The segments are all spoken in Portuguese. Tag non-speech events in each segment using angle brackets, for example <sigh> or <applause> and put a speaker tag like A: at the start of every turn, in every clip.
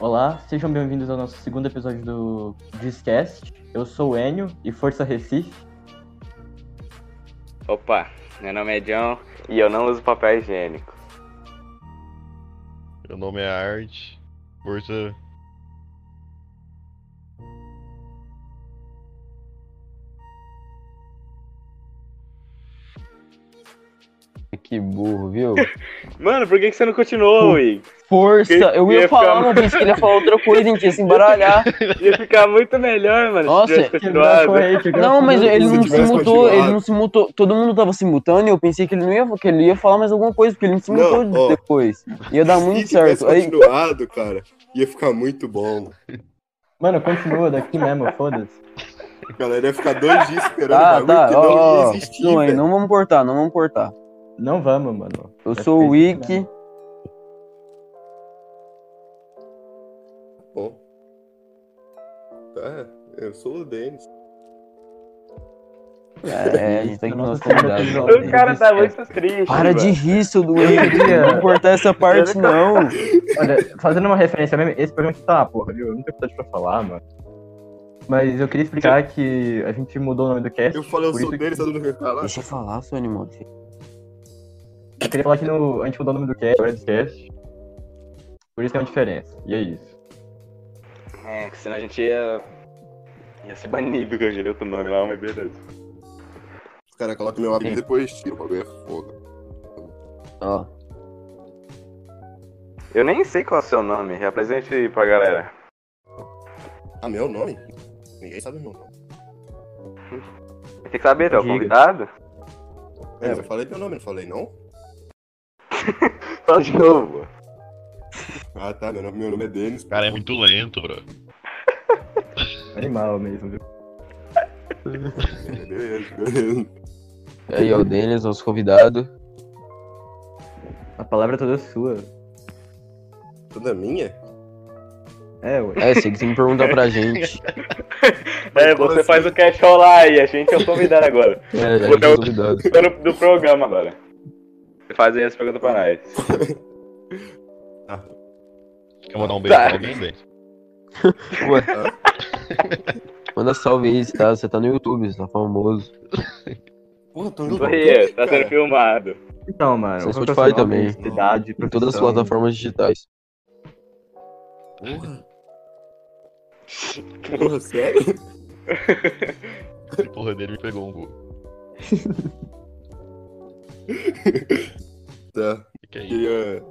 A: Olá, sejam bem-vindos ao nosso segundo episódio do Discast. Eu sou o Enio e Força Recife.
B: Opa, meu nome é John e eu não uso papel higiênico.
C: Meu nome é Art. Força.
D: Que burro, viu?
B: <laughs> Mano, por que, que você não continuou, Wig?
D: Força!
B: Que-
D: eu
B: que
D: ia
B: ia
D: falar,
B: ficar-
D: não disse que ele ia falar outra coisa, a gente ia se
E: <laughs>
D: embaralhar.
B: Ia ficar muito melhor, mano,
D: Nossa,
B: se tivesse continuado.
D: Não, mas ele não se
E: tivesse
D: mutou,
E: continuado.
D: ele não se mutou. Todo mundo tava se mutando e eu pensei que ele não ia, que ele ia falar mais alguma coisa, porque ele não se
E: Não,
D: mutou
E: ó.
D: depois. Ia dar muito
E: Se tivesse
D: certo. Aí,
E: continuado, cara, ia ficar muito bom.
A: Mano, continua daqui mesmo, foda-se.
E: A galera ia ficar dois dias esperando
D: tá,
E: o é um bagulho
D: tá,
E: que não
D: ó,
E: ia
D: ó,
E: existir,
D: não, aí,
E: velho.
D: não vamos cortar, não vamos cortar.
A: Não vamos, mano.
D: Eu
E: É
A: Vai
D: sou
A: ficar
D: o
A: isso
D: Wiki,
E: né?
A: mesmo.
E: Bom. Tá, eu sou o Denis.
D: é, a gente tem que
A: Nossa,
D: nos convidar.
A: cara,
B: O cara tá muito triste,
D: Para de
B: mano.
D: rir, seu doente.
A: Eu queria-
D: Não vamos cortar essa parte, não.
A: Olha, fazendo uma referência mesmo, esse programa aqui tá uma porra, viu? Eu não tenho vontade pra falar, mano. Mas eu queria explicar que a gente mudou o nome do cast.
E: Eu falei, eu
A: por
E: sou
A: isso
E: o Denis, todo mundo quer falar.
D: Deixa eu falar, seu animal.
A: Eu queria falar que no- a gente mudou o nome do cast, agora é Discast. Por isso é uma diferença. E é isso.
B: É, que senão a gente ia... Ia ser banido que eu girei outro nome lá, mas beleza.
E: Os caras colocam meu apelido e depois tiram. O bagulho é foda.
D: Ó,
B: Eu nem sei qual é o seu nome, represente aí pra galera.
E: Ah, meu nome? Ninguém sabe meu nome.
B: Tem que saber, tu é o
A: Diga.
B: convidado?
E: É, eu falei meu nome, não falei não?
B: Fala de novo.
E: Ah, tá, meu nome, meu nome é Denis.
C: O cara é muito lento, bro.
A: Animal mesmo, viu?
E: <laughs> Beleza, beleza.
D: aí, ó, o Denis, nosso convidado.
A: A palavra é toda sua.
E: Toda minha?
A: É, ué.
D: É, você que tem que perguntar pra gente.
B: É,
E: como
B: você
E: assim?
B: faz o cast rolar aí, a gente é o convidado agora.
D: É,
B: Vou
D: gente
B: dar
D: é
B: o-
D: convidado.
B: Tô no- do programa agora. Você faz aí as perguntas pra nós.
C: Quer mandar um beijo
B: Tá.
A: é
C: pra alguém, velho?
D: Manda salve aí, você tá, você tá no YouTube, você tá famoso.
E: Porra, tô
B: Isso aí, tá sendo filmado.
A: Então, mano.
D: Você é
A: qual que
D: Spotify
A: seu nome,
D: também.
A: Idade,
D: Em todas as
A: profissão?
D: plataformas digitais.
E: Porra. Porra, sério?
C: A porra dele me pegou um gol.
E: Tá.
C: Fica aí.
E: Queria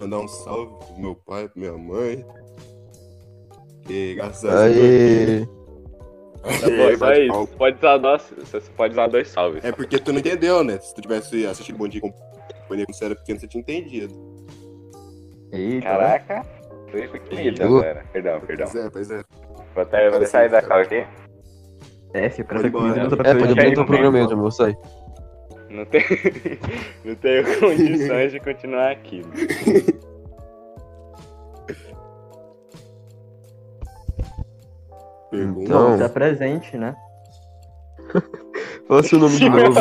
E: mandar um salve pro meu pai, pra minha mãe. E graças a Deus.
D: Aê!
B: Tá bom, só isso. Pode usar dois, você pode usar dois salves.
E: É porque tu não entendeu, né? Se tu tivesse assistido Bom Dia com Bom Dia quando você era pequeno, você tinha entendido.
A: Eita.
B: Caraca. Foi pequenita,
D: Boa.
B: galera. Perdão, perdão.
E: Pois é, pois é.
B: Vou até vou até sair da cal aqui.
A: É, se o cara
E: Pode
A: tá
E: ir
A: comendo
E: embora.
A: outra
D: É, pode
A: pessoa.
B: Quer ir
D: apresentar o
B: comigo?
D: programa mesmo, vou sair.
B: Não tenho, <laughs> não tenho condições de continuar aqui. mano.
E: Pergunta.
D: Então.
A: Se apresente, né?
D: Fala seu nome <laughs> de novo.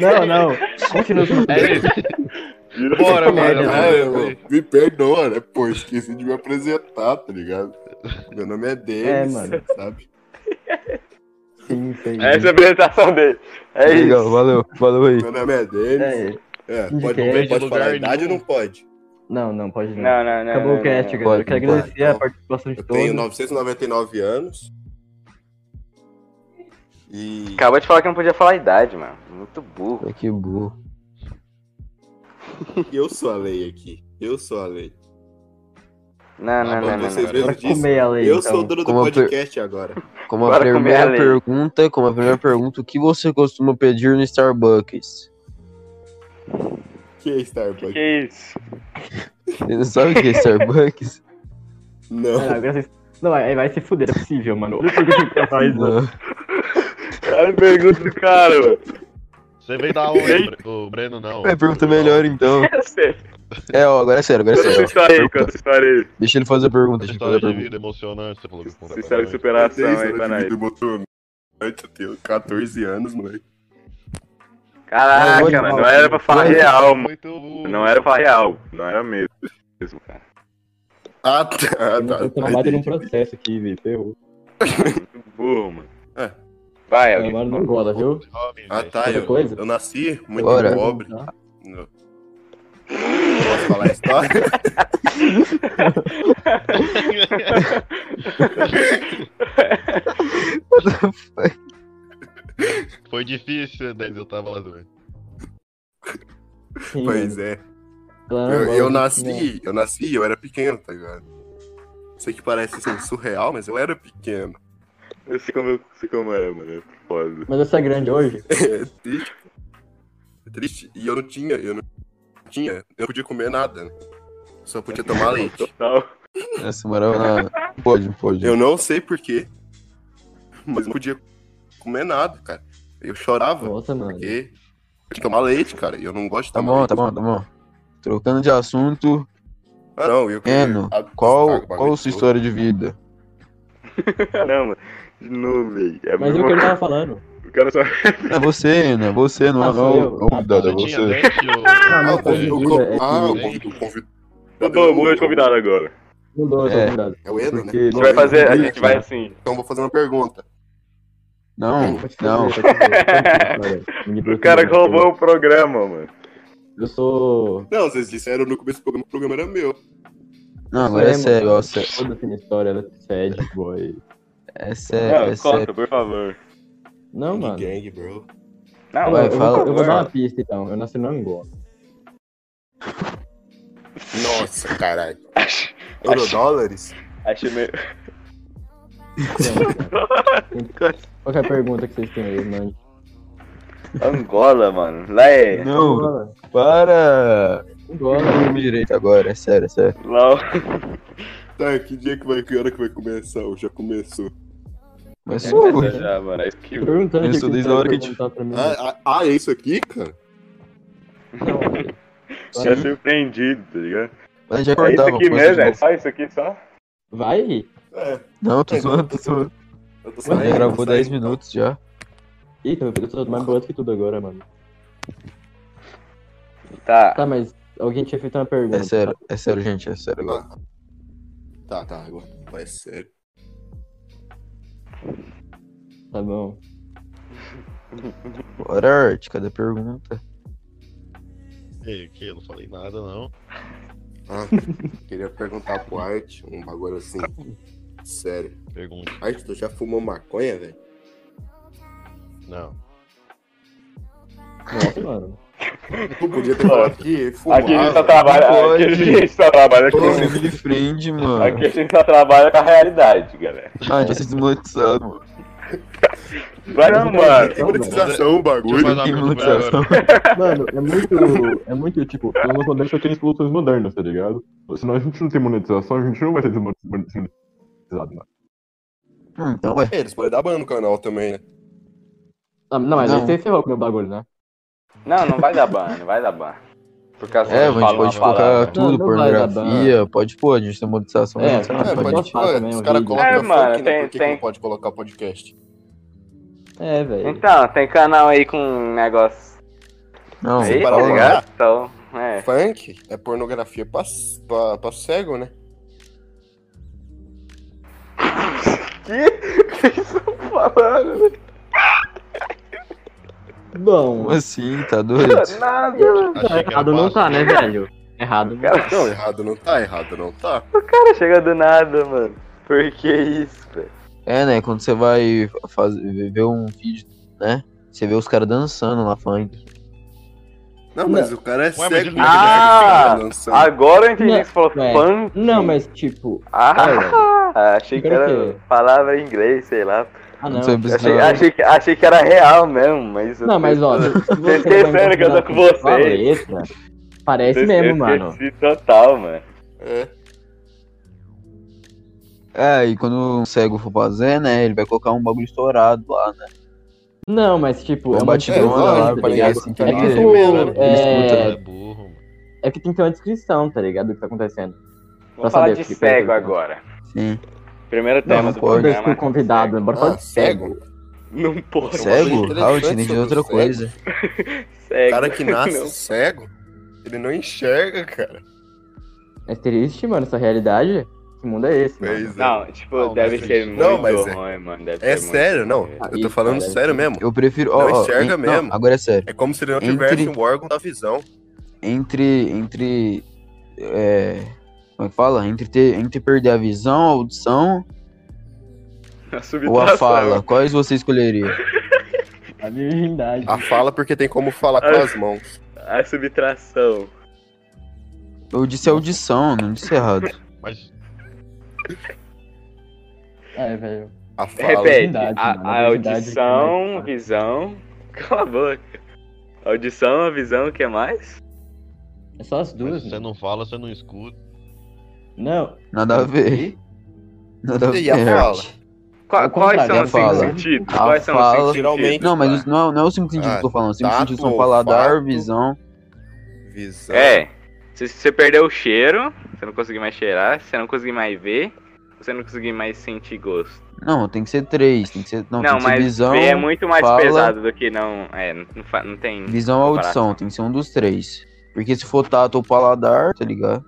A: Não, não. Continua com
C: É isso. Bora,
A: merda,
C: bora,
E: Ah, eu-
C: bora.
E: me perdoa, né? Pô, esqueci de me apresentar, tá ligado? Meu nome é Denis,
A: É, mano.
E: sabe?
A: sim, sim.
B: Essa é a apresentação dele. É
D: Tá Legal,
B: isso.
D: valeu, valeu aí.
E: Meu nome é Denis.
A: <laughs> É,
E: É,
A: Indica
E: pode,
A: aí.
E: pode falar a idade ou não pode?
A: Não, não, pode não.
B: Não, não, não.
A: Acabou
B: não,
A: o cast,
B: não.
A: galera.
D: Pode,
A: eu quero
D: pode.
A: agradecer a participação de
E: Eu
A: todos.
E: tenho 999 anos.
B: <laughs>
E: E.
B: Acabou de falar que não podia falar a idade, mano. Muito burro.
D: Ai, que burro.
E: Eu sou a lei aqui. Eu sou a lei.
B: Não,
E: Ah,
B: não,
E: bom,
B: não, não.
E: vocês
B: não.
E: mesmos
A: Bora
E: dizem.
A: comer a lei,
E: Eu
A: então.
E: sou o dono do
D: Como a per-
E: podcast agora.
D: Como a
B: Bora comer a
D: primeira
B: lei.
D: pergunta, como a primeira pergunta, o que você costuma pedir no Starbucks?
E: Que é Starbucks?
B: Que isso?
D: Você não sabe o que é Starbucks? <laughs>
A: Não,
E: Não.
A: não, graças- É, não, aí vai se fuder, é possível, mano. Olha por que tá que o cara faz isso.
D: Não.
B: Cara, pergunta do cara, mano.
C: Você veio da onde? Bre- O Breno não.
D: É, pergunta melhor então.
B: Eu sei.
D: É, ó, agora é sério, agora é
B: Conta essa
D: sério.
B: história aí, conta essa história aí.
D: Deixa ele fazer a pergunta,
C: Essa
D: deixa ele fazer
C: história
D: a
C: tá de
D: pergunta.
C: vida emocionante, você falou que conta
B: Essa história de
C: pra nós.
B: superação
E: Desde
B: aí pra
E: a
B: nós.
E: vida emocionante, Eu tenho 14 anos, moleque.
D: Não,
B: Caraca,
D: eu vou-
B: mano, não era pra falar
D: eu vou-
B: real, mano.
C: é. Muito bom.
B: Não era pra falar real. Não era mesmo. Mesmo, cara.
E: Ah, tá. Ah,
A: Eu
E: <laughs> tá.
A: tô trabalhando num processo aqui, velho. Ferrou.
B: Muito burro, mano.
E: É.
B: Vai, alguém.
A: Trabalho não gola, viu?
C: Jovem,
E: Ah,
C: <laughs> gente.
E: tá.
A: Outra
E: Eu,
A: coisa?
E: eu nasci muito
D: Bora.
E: pobre. Não. Posso falar a história?
C: Foi difícil, 10 eu tava lá também.
A: <laughs> Sim,
E: <laughs> pois
A: mano.
E: é.
A: Ela não
E: Eu,
A: gola,
E: eu
A: assim, né?
E: nasci, eu nasci, eu era pequeno, tá ligado? Sei que parece assim, surreal, mas eu era
D: <laughs>
E: pequeno.
B: Eu sei como, eu sei como é, mano. É foda.
A: Mas essa é grande hoje?
E: É triste. É triste. E eu não tinha, eu não tinha, eu não podia comer nada. né? Só
D: <laughs>
E: podia tomar leite.
B: Total.
D: Essa moral na. Pode, pode.
E: Eu não sei porquê, mas não podia comer nada, cara. Eu chorava,
A: Nossa, mano.
E: porque eu tinha que tomar leite, cara, e eu não gosto de
D: Tá
E: tomar
D: bom,
E: leite.
D: tá bom, tá bom. Trocando de assunto,
E: Ah, não, eu...
D: Eno,
E: Ah, ah,
D: qual,
E: bagulho
D: qual sua
E: todo.
D: história de vida?
B: Caramba. De novo, velho. É
A: Mas eu que ele tava falando.
B: O cara só.
D: É você, Eno, é você, não é
A: Ah, sou eu.
D: não, não, convidado, é
C: Você tinha
B: né?
D: você.
C: dente
A: Ah, não,
E: Ah, o
C: ou...
A: tá de
E: convidado.
A: vida, é
E: Ah, o
A: que-
E: convidado- o convidado.
B: Mudou, mudou de convidado agora.
A: Mudou, eu tô
D: É.
A: convidado.
E: É o Eno, né?
A: Porque- A
B: A gente vai fazer. A
E: Eno,
B: gente vai assim.
E: Então vou fazer uma pergunta.
D: Não,
A: Pode fazer,
D: não.
A: pode fazer, cara. Me
B: <laughs> O cara
A: bloqueou,
B: que roubou o programa, mano.
A: Eu sou.
E: Não, vocês disseram no começo do programa, o programa era meu.
D: Não, agora é
A: Lembro.
D: sério, ó, sé-
A: Foda-se minha história, ela é sad boy.
D: é
B: Não,
D: sério, é sério.
B: corta, por favor.
A: Não, mano.
E: Gang, bro.
B: Não,
D: Vai,
A: eu, vou-
D: fala.
A: eu vou dar uma pista então. Eu nasci no Angola.
E: Nossa,
B: <laughs>
E: caralho. Eurodólares?
B: Achei meio.
A: Qual que é a pergunta que vocês têm aí, mano?
B: Angola, mano. Lá é.
D: Não,
A: Angola.
D: para!
A: Angola.
D: Dorme direito agora, é sério, é sério.
B: Lá. o-
E: Tá, que dia que vai, que hora que vai começar? Ou já começou?
D: Mas
B: Já começa
D: pô,
B: já, mano. É isso que.
A: Tô Perguntando
D: Eu
A: o que
D: sou
A: que
D: desde
A: você
D: a hora que
A: perguntar pra mim.
E: Ah, ah, ah, é isso aqui, cara?
A: Não, mano.
B: Já surpreendido, tá ligado?
D: mas já
B: É isso
D: cortava
B: aqui
D: coisa de
B: mesmo, é
D: novo.
B: só isso aqui só.
A: Vai?
E: É,
D: Não, tô zoando, tô zoando.
E: eu tô
D: Já gravou
E: tô
D: 10 minutos já.
A: Eita, meu Deus, eu tô mais boato que tudo agora, mano.
B: Tá.
A: Tá, mas alguém tinha feito uma pergunta.
D: É sério, é sério, gente, é sério agora.
E: Tá, tá, agora. Vai sério.
A: Tá bom.
D: Bora, Art, cadê a pergunta?
C: Ei, que eu não falei nada, não.
E: <laughs> Ah, queria perguntar pro Art um bagulho assim. Sério.
C: Pergunta.
E: Art, tu já fumou maconha, velho?
C: Não.
A: Nossa, mano.
E: Tu podia ter falado que fumava.
B: Aqui a gente tá só trabalha. Aqui a gente só trabalha com.
E: Pode.
D: Family friend, mano.
B: Aqui a gente só trabalha com a realidade, galera.
D: Ah, tinha sido monetizado, mano.
B: Vai não, mano.
E: Tem monetização o
C: Deixa eu
E: um bagulho.
C: fazer uma
D: Tem
C: pergunta pra ela
D: monetização.
C: agora.
A: Mano, é muito. É muito tipo. Nós podemos só tem soluções modernas, tá ligado? Senão a gente não tem monetização, a gente não vai ser desmonetizado, mano.
D: Hum, Então, ué.
E: É, Eles podem dar ban no canal também, né?
A: Ah, não, mas
D: Não.
A: aí você ferrou com o meu bagulho, né?
B: Não, não vai dar ban, não vai dar ban. Por causa que
D: É, a
B: eu
D: gente
B: falo
D: pode
B: uma
D: colocar
B: palavra.
A: Não,
D: tudo,
A: não vai dar
D: pornografia, pode pôr, a gente tem monetização.
A: É,
D: não,
E: É,
A: Ah,
D: pode.
E: pode,
A: pode falar
E: é,
A: também,
E: os
A: o
E: caras
A: vídeo.
E: colocam
B: É,
E: funk,
B: mano, tem-
E: né? Por que que
B: tem-
E: não pode colocar podcast?
A: É, velho.
B: Então, tem canal aí com um negócio
D: Não,
B: aí, tá
E: para lá.
D: fala,
B: ligado? Então, é.
E: Funk é pornografia pra, pra, pra cego, né? é-
B: Falando.
A: Bom,
D: como assim, tá doido?
B: Nada,
C: Achei que era
A: errado não
C: fácil.
A: tá, né, velho? Errado.
E: Não, errado não tá, errado não tá.
B: cara chega do nada, mano. Por que isso, velho?
D: É, né, quando você vai fazer, ver um vídeo, né, você vê os caras dançando lá, funk.
E: Não, mas o cara é
C: mas
E: cego.
C: ele-
E: né? Cara,
B: Ah!
E: lançando.
B: Agora eu entendi
A: Não,
B: que você falou
A: é.
B: funk.
A: Não, mas tipo.
B: Ah, achei que
A: Pera
B: era
A: aí.
B: palavra em inglês, sei lá.
A: Ah, não.
D: Você precisa-
B: Achei, achei, que, achei que era real mesmo, mas. eu
A: Não, mas ó.
B: tô-
A: se você
B: Vocês
A: vai
B: esqueceram que eu tô
A: mudar
B: com vocês.
A: a letra, Parece
B: eu
A: mesmo, mano.
B: esqueci total, mano.
E: É.
D: É, e quando um cego for fazer, né, ele vai colocar um bagulho estourado lá, né?
A: Não, mas tipo,
D: Um
A: é uma
D: batidão
A: descrição,
E: lá,
A: tá
E: pra ninguém
A: ligado?
E: se
A: É
E: entender
A: que
E: mesmo, né?
A: tu- é-
C: É burro, mano.
A: é que tem que ter uma descrição, tá ligado? Do que tá acontecendo.
B: Vamos
A: Pra
B: falar
A: saber
B: de
A: o que que eu tô
B: cego
A: pensando.
B: agora.
D: Sim.
B: Primeiro
D: Não,
B: tema
D: não
B: do
D: pode.
A: Conversa com
B: programa.
A: o convidado, bora falar
E: Ah,
A: de cego.
E: cego?
B: Não pode.
D: Cego?
E: é interessante
D: Ah, tinha que dizer
E: sobre
D: outra
E: o cego.
D: coisa.
E: O
B: Cego. <laughs>
E: cara que nasce
B: Não.
E: cego, ele não enxerga, cara.
A: É triste, mano, essa realidade.
F: Que mundo é esse, mano?
E: Pois é.
B: Não, tipo,
C: Não,
B: deve
C: mas
B: ser
C: gente-
B: muito
E: Não, mas é-
B: ruim, mano. Deve
E: É
B: ser muito
E: sério, não.
B: ruim.
E: Eu tô falando
F: Aí,
E: sério mesmo.
D: Eu prefiro. Ó,
E: Não
D: ó,
E: enxerga
D: en-
E: mesmo.
D: Não, agora é sério.
E: É como se ele não
D: Entre-
E: tivesse um órgão da visão.
D: Entre. Entre. É, como é que fala? Entre, ter, entre perder a visão, a audição
B: <laughs> A tá
D: ou a
E: tá
B: subtração.
D: fala. Quais você escolheria?
G: A virgindade.
E: A fala porque tem como falar com as mãos.
B: A subtração.
D: Eu disse audição, não disse errado.
C: Mas
G: É, velho.
E: A fala.
B: Repete.
G: Verdade,
B: A,
G: mano,
B: a
G: é verdade que
B: audição,
G: mais-
B: visão. <laughs> Cala a boca. Audição, visão, o que mais?
G: É só as duas,
C: mas você
G: mano.
C: não fala, você não escuta.
G: Não.
D: Nada a ver. Nada a ver.
E: E a fala?
B: Qua-
G: Ao
B: quais
G: contrário,
B: são
D: a
B: os cinco
D: fala.
B: sentidos?
D: A
B: Quais são os
D: fala-
B: cinco sentidos?
E: Geralmente-
D: Não, mas isso não, é- não é o cinco sentidos
E: Ah,
D: que eu tô falando. Os cinco
E: tato,
D: sentidos são paladar,
E: olfato.
D: visão.
E: Visão.
B: É. Se se você perdeu o cheiro, você não conseguir mais cheirar, se você não conseguir mais ver, você não conseguir mais sentir gosto.
D: Não, tem que ser três. Tem que ser, não, tem
B: Não,
D: que ser
B: mas
D: visão,
B: ver é muito mais
D: fala-
B: pesado do que não. É, não, não fa- não tem.
D: visão ou audição.
B: comparação. Tem
D: Tem que ser um dos três. Porque se for tato ou paladar, tá ligado?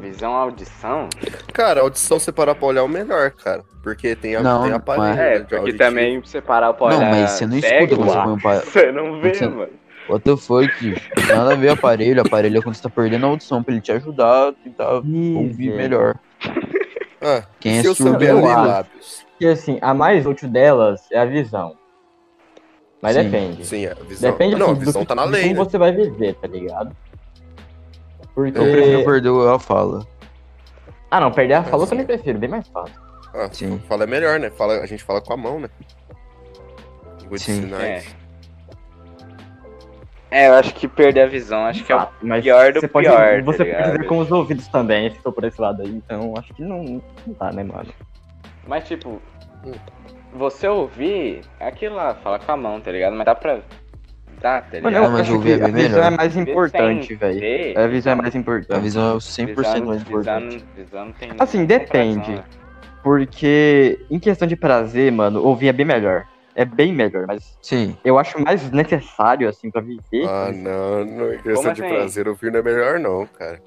B: Visão, audição?
E: Cara, a audição separar pra olhar é o melhor, cara. Porque tem a,
D: Não,
E: tem
D: não é.
E: aparelho.
B: É,
E: de
B: porque
E: auditivo.
B: também pra você parar pra
D: Não,
B: olhar.
D: mas você não
B: cego,
D: escuta quando você
B: ah,
D: põe um pa-
B: <laughs> Você não vê,
D: Você-
B: mano.
D: What the fuck? Nada a ver aparelho. Aparelho é quando você tá perdendo a audição, pra ele te ajudar, tentar ouvir melhor.
E: Ah,
D: Quem é
E: se eu
D: surdo
E: souber
D: é
E: ler
D: ouvido.
E: lábios.
A: Porque assim, a mais útil delas é a visão. Mas
D: Sim.
A: depende.
E: Sim, é, a visão.
A: Depende
E: não, a
A: assim, do
E: visão
A: que-
E: tá na
A: de
E: lei,
A: como
E: né?
A: você vai viver, tá ligado? Porque.
D: Eu
A: É.
D: prefiro perder a fala.
A: Ah não, perder a fala eu
E: Sim.
A: também prefiro, bem mais fácil.
E: Ah,
D: Sim.
E: fala é melhor, né? Fala, a gente fala com a mão, né? Língua de
D: Sim.
E: sinais.
B: É, eu acho que perder a visão, acho que é o
A: Fato, mas
B: pior do
A: você pode,
B: pior,
A: Você
B: tá
A: pode
B: ligado?
A: viver com os ouvidos também, se for por esse lado aí. Então acho que não, não dá, né, mano?
B: Mas tipo,
A: Hum.
B: você ouvir, é aquilo lá, falar com a mão, tá ligado? Mas dá pra. Dá, tá ligado?
A: Mano, eu
D: mas
A: acho
D: ouvir
A: que
D: é
A: a
E: né,
D: bem
A: visão
D: melhor.
A: é mais importante, velho.
B: Ver,
A: A visão é mais
D: A
A: importante.
D: visão é
B: visão-
D: 100% mais
B: visão-
D: importante.
B: visão não tem
A: Assim, depende.
B: comparação, né?
A: Porque em questão de prazer, mano, ouvir é bem melhor. É bem melhor, mas
D: Sim.
A: eu acho mais necessário, assim, pra viver.
E: Ah, não, não é questão
B: Como
E: de
B: assim?
E: prazer. Ouvir não é melhor, não, cara.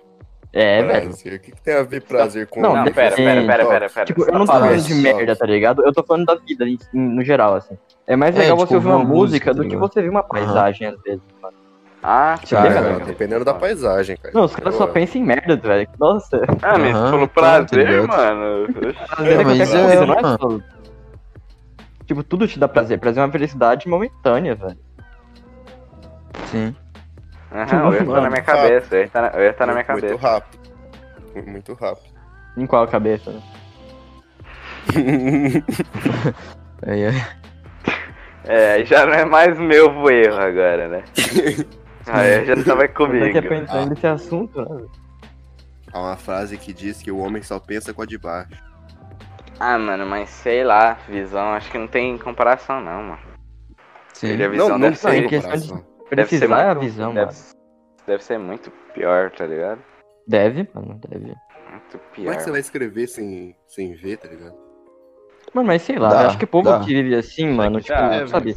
A: é, velho.
E: prazer. O que, que tem a ver prazer com
A: Não,
B: Não,
A: depende.
B: pera, pera, pera, pera, pera.
A: Tipo,
B: Você
A: eu não tô
B: tá falando-
A: falando de
E: só.
A: merda, tá ligado? Eu tô falando da vida em- em- no geral, assim. É mais
D: É,
A: legal
D: tipo,
A: você ouvir uma música do
D: tá
A: que
D: ligado?
A: você ver uma paisagem, às vezes, mano.
B: Ah,
D: Cara,
E: Cara,
B: cara.
E: É, tá dependendo da paisagem, cara.
A: Não, os caras só
E: Eu-
A: pensam em merda, velho. Nossa,
B: Ah, mas
D: Aham,
B: você falou
D: tá, tá
B: prazer,
D: ligado?
A: <laughs>
B: mano.
A: prazer é
D: mas
A: qualquer
D: é,
A: coisa, não é
D: mano.
A: só... Tipo, tudo te dá prazer. Prazer é uma felicidade momentânea, velho.
D: Sim.
B: Aham, o erro tá na minha cabeça, o erro tá na- o erro tá na minha
E: Muito
B: cabeça.
E: rápido. Muito rápido.
A: Em qual cabeça?
D: Aí é.
B: É, já não é mais meu o erro agora,
A: <laughs>
B: né? Aí já tava
A: Você quer
B: comigo.
A: pensar nesse assunto, né? velho?
E: Há uma frase que diz que o homem só pensa com a de baixo.
B: Ah, mano, mas sei lá, visão, acho que não tem comparação não, mano.
D: Sim.
B: Ele é visão deve
A: tem
B: ser,
A: que-
E: comparação.
B: Deve ser
A: Precisar
B: mais-
A: é a visão,
B: deve,
A: mano.
B: deve ser muito pior, tá ligado?
A: Deve, mano, deve.
B: Muito
E: Como é
B: pior.
E: que você vai escrever sem, sem ver, tá ligado?
A: Mano, mas sei lá,
D: Dá,
A: eu acho que o povo
D: dá.
A: que vive assim, mano,
B: que
A: tipo,
B: dá,
C: né,
A: sabe?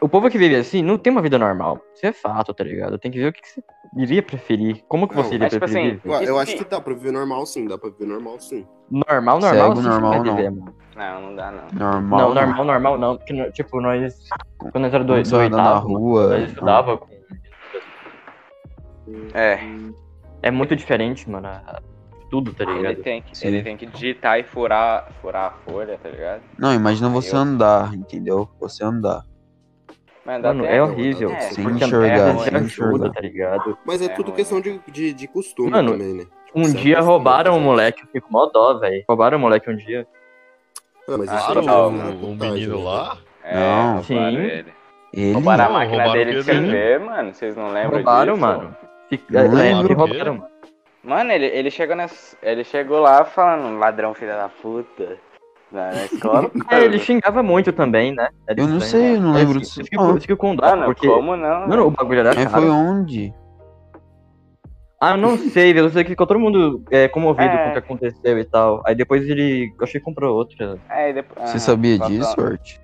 A: O povo que vive assim não tem uma vida normal. Isso é fato, tá ligado? Tem que ver o que que você iria preferir. Como que
E: Não,
A: você iria
B: mas, tipo
A: preferir?
B: assim,
A: viver.
E: Ué, eu
B: E
E: acho
B: se-
E: que dá pra viver normal sim, dá pra viver normal sim.
A: Normal, normal,
D: Cego,
A: assim, você
D: normal,
A: vai
D: não.
A: viver, mano.
B: Não, não dá não.
D: Normal.
A: Não, normal, normal, não. Porque, no- tipo, nós. Quando nós era do, do
D: Andar na
A: oitavo,
D: rua.
A: nós estudava com.
B: É,
A: É muito diferente, mano. a- Tudo, tá
B: ele
A: ligado?
B: tem que,
D: Sim.
B: ele tem que digitar e furar, furar a folha, tá ligado?
D: Não,
A: Ah,
D: imagina você
B: Eu-
D: andar, entendeu? Você andar.
B: Mano, dá
A: Mano,
B: até- né?
A: é horrível.
E: É,
A: Porque
E: sem
A: a
D: enxergar,
A: merda
D: sem
A: te ajuda,
D: enxergar.
A: tá ligado?
E: Mas é,
B: É
E: tudo
B: ruim.
E: questão de, de, de costume
A: Mano,
E: também, né? Tipo,
A: Um
E: você
A: dia
E: acostuma,
A: roubaram
E: tá
A: um
E: ligado?
A: moleque, eu fico mó dó, velho. Roubaram um moleque um dia.
E: Ah, mas
B: Ah,
E: isso
C: Claro,
E: aí já
B: não,
E: é uma
C: o, o
E: vantagem,
C: um menino
E: né?
C: lá.
B: É,
D: Não.
B: roubaram
A: Sim.
B: ele.
D: Ele.
B: Roubaram a
C: Não,
B: máquina
C: roubaram
B: dele de
C: o dele.
B: escrever, mano. Vocês não lembram
A: Roubaram,
B: disso?
A: mano. Fica,
D: Não
A: é,
C: lembro.
A: me roubaram, mano.
B: Mano, ele, ele chegou nessa. Ele chegou lá falando, ladrão filha da puta. Na, na escola.
A: <laughs> É, ele xingava muito também, né? Era
D: Eu não
A: estranho.
D: sei, eu não
A: É,
D: lembro
A: isso,
D: disso.
A: isso, ficou,
D: não.
A: isso ficou com dó,
B: Mano,
A: porque...
B: como Ah, não? né?
A: Mano, o bagulho era
D: Mas
A: caro.
D: foi um- onde?
A: Ah, eu
D: <laughs>
A: não sei, velho. Eu sei que ficou todo mundo é, comovido
B: É.
A: com o que aconteceu e tal. Aí depois ele... Eu achei que comprou outra. tá.
B: É, e depois-
D: Você
B: ah,
D: sabia
B: só pra-
D: disso, Art?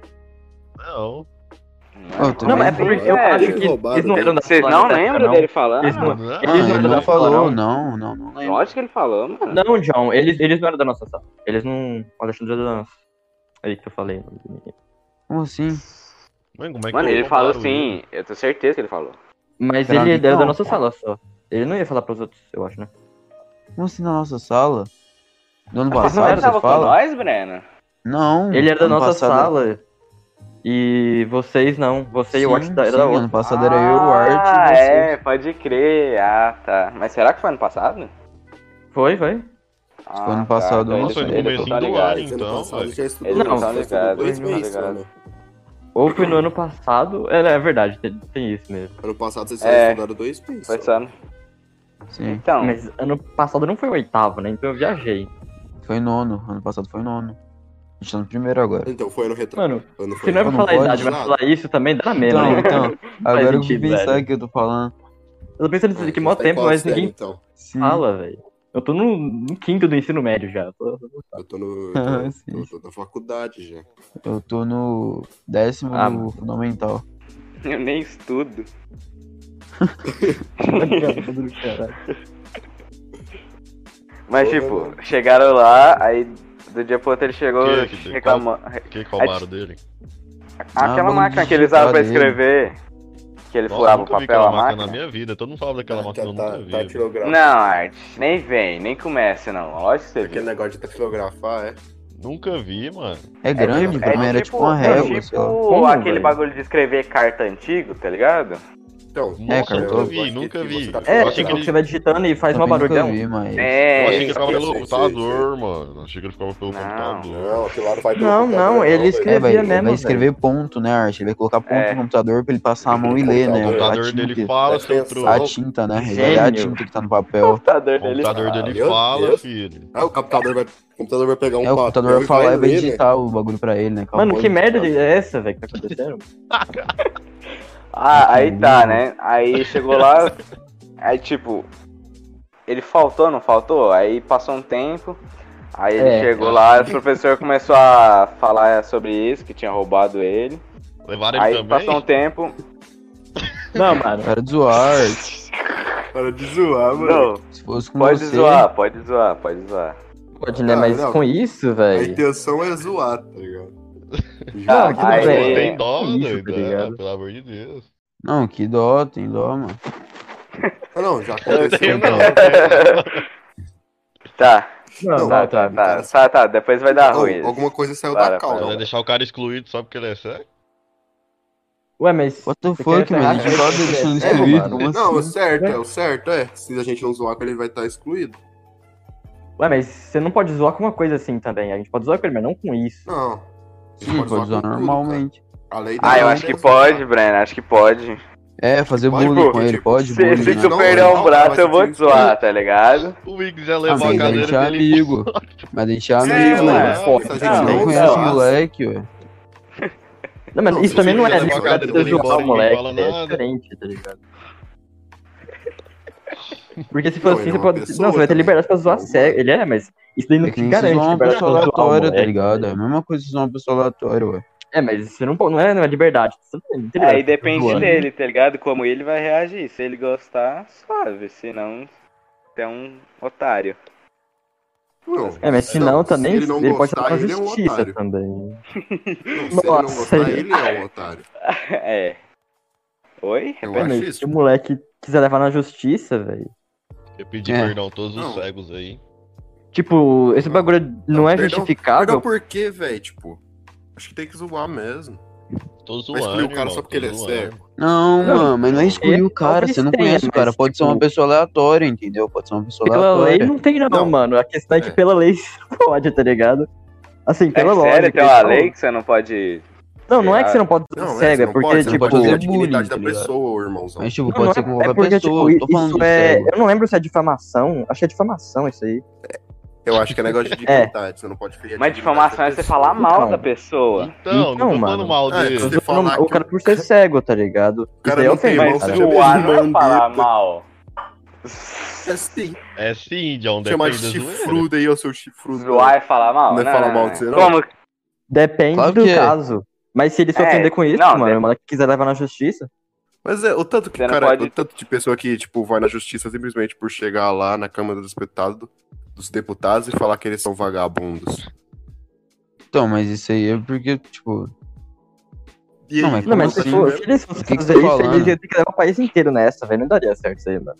C: Não.
D: Eu também
A: Não, mas é
B: Sim,
A: porque eu
B: velho.
A: acho que
E: Roubado,
A: eles não
E: velho.
A: eram da
B: Vocês não
A: escola,
B: lembram
A: não.
B: dele falando?
A: Eles não-
C: Não,
D: Ah,
A: Eles não
D: ele
A: eram da
D: não
A: escola,
D: falou,
A: não.
D: não, não, não.
B: Lógico que ele falou, mano.
A: Não, John, eles, eles não eram da nossa sala. Eles não. O Alexandre era da nossa. Aí que eu falei.
D: Como assim?
C: Mano, como é que
B: Mano,
C: eu
B: ele assim,
C: comparo
B: falou
C: isso?
B: sim, eu tenho certeza que ele falou.
A: Mas
D: Será
A: ele
D: que
A: era da
D: não?
A: nossa sala só. Ele não ia falar pros outros, eu acho, né?
D: Como assim na nossa sala? Do ano
A: Mas
B: Não
A: Sabe,
B: ele
D: passado,
B: tava
D: você
B: com
D: fala?
B: nós, Breno?
D: Não.
A: Ele era da
D: Hum, ano
A: nossa
D: passado-
A: sala. E vocês não. Você e o
D: Sim,
A: Art da- era
D: sim,
A: da outra.
D: ano passado era eu, o Art
B: Ah,
D: e você.
B: é, pode crer. Ah, tá. Mas será que foi ano passado?
A: Foi, foi.
B: Ah,
D: ano
B: então
D: passado, né?
B: ele-
C: Nossa, foi no
B: ele
C: comecinho
B: tá
C: do
B: ligado.
C: ar, hein?
E: Ano
C: Então,
E: passado
C: velho.
E: já estudou.
A: Não,
E: já
A: tá
E: estudou
B: ligado,
E: dois
B: tá
E: meses, né?
B: ligado.
E: mano.
A: Ou foi no ano passado. É, é verdade, tem, tem isso mesmo.
E: Ano passado vocês
B: É.
E: só estudaram dois meses.
B: Foi
E: só.
B: só ano-
A: é.
D: Sim.
B: Então,
A: Mas ano passado não foi o oitavo, né? Então eu viajei.
D: Foi nono. Ano passado foi nono. A gente tá no primeiro agora.
E: Então, foi ano retrasado.
A: Mano,
E: Ano
A: se não é pra
D: Não
A: falar a
D: pode,
A: idade, mas
E: nada.
A: falar isso também dá na mesma.
D: Então,
A: né?
D: então.
A: <laughs>
D: Agora eu fui
A: sentido,
D: pensar
A: velho.
D: que eu tô falando.
A: Eu tô pensando nisso aqui
E: tá
A: mó tempo, mas ninguém
E: Então,
A: <laughs>
D: Sim.
A: fala, velho. Eu tô no, no quinto do ensino médio já. Eu tô-
E: eu tô no. Eu
D: <laughs> Ah,
E: tô,
D: <laughs> sim.
E: eu tô na faculdade já.
D: Eu tô no décimo
A: Ah,
D: do fundamental.
B: eu nem estudo. Mas, tipo, chegaram lá, aí do dia pro outro ele chegou
C: Que- tá- que- que-
B: reclamando.
C: Que roubaram dele.
B: Aquela
D: Ah, vamos
B: máquina que ele usava pra
D: digitar
B: escrever, que ele
C: Nossa,
B: furava o
C: nunca vi
B: papel,
C: aquela
B: a
C: na
B: máquina.
C: minha vida. Todo mundo falava daquela máquina, eu nunca
E: tá,
C: vi.
E: tá
C: velho.
E: datilografado.
B: Não, Art, nem vem, nem comece não. Lógico que você
E: Aquele
B: viu.
E: negócio de datilografar, é.
C: Nunca vi, mano.
D: É grande, pra mim era tipo uma régua
B: é
D: só.
B: tipo
A: Como,
B: aquele
A: velho?
B: bagulho de escrever carta antigo, tá ligado?
E: Então,
C: Nossa,
D: cara, eu
C: nunca vi, nunca vi.
E: tá
A: É,
C: Eu achei
A: achei
C: que
A: que
C: ele-
A: você vai digitando e faz mó
D: Também nunca
A: barulhão.
D: vi, mas...
C: Eu
B: É,
C: achei que ele ficava
E: sei,
C: pelo
E: sei,
C: computador, mano. Achei que ele ficava pelo
B: Não,
C: computador.
E: Não, aquilo lá não vai ter um
A: Não,
E: computador,
A: não, ele
E: velho.
D: É,
A: escrevia
D: vai,
A: mesmo,
D: vai escrever ponto, né, Art? Ele vai colocar ponto
B: É.
D: no computador pra ele passar a mão e
E: O
D: ler, né?
C: O
D: A
C: computador dele
D: tinta,
C: fala,
E: Presta
C: seu
E: atenção.
D: a
C: trouxa.
D: tinta né? Ele vai olhar a
A: Gênio.
D: tinta que tá no papel.
A: Então,
B: computador
C: O
B: dele.
C: computador dele
E: Meu
C: fala,
E: Deus.
C: filho.
E: Ah, o computador vai, o computador vai pegar um
D: É, o computador vai falar e
E: né?
D: vai digitar o bagulho pra ele, né?
A: Mano,
D: Acabou
A: que
D: de-
A: merda é essa, velho, que tá acontecendo?
B: Ah, aí tá, né? Aí chegou lá, aí tipo, ele faltou, não faltou? Aí passou um tempo, aí ele
A: É.
B: chegou lá, o professor começou a falar sobre isso, que tinha roubado ele.
C: Levaram
B: Aí
C: ele também?
B: passou um tempo.
A: Não, mano.
D: Para de zoar, Art.
E: Para de zoar, mano.
B: Não,
D: se fosse com
B: pode
D: você...
B: zoar, pode zoar, pode zoar. <laughs>
A: Pode, né?
E: Ah,
A: Mas
E: não.
A: com isso,
E: A
A: velho.
E: intenção é zoar, tá ligado?
A: Ah,
E: Joga.
A: que
B: aí-
A: velho.
C: Tem dó,
A: Isso,
C: doido.
A: tá ligado?
C: é, Pelo amor de Deus.
D: Não, que dó, tem dó, mano.
E: Ah, não, já aconteceu.
C: Tem
E: Não,
C: não, tem.
B: Tá,
E: Não,
B: tá, tá, tá,
E: cara.
B: tá, tá, depois vai dar ruim.
E: Não, alguma coisa saiu
B: Para,
E: da
C: Você vai
E: calma.
C: deixar o cara excluído só porque ele é cego?
A: Ué, mas.
D: What the
A: Você
D: fuck,
A: quer
D: mano? A
A: pegar
D: gente
A: a
D: tá
A: carta?
D: deixando
A: É,
D: escrever,
A: mano.
D: como
E: Não, o
D: assim?
E: certo é, o certo é. Se a gente não zoar com ele, ele vai estar excluído.
A: Ué, mas você não pode zoar com uma coisa assim também. A gente pode zoar com ele, mas não com isso.
E: Não. Você
D: Sim, pode
E: zoar
D: zoar
E: com tudo,
D: normalmente.
E: cara. A lei da
B: Ah, eu
E: lei
B: acho
E: é
B: que
E: zoar.
B: pode, Breno, acho que pode.
D: É, fazer
E: Pode,
D: bullying
E: pô,
D: com ele,
E: tipo,
D: pode
B: Se,
D: bullying,
B: se
D: né?
B: tu
E: Não,
B: perder
E: não,
B: um braço,
E: mas
B: eu vou
E: tem
B: te
E: que-
B: zoar, tá ligado?
C: O Wiggs ia
D: Ah,
C: levar a
D: mas a gente é
C: cadeira dele.
D: amigo. Mas a gente é amigo,
B: mano.
D: mano.
C: foda.
E: Se a gente
A: Não,
D: Nem
E: não
D: conhece o
E: zoar,
D: moleque, ué.
A: Não, mas
E: Não,
A: isso
E: se
A: também
E: você
A: não é
E: quiser
A: amigo.
E: zoar com ele,
A: Você
E: ele
A: zoar
C: embora,
A: o
C: ninguém
A: moleque.
C: fala
A: É
C: nada.
A: diferente, tá ligado? Porque se
E: Não,
A: for assim,
E: ele é
A: você
E: uma
A: pode.
E: pessoa
A: Não, você vai ter
E: também.
A: liberdade pra zoar
E: Não.
A: cego. Ele é, mas isso daí não
D: É que
A: te
D: nem se
A: garante
D: zoar uma
A: liberdade
D: pessoa
A: pra zoar o
D: aleatória, tá
A: moleque.
D: ligado? É a mesma coisa se zoar uma pessoa aleatória, ué.
A: É, mas isso não, pode- não, é, não é liberdade. Você não tem- não tem liberdade
B: Aí
A: pra
B: depende
E: né?
A: zoar. né?
B: dele, tá ligado? Como ele vai reagir. Se ele gostar, suave. Se não, é um otário. <laughs>
E: Não,
A: É, mas se não, também ele, pode estar na
E: ele é um
A: justiça
E: otário.
A: também.
E: Não, se ele não
A: Nossa,
E: gostar,
A: ele-
E: ele é um otário.
B: É. Oi?
E: Eu
A: É,
E: acho
A: mas se
E: isso.
A: o moleque quiser levar na justiça, velho.
C: Eu pedi
D: É.
C: perdão a todos os
E: Não.
C: cegos aí.
A: Tipo, esse bagulho não é
E: perdão,
A: justificável.
E: Perdão por quê, velho? Tipo, acho que tem que zoar mesmo.
C: Todos
E: Vai
C: zoando.
E: excluir o cara
C: irmão,
E: só porque
C: tô
E: ele é
C: zoando.
E: cego.
D: Não,
A: Não,
D: mano, mas não é excluir
A: ele
D: o cara.
A: talvez
D: Você não
A: tenha,
D: conhece o cara.
A: mas,
D: Pode ser uma
A: tipo,
D: pessoa aleatória, entendeu? Pode ser uma pessoa
A: Pela lei
B: é.
D: aleatória.
A: não tem não,
E: Não.
A: mano. A questão é que
E: É.
A: pela lei <laughs> pode, tá ligado? Assim,
B: É
A: pela lógica.
B: sério, tem uma
A: então-
B: lei que você não pode.
A: Não, não é que
B: Ah,
A: você não pode ser
E: Não,
A: cego,
E: você
A: é
E: não
A: porque,
E: pode, você não
A: tipo...
E: pode fazer a
D: é bullying,
E: dignidade da
D: tá ligado?
E: pessoa, irmãozão.
D: Mas, tipo,
A: não,
D: pode ser com
A: é, é
D: qualquer
A: porque,
D: pessoa.
A: tipo,
D: Tô falando
A: isso
D: disso,
A: é...
D: velho.
A: Eu não lembro se é difamação. Acho que é difamação isso aí.
E: Eu acho que é negócio de dignidade, você não pode ferir a
B: Mas
E: dignidade
B: difamação
E: da
B: é você
E: pessoa.
B: falar mal
A: Então.
B: da pessoa.
C: Então, não
A: Então,
C: tô
A: mano.
C: falando mal
E: Ah,
C: dele.
E: é.
A: Eu tô
E: falar
A: falando- O
E: que-
A: cara por ser cego, tá ligado?
E: O
A: Isso
E: cara
A: aí
E: não tem
A: ofensa, tá
B: Mas
E: irmão, você
A: cara.
E: já bebeu
B: zoar não é falar
E: mandeta.
B: mal.
E: É sim.
C: É sim, John.
E: Chamar
C: Depende
E: de
C: da zoeira.
E: chifrudo aí, ó, seu chifrudo.
B: Zoar é falar mal?
E: Não é falar mal de você, não?
B: Como?
A: Depende
D: Claro
A: do
D: que é.
A: caso. Mas se ele se
B: É,
A: ofender com isso,
B: não,
A: mano,
B: tem-
A: mano, quiser levar na justiça,
E: Mas é, o tanto que,
B: Você não
E: cara,
B: pode-
E: o tanto de pessoa que, tipo, vai na justiça simplesmente por chegar lá na Câmara dos Deputados, dos deputados e falar que eles são vagabundos.
H: Então, mas isso aí é porque, tipo.
E: E
H: Não, mas
E: aí, né?
A: não,
H: como
A: mas
E: você-
A: se,
H: assim,
A: for,
H: velho?
A: se eles fossem
H: O que que
A: fazer
H: você tá
A: isso, eles
H: falando?
A: iam ter que levar o país inteiro nessa, velho. Não daria certo isso aí, mano.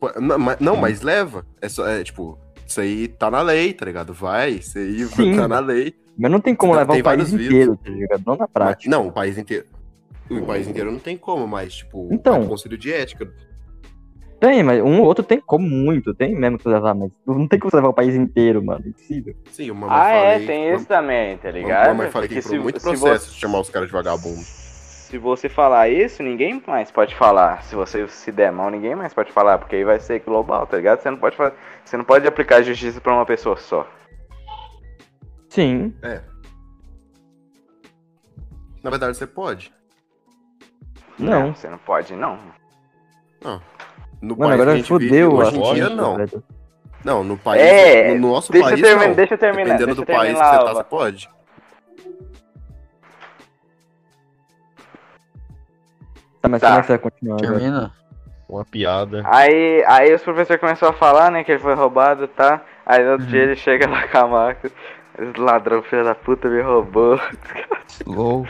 E: Pô, Não, mas, não, mas leva. É só, é, tipo, isso aí tá na lei, tá ligado? Vai, isso aí
A: Sim.
E: tá na lei.
A: Mas não tem como
E: Tem
A: levar o país
E: vários vírus.
A: inteiro, tá ligado? Não na
E: Mas-
A: prática.
E: não, o país inteiro. O país inteiro não tem como, mas, tipo,
A: Então.
E: o conselho de ética.
A: Tem, mas um ou outro tem como muito, tem mesmo que levar, mas não tem como levar o país inteiro, mano. É impossível.
E: Sim, uma
B: Ah, é,
E: falei,
B: tem
E: uma-
B: isso também, tá
E: Ligado?
B: ligado?
E: Mamãe fala que
B: Porque
E: tem muito
B: se
E: processo
B: você-
E: de chamar os caras de vagabundo.
B: Se você falar isso, ninguém mais pode falar. Se você se der mal, ninguém mais pode falar, porque aí vai ser global, tá ligado? Você não pode, fa- você não pode aplicar justiça pra uma pessoa só.
A: Sim.
E: É. Na verdade, você pode.
A: Não.
B: Você não pode, não.
A: Mano,
E: No país que a
A: agora
E: gente vive
A: fodeu
E: hoje em
C: a
E: dia,
A: lógica, né?
E: não.
A: velho.
E: Não, no país.
B: É,
E: no nosso
B: deixa,
E: país,
B: eu terminar,
E: não.
B: deixa eu terminar,
E: Dependendo
B: deixa eu
E: do país que
B: terminar,
E: você tá,
B: Alva.
E: você pode.
A: Tá, mas
B: Tá.
A: como é que você vai continuar agora?
H: Termina.
C: Uma
B: Ah,
C: piada.
B: Aí, aí os professores começaram a falar, né, que ele foi roubado, tá? Aí no outro dia ele chega lá com a máquina. Esse ladrão, filho da puta, me roubou.
H: Slow.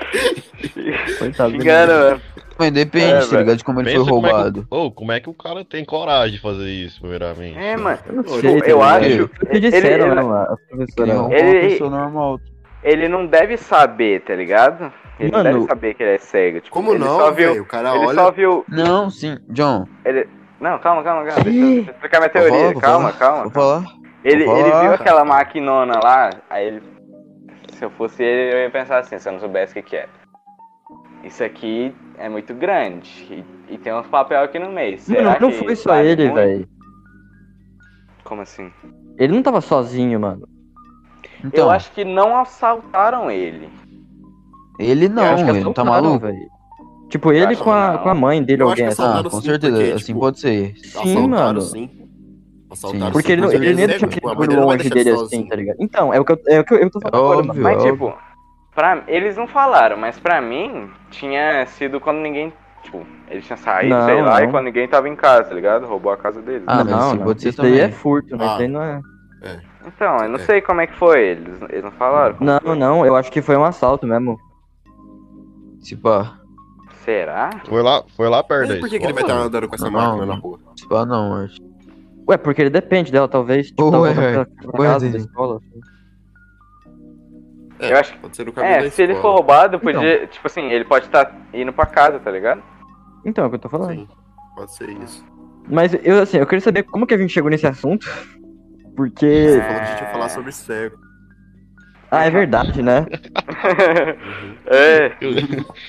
A: Coitado do
B: Xingando,
A: menino.
B: mano.
H: Mas depende,
B: É,
H: tá
B: velho.
H: ligado? De como ele
C: Pensa
H: foi
C: como é que-
H: roubado.
C: Ô, como é que o cara tem coragem de fazer isso, primeiramente?
B: É, mano.
A: Eu não
B: Tipo,
A: sei, tá
B: eu
A: ligado?
B: acho-
A: O que
B: ele-
A: disseram,
E: é
B: ele-
A: né, mano?
H: Ele
A: As professoras.
H: roubou uma
B: Ele-
H: pessoa normal.
B: Ele não deve saber, tá ligado? Ele não
A: Mano.
B: deve saber que ele é cego. Tipo,
E: Como
B: ele só
E: não,
B: viu.
E: velho? O cara
B: Ele
E: olha.
B: só viu.
H: Não, sim. John,
B: Não, calma, calma, calma. Deixa eu, deixa eu explicar minha
H: Vou
B: teoria.
H: falar, vou
B: calma,
H: falar.
B: calma.
H: vou falar.
B: Ele,
H: Vou
B: ele
H: falar,
B: viu
H: cara.
B: aquela maquinona lá, aí ele. Se eu fosse ele, eu ia pensar assim, se eu não soubesse o que, que é. Isso aqui é muito grande. E, e tem uns papel aqui no meio. Será
A: Mano, não
B: que
A: foi só
B: vale
A: ele,
B: muito?
A: velho.
B: Como assim?
A: Ele não tava sozinho, mano.
H: Então,
B: Eu acho que não assaltaram ele.
H: ele
A: Eu acho
H: não,
A: que é
H: ele não tá
A: assaltaram,
H: maluco.
A: velho. Tipo, ele
B: acho
A: com a,
B: não.
A: com a mãe dele,
E: Eu acho
A: alguém
E: que
A: assim.
E: assaltaram
H: Ah, com
E: sim,
H: certeza,
E: porque,
H: assim
E: tipo,
H: pode ser.
A: Sim, mano.
E: sim. Assaltaram
A: Porque ele,
E: sim,
A: não-
E: porque
A: ele nem
E: é
A: deixa
E: cego,
A: aquele
E: tipo, a
A: bagulho
E: mãe dele não vai
A: longe
E: deixar
A: dele
E: ele
A: assim,
E: sozinho.
A: tá ligado? Então, é o que eu, é o que eu, eu tô falando agora,
H: óbvio.
A: mano.
B: Mas tipo, pra, eles não falaram, mas pra mim tinha sido quando ninguém. Tipo, ele tinha saído,
A: Não,
B: sei lá,
A: não.
B: e quando ninguém tava em casa, tá ligado? Roubou a casa dele.
H: Ah,
A: Ah,
H: mas
A: não,
H: isso
A: não.
H: pode ser
A: Isso daí é
H: também.
A: furto, né?
E: Ah.
A: Isso daí não é...
B: Então, eu não
E: É.
B: sei como é que foi, eles, eles não falaram. como
A: Não,
B: foi.
A: não, eu acho que foi um assalto mesmo.
H: Se pá.
B: Será?
C: Foi lá, foi lá perto
E: Mas
C: aí.
E: por que, que ele vai estar andando com essa
H: Não,
E: máquina
H: não.
E: na rua?
H: Se pá não, Art.
A: Ué, porque ele depende dela, talvez. Tipo,
H: Ué,
A: talvez ela fique na
H: ué,
A: casa da
H: Didi.
A: escola. assim.
E: É,
B: Eu acho
E: Pode ser no caminho
B: É,
E: da
B: se ele for
E: escola.
B: roubado, podia. Tipo assim, ele pode estar indo pra casa, tá ligado?
A: Então, é o que eu tô falando.
E: Sim, pode ser isso.
A: Mas eu, assim, eu queria saber como que a gente chegou nesse assunto. <laughs>
E: Você
A: Porque.
E: falou que a gente ia falar sobre cego.
A: Ah, é verdade, né?
E: Uhum.
B: <laughs> é,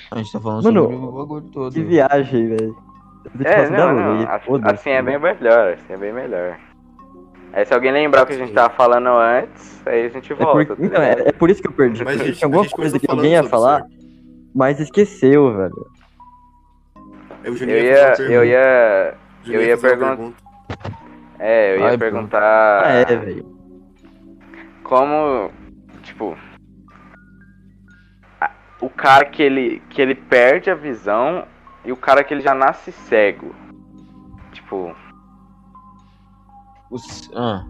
H: A gente tá falando
A: Mano,
H: sobre o bagulho todo.
A: Que viagem, velho. Tipo, um
B: é não, não. a- Assim
A: né?
B: é bem melhor, assim é bem melhor. Aí se alguém lembrar o que a gente tava falando antes, aí a gente
A: É
B: volta.
A: por...
B: tá
A: Então, é,
B: ligado?
A: é por isso que eu perdi.
E: Mas a
A: porque
E: gente,
A: tinha alguma
E: a gente
A: coisa
E: começou
A: que
E: falando
A: alguém ia
E: sobre
A: falar,
E: cego.
A: mas esqueceu, velho.
E: Aí É, o Juninho
B: Eu
E: fazer
B: ia.
E: uma
B: Eu ia.
E: pergunta. O Juninho
B: eu ia
E: fazer uma
B: perguntar- É, eu ia
H: Ai, pô.
B: perguntar.
A: Ah, é, velho.
B: como tipo a- o cara que ele que ele perde a visão e o cara que ele já nasce cego tipo
H: Os- ah,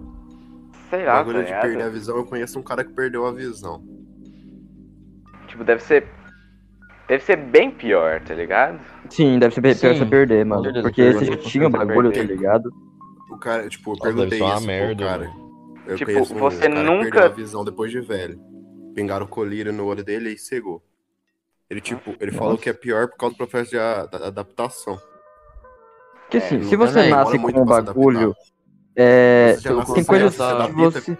B: sei
E: O
B: lá tá
E: bagulho é de
B: ligado?
E: perder a visão, eu conheço um cara que perdeu a visão.
B: tipo deve ser deve ser bem pior tá ligado
A: Sim, deve ser pe- pior
H: Sim,
A: você perder, mano.
H: certeza,
A: Porque
H: perdeu,
A: esse já
H: com
A: tinha o
H: certeza
A: bagulho, tá
E: perdeu.
A: ligado?
E: O cara, tipo, eu
C: Nossa, deve
E: perguntei
C: ser uma
E: isso pro
C: merda,
E: cara. Eu
B: Tipo,
E: conheço um
B: você
E: cara que
B: nunca-
E: perdeu a visão depois de velho. Pingaram colírio no olho dele e cegou. Ele, tipo, ele falou que é pior por causa do processo de a- da- adaptação.
A: Porque assim,
H: É,
A: se você
H: também,
A: nasce
E: demora muito
A: com um
E: pra se
A: bagulho.
E: adaptar.
A: É.
E: Você já nasce
A: Tem
E: sem
A: coisas
E: essa
A: que
E: adapta-
A: você.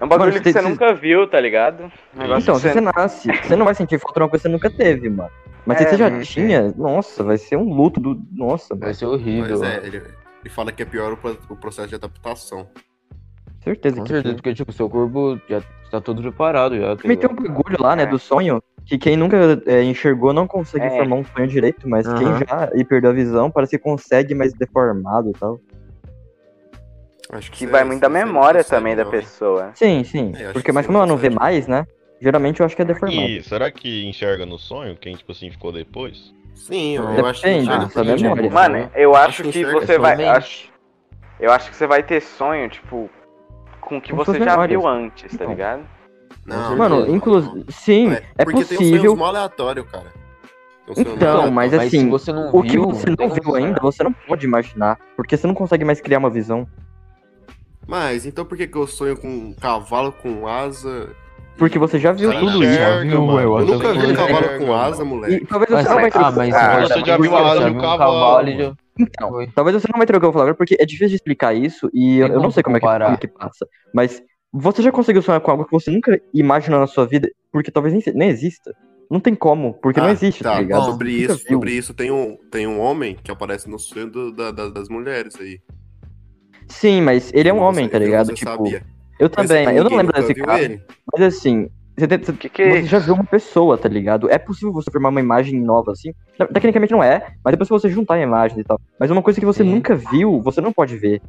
B: é um bagulho
A: Mano,
B: que
A: você-
B: você
A: você-
B: nunca viu tá ligado um negócio
A: Então,
B: que
A: se
B: você
A: você nasce, você não vai sentir falta de uma coisa que você nunca teve, mano. Mas se
B: É,
A: você já
B: mano,
A: tinha, nossa, vai ser um luto do. Nossa,
H: vai
A: mano.
H: ser horrível.
E: Mas é, ele, ele fala que é pior o, pro- o processo de adaptação.
A: Certeza
H: Com
A: que
H: certeza,
A: sim.
H: porque tipo, seu corpo já tá todo preparado já. tá
A: Também tem um
H: ligado?
A: bagulho lá, né,
B: É.
A: do sonho, que quem nunca é, enxergou não consegue
B: É.
A: formar um sonho direito, mas quem
H: Aham.
A: já e perdeu a visão parece que consegue, mas deformado e tal.
E: Acho
B: que vai muito da memória também da pessoa
E: pessoa.
A: Sim, sim.
E: É, acho
A: porque,
E: que
A: mas
E: sim,
A: como ela não vê
E: consegue.
A: mais, né? Geralmente eu acho que é deformado.
C: E será que enxerga no sonho quem, tipo assim, ficou depois?
E: Sim, eu acho que
A: Depende,
E: enxerga
A: da
E: pra gente.
A: memória.
B: Mano,
A: né?
B: eu acho
E: Acho
B: que
E: enxerga
B: você
A: sua
B: vai.
A: mente.
B: Acho, eu acho que você vai ter sonho, tipo, com o que
A: Com
B: você
A: suas
B: já
A: memórias.
B: viu antes, tá
A: Então.
B: ligado?
A: Mano,
E: Não, não, não, não.
A: inclusive. Sim,
E: Ué,
A: é
E: porque tem uns sonhos
A: possível.
E: mó aleatório, cara. Tem uns sonhos mó
A: Então,
E: aleatório.
A: mas
H: Mas se
A: assim,
H: você não viu,
A: o que você
H: tem um
A: não
H: como
A: viu
H: saber.
A: ainda, você não pode imaginar. Porque você não consegue mais criar uma visão.
E: Mas então por que, que eu sonho com um cavalo com asa?
A: Porque você já viu
C: Você
A: tudo isso.
C: enxerga,
I: Já viu,
C: mano.
I: eu
E: Eu
I: acho
E: nunca
C: que
E: vi um
C: você
E: cavalo
A: <laughs>
C: enxerga,
E: com
C: mano.
E: asa, moleque.
A: E talvez
H: Mas-
A: você não vai
H: ah,
A: trocar.
H: mas
B: Ah,
H: olha,
C: você já viu a
H: você
C: asa
H: já
C: e o
H: viu um
C: cavalo,
H: e já-
A: Então,
H: Oi.
A: talvez você não vai trocar o palavra, porque é difícil de explicar isso e eu,
H: Tem
A: eu não
H: como
A: sei como é, que,
H: comparar.
A: como que passa. Mas você já conseguiu sonhar com algo que você nunca imaginou na sua vida, porque talvez nem, se- nem exista. Não tem como, porque não
E: Ah,
A: existe, tá,
E: tá,
A: ligado?
E: bom,
A: Você
E: sobre
A: nunca
E: isso,
A: viu.
E: sobre isso tem um, tem um homem que aparece no sonho do- da- da- das mulheres aí.
A: Sim, mas ele é um
E: Você-
A: homem, tá
E: você
A: ligado? Tipo,
E: sabia.
A: eu
E: Mas
A: também, eu não
E: ninguém
A: lembro
E: nunca
A: desse
E: viu
A: cara,
E: ele.
A: mas assim, você, tem- você-
B: Que que é
A: você
B: isso?
A: já viu uma pessoa, tá ligado? É possível você formar uma imagem nova, assim. Não, Tecnicamente não é, mas depois você juntar imagens e tal. Mas uma coisa que você
H: Sim.
A: nunca viu, você não pode ver.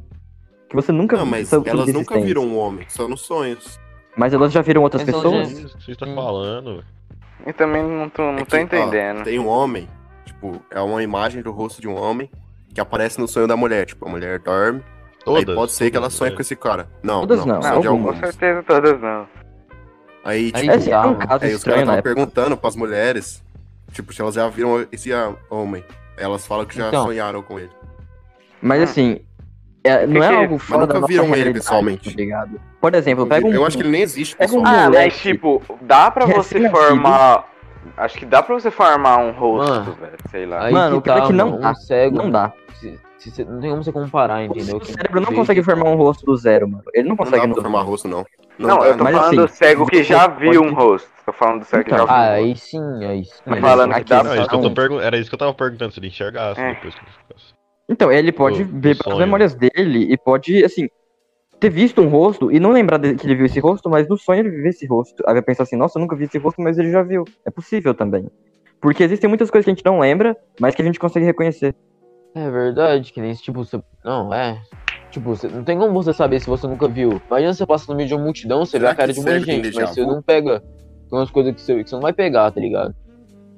A: Que você nunca
E: Não, mas
A: sabe
E: elas
A: de
E: nunca
A: existência.
E: viram um homem, só nos sonhos.
A: Mas elas já viram outras
H: Mas elas
A: pessoas?
C: Isso que você tá falando, velho.
B: Eu também não tô, não
E: É
B: tô
E: que, ó,
B: entendendo.
E: tem um homem, tipo, é uma imagem do rosto de um homem que aparece no sonho da mulher. Tipo, a mulher dorme,
C: Todas.
E: aí pode ser que ela
C: todas,
E: sonhe
C: né?
E: com esse cara. Não,
A: Todas
E: não,
A: não,
E: só de
B: com
A: algumas.
E: alguns.
B: certeza todas não.
E: Aí,
H: Aí
E: tipo,
A: É, assim, era um
H: bizarro.
A: caso
E: aí os
A: estranho
E: caras
A: na
E: estavam
A: época.
E: perguntando pras mulheres, tipo, se elas já viram esse ah, homem. Elas falam que já
H: Então.
E: sonharam com ele.
A: Mas assim, é- não
B: que-
A: é algo fora
E: nunca
A: da nossa
E: viram ele
A: realidade,
E: pessoalmente.
A: tá ligado? Por exemplo, pega um...
E: Eu acho que ele nem existe,
A: pega um
E: pessoal.
B: Ah, mas
A: moleque.
B: tipo, dá pra
A: Que é
B: você
A: sem
B: formar. Acho que dá pra você formar um rosto,
H: Mano,
B: velho. Sei lá.
H: Aí
A: Mano, o pior é que não
H: mano,
A: dá.
H: Um cego,
A: Não dá.
H: se- se você- não tem como você comparar, entendeu?
A: O
H: Que-
A: cérebro não
H: veio
A: consegue
H: que-
A: formar um rosto do zero, mano. Ele não
E: tá. Não dá
A: consegue...
E: pra
A: no-
E: formar rosto, não.
B: Não,
E: dá,
B: eu tô
A: mas
B: falando
A: assim,
B: do cego que já
A: pode-
B: viu um rosto. Tô falando do cego que
A: Então,
B: já viu.
H: Ah,
B: um rosto.
H: aí sim, aí sim.
A: Mas
B: falando
A: assim,
B: que dá
A: aqui
C: Não, é isso que eu
A: não.
C: tô pergun- Era isso que eu tava perguntando, se ele enxergasse
B: É.
C: depois que ele ficasse.
A: Então, ele pode
C: Do- do
A: ver pelas
C: sonho.
A: memórias dele e pode, assim, ter visto um rosto e não lembrar de- que ele viu esse rosto, mas no sonho ele vê esse rosto. Aí vai pensar assim, nossa, eu nunca vi esse rosto, mas ele já viu. É possível também. Porque existem muitas coisas que a gente não lembra, mas que a gente consegue reconhecer.
H: É verdade, que nem esse tipo, você. Não, é. Tipo, você... não tem como você saber se você nunca viu. Imagina você passa no meio de uma multidão, você vê
E: Será
H: a cara
E: que
H: de um monte de
E: cego tem
H: gente,
E: déjà
H: mas você
E: vu?
H: não pega. Tem umas coisas que você, que você não vai pegar, tá ligado?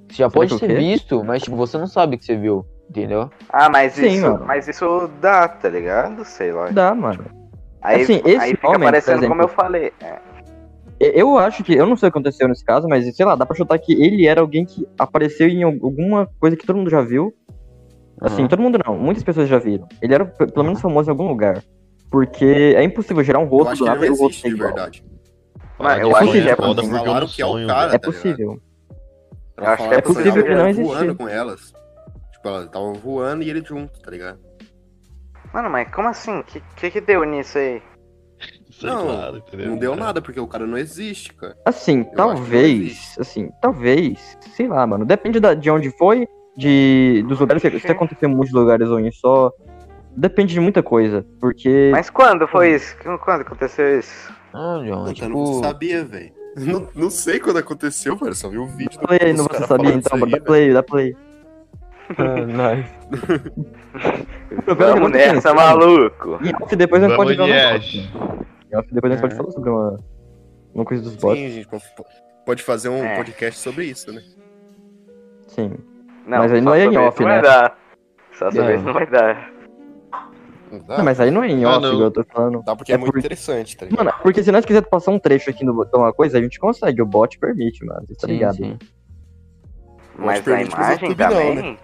H: Você já pode
A: que o
H: ter
A: quê?
H: visto, mas tipo, você não sabe que você viu, entendeu?
B: Ah, mas
A: Sim,
B: isso.
A: mano.
B: Mas isso dá, tá ligado? Sei lá.
A: Dá, mano.
B: Aí,
A: Assim, esse
B: aí fica
A: homem, por
B: parecendo
A: exemplo-
B: como eu falei. É.
A: E- Eu acho que, eu não sei o que aconteceu nesse caso, mas sei lá, dá pra chutar que ele era alguém que apareceu em al- alguma coisa que todo mundo já viu. Assim,
H: Uhum.
A: todo mundo não, muitas pessoas já viram. Ele era p- pelo menos famoso em algum lugar. Porque é impossível gerar um
E: Eu
A: rosto
E: acho
A: do
E: que
A: nada
E: ele
A: e o
E: não
A: rosto ser
E: existe, de
A: igual.
E: verdade.
B: Mano, eu
C: Falar de
B: acho
C: sonho
B: que é
C: foda
E: possível.
C: porque eu não
E: Falaram que é o
C: sonho,
E: cara.
C: velho.
A: É
E: tá ligado?
A: possível.
E: Ela
B: Acho
E: fala
B: que é
E: que você
A: possível
E: tava
A: que não
E: voando
A: existir.
E: com elas. Tipo, elas estavam voando e ele junto, tá ligado?
B: Mano, mas como assim? Que que, que deu nisso aí?
C: Sei
E: Não,
C: lá, entendeu?
E: Não deu nada, porque o cara não existe, cara.
A: Assim,
E: que não
A: talvez,
E: existe.
A: assim, talvez, sei lá, mano. Depende da- de onde foi, de, dos lugares, se, se aconteceu em muitos lugares ou em um só. Depende de muita coisa, porque...
B: Mas quando foi isso? Quando aconteceu isso?
H: Não, John,
E: Mano, Então, eu
H: tipo.
E: não
A: <laughs>
E: sabia, velho. Não, não sei quando aconteceu, velho. Só vi o vídeo.
A: Dá play aí,
E: dos
A: não você
E: caras
A: sabia
E: falando
A: então,
E: isso
A: mano.
E: aí,
A: Dá
E: velho.
A: play, dá play. Tá problema
B: Vamos
A: de muita
B: nessa,
A: gente.
B: maluco!
A: E off depois a gente pode
C: Vamos,
A: jogar
C: Yes.
A: no Em off depois a gente pode falar sobre uma, uma coisa dos bots.
E: Sim, gente. po- Pode fazer um
B: É.
E: podcast sobre isso, né?
A: Sim.
B: Não,
A: Mas aí
B: só
A: não é em
B: sobre
A: off,
B: isso não
A: né? É.
B: vai dar. Só sobre
H: Não.
B: isso não vai dar.
A: Não, mas aí não é em
C: Ah,
A: off,
C: não.
A: igual eu tô falando.
E: Dá porque
A: é
E: é, muito
A: por-
E: interessante, tá ligado?
A: Mano, porque se nós quisermos passar um trecho aqui no de uma coisa, a gente consegue. O bot permite, mano.
H: Sim,
A: Tá ligado?
H: sim.
B: Mas a
E: permite, mas
B: imagem
E: YouTube não,
B: também?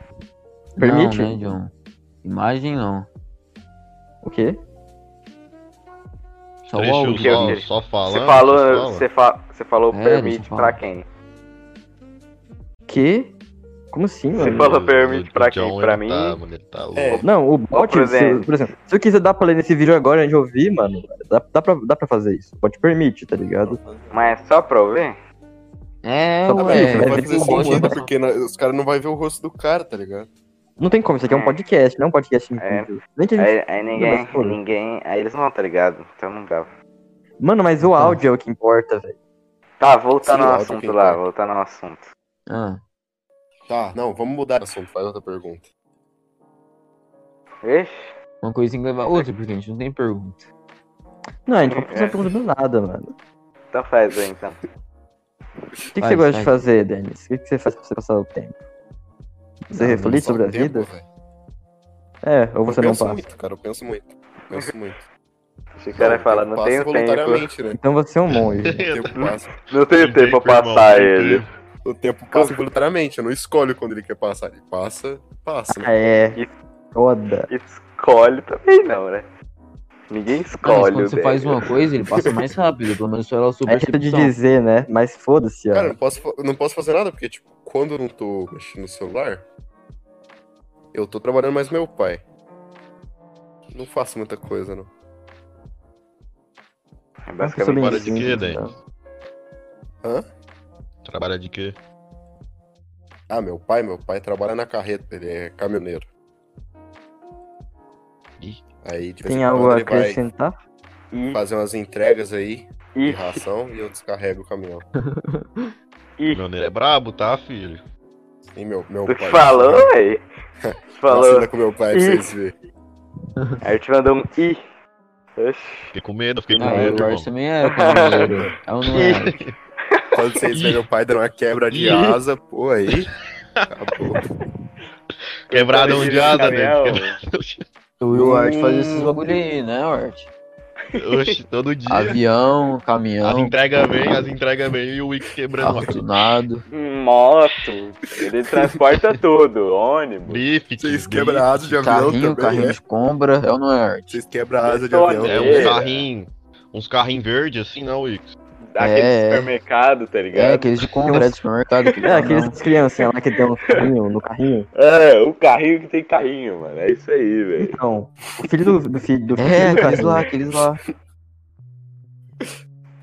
A: Permite?
H: Não, né, John? Imagem não.
A: O quê?
H: Só o
C: Trecho
H: áudio.
C: só,
B: Que-
C: Tá só falando.
B: Você
C: só
B: falou,
C: fala.
B: você fa- você falou
H: É,
B: permite
H: deixa eu
B: pra
H: falar.
B: quem?
A: Que? Como assim,
B: Você
A: mano?
B: falou
C: Meu Deus,
B: permite
C: o
B: pra
C: John,
B: quem? Pra
C: ele
B: mim?
C: Tá, mano, ele tá louco.
E: É.
A: Não, o bot,
B: Por
A: por
B: exemplo.
A: exemplo. Se, por exemplo, se eu quiser dar play nesse vídeo agora, a gente ouvir, mano, dá, dá, pra, dá pra fazer isso. O bot permite, tá ligado?
B: Mas só pra eu ver?
H: É,
A: Só
E: Tá
A: pra
H: ué.
E: bem,
A: é,
E: não vai fazer
A: é,
E: sentido,
A: é.
E: porque na- os caras não vão ver o rosto do cara, tá ligado?
A: Não tem como, isso aqui é um
B: É.
A: podcast, não é um podcast em
B: É.
A: vídeo. Nem que a gente
B: Aí, aí ninguém,
A: mas foda.
B: ninguém, aí eles não vão, tá ligado? Então não dá.
A: Mano, mas o áudio é o que importa, velho.
B: Tá, voltando
E: Sim,
B: ao
E: óbvio
B: assunto
E: que
B: lá,
E: tá.
B: voltando ao assunto.
H: Ah,
E: Tá, não, vamos mudar de assunto, faz outra pergunta.
B: Vixe,
H: uma coisinha que leva a outra, porque a gente não tem pergunta.
A: Não, a gente não
B: É.
A: precisa perguntar do nada, mano.
B: então faz aí então.
A: O que, que
H: Vai,
A: você gosta
H: segue.
A: de fazer, Denis? O que, que você faz pra você passar o tempo? Você
E: Ah,
A: reflete
E: só
A: sobre a
E: tempo,
A: vida?
E: velho.
A: É, ou
E: Eu
A: você não
E: penso
A: passa?
E: muito, cara, eu penso muito. Eu Penso muito.
B: Esse cara fala,
E: Eu
B: não
E: passo
B: tenho tempo.
E: voluntariamente, né?
A: Então você é um
C: <laughs>
A: monge.
E: O tempo passa.
B: Não tenho tempo pra
C: irmão,
B: passar
C: não
B: ele.
C: tem.
E: O tempo passa voluntariamente, eu não escolho quando ele quer passar. Ele passa, passa. né?
A: Ah, é. Foda.
B: Escolhe também não, né? Ninguém
H: Não, mas
B: escolhe
H: quando
B: o
H: você faz
B: Daniel.
H: uma coisa, ele passa mais rápido. Pelo menos só ela sua
A: É de
H: percepção.
A: dizer, né? Mas foda-se, ó.
E: Cara, eu não posso, fa- eu não posso fazer nada, porque, tipo, quando eu não tô mexendo no celular, eu tô trabalhando mais meu pai. Não faço muita coisa, não.
B: É
A: Sobre
B: Basicamente,
C: Para de
A: ensino,
C: quê,
A: então.
C: Denis?
E: Hã?
C: Trabalha de quê?
E: Ah, meu pai, meu pai trabalha na carreta, ele é caminhoneiro.
C: Ih.
E: Aí, de vez
A: Tem
E: em quando,
A: algo a
E: ele vai
A: acrescentar?
E: fazer umas entregas aí de
B: e,
E: ração e eu descarrego o caminhão.
B: e,
C: Meu Nero é brabo, tá, filho?
E: E meu, meu
B: tu
E: pai. né?
B: falou, véi? Tu falou.
E: Vacila com meu pai pra
B: Ih.
E: vocês verem.
B: Aí eu te mandou um i. Oxi.
C: Fiquei com medo, fiquei com
H: Ah,
C: medo,
H: o
C: irmão.
H: Lars também era caminhoneiro. É <laughs> ou não era?
E: Quando vocês veem meu pai dando uma quebra de
C: Ih.
E: asa, pô, aí.
C: <laughs>
E: Acabou.
C: Quebradão de asa,
B: Gabriel.
C: Denis.
H: Tu e o Art fazem esses bagulho aí, né, Art?
C: <laughs> Oxe, todo dia.
H: Avião,
C: As
H: caminhão,
C: entregas vêm, as entregas vêm e o Wix quebrando.
H: Ah.
C: lá.
H: afortunado.
B: um Moto. Ele transporta tudo. Ônibus.
C: Bife,
E: Vocês
C: bife.
E: quebram asa de avião
H: Carrinho,
E: também,
H: carrinho
E: né?
H: de compra. É ou não é, Art?
E: Vocês quebram asa de
B: Olha,
E: avião.
C: É
E: também.
C: uns
B: É.
C: carrinhos. Uns carrinhos verdes assim, não, Wix.
B: Aquele
H: É.
B: supermercado, tá
H: É,
B: ligado?
H: aqueles de compra, é de supermercado. <laughs> aqueles
A: É,
H: lá
A: aqueles
H: não.
A: das criancinhas lá que tem um carrinho no carrinho.
B: É, o carrinho que tem carrinho, mano. É isso aí, velho.
A: Então, o filho do, do filho do filho
H: É,
A: do
H: <laughs> aqueles
A: carrinho.
H: lá, aqueles lá.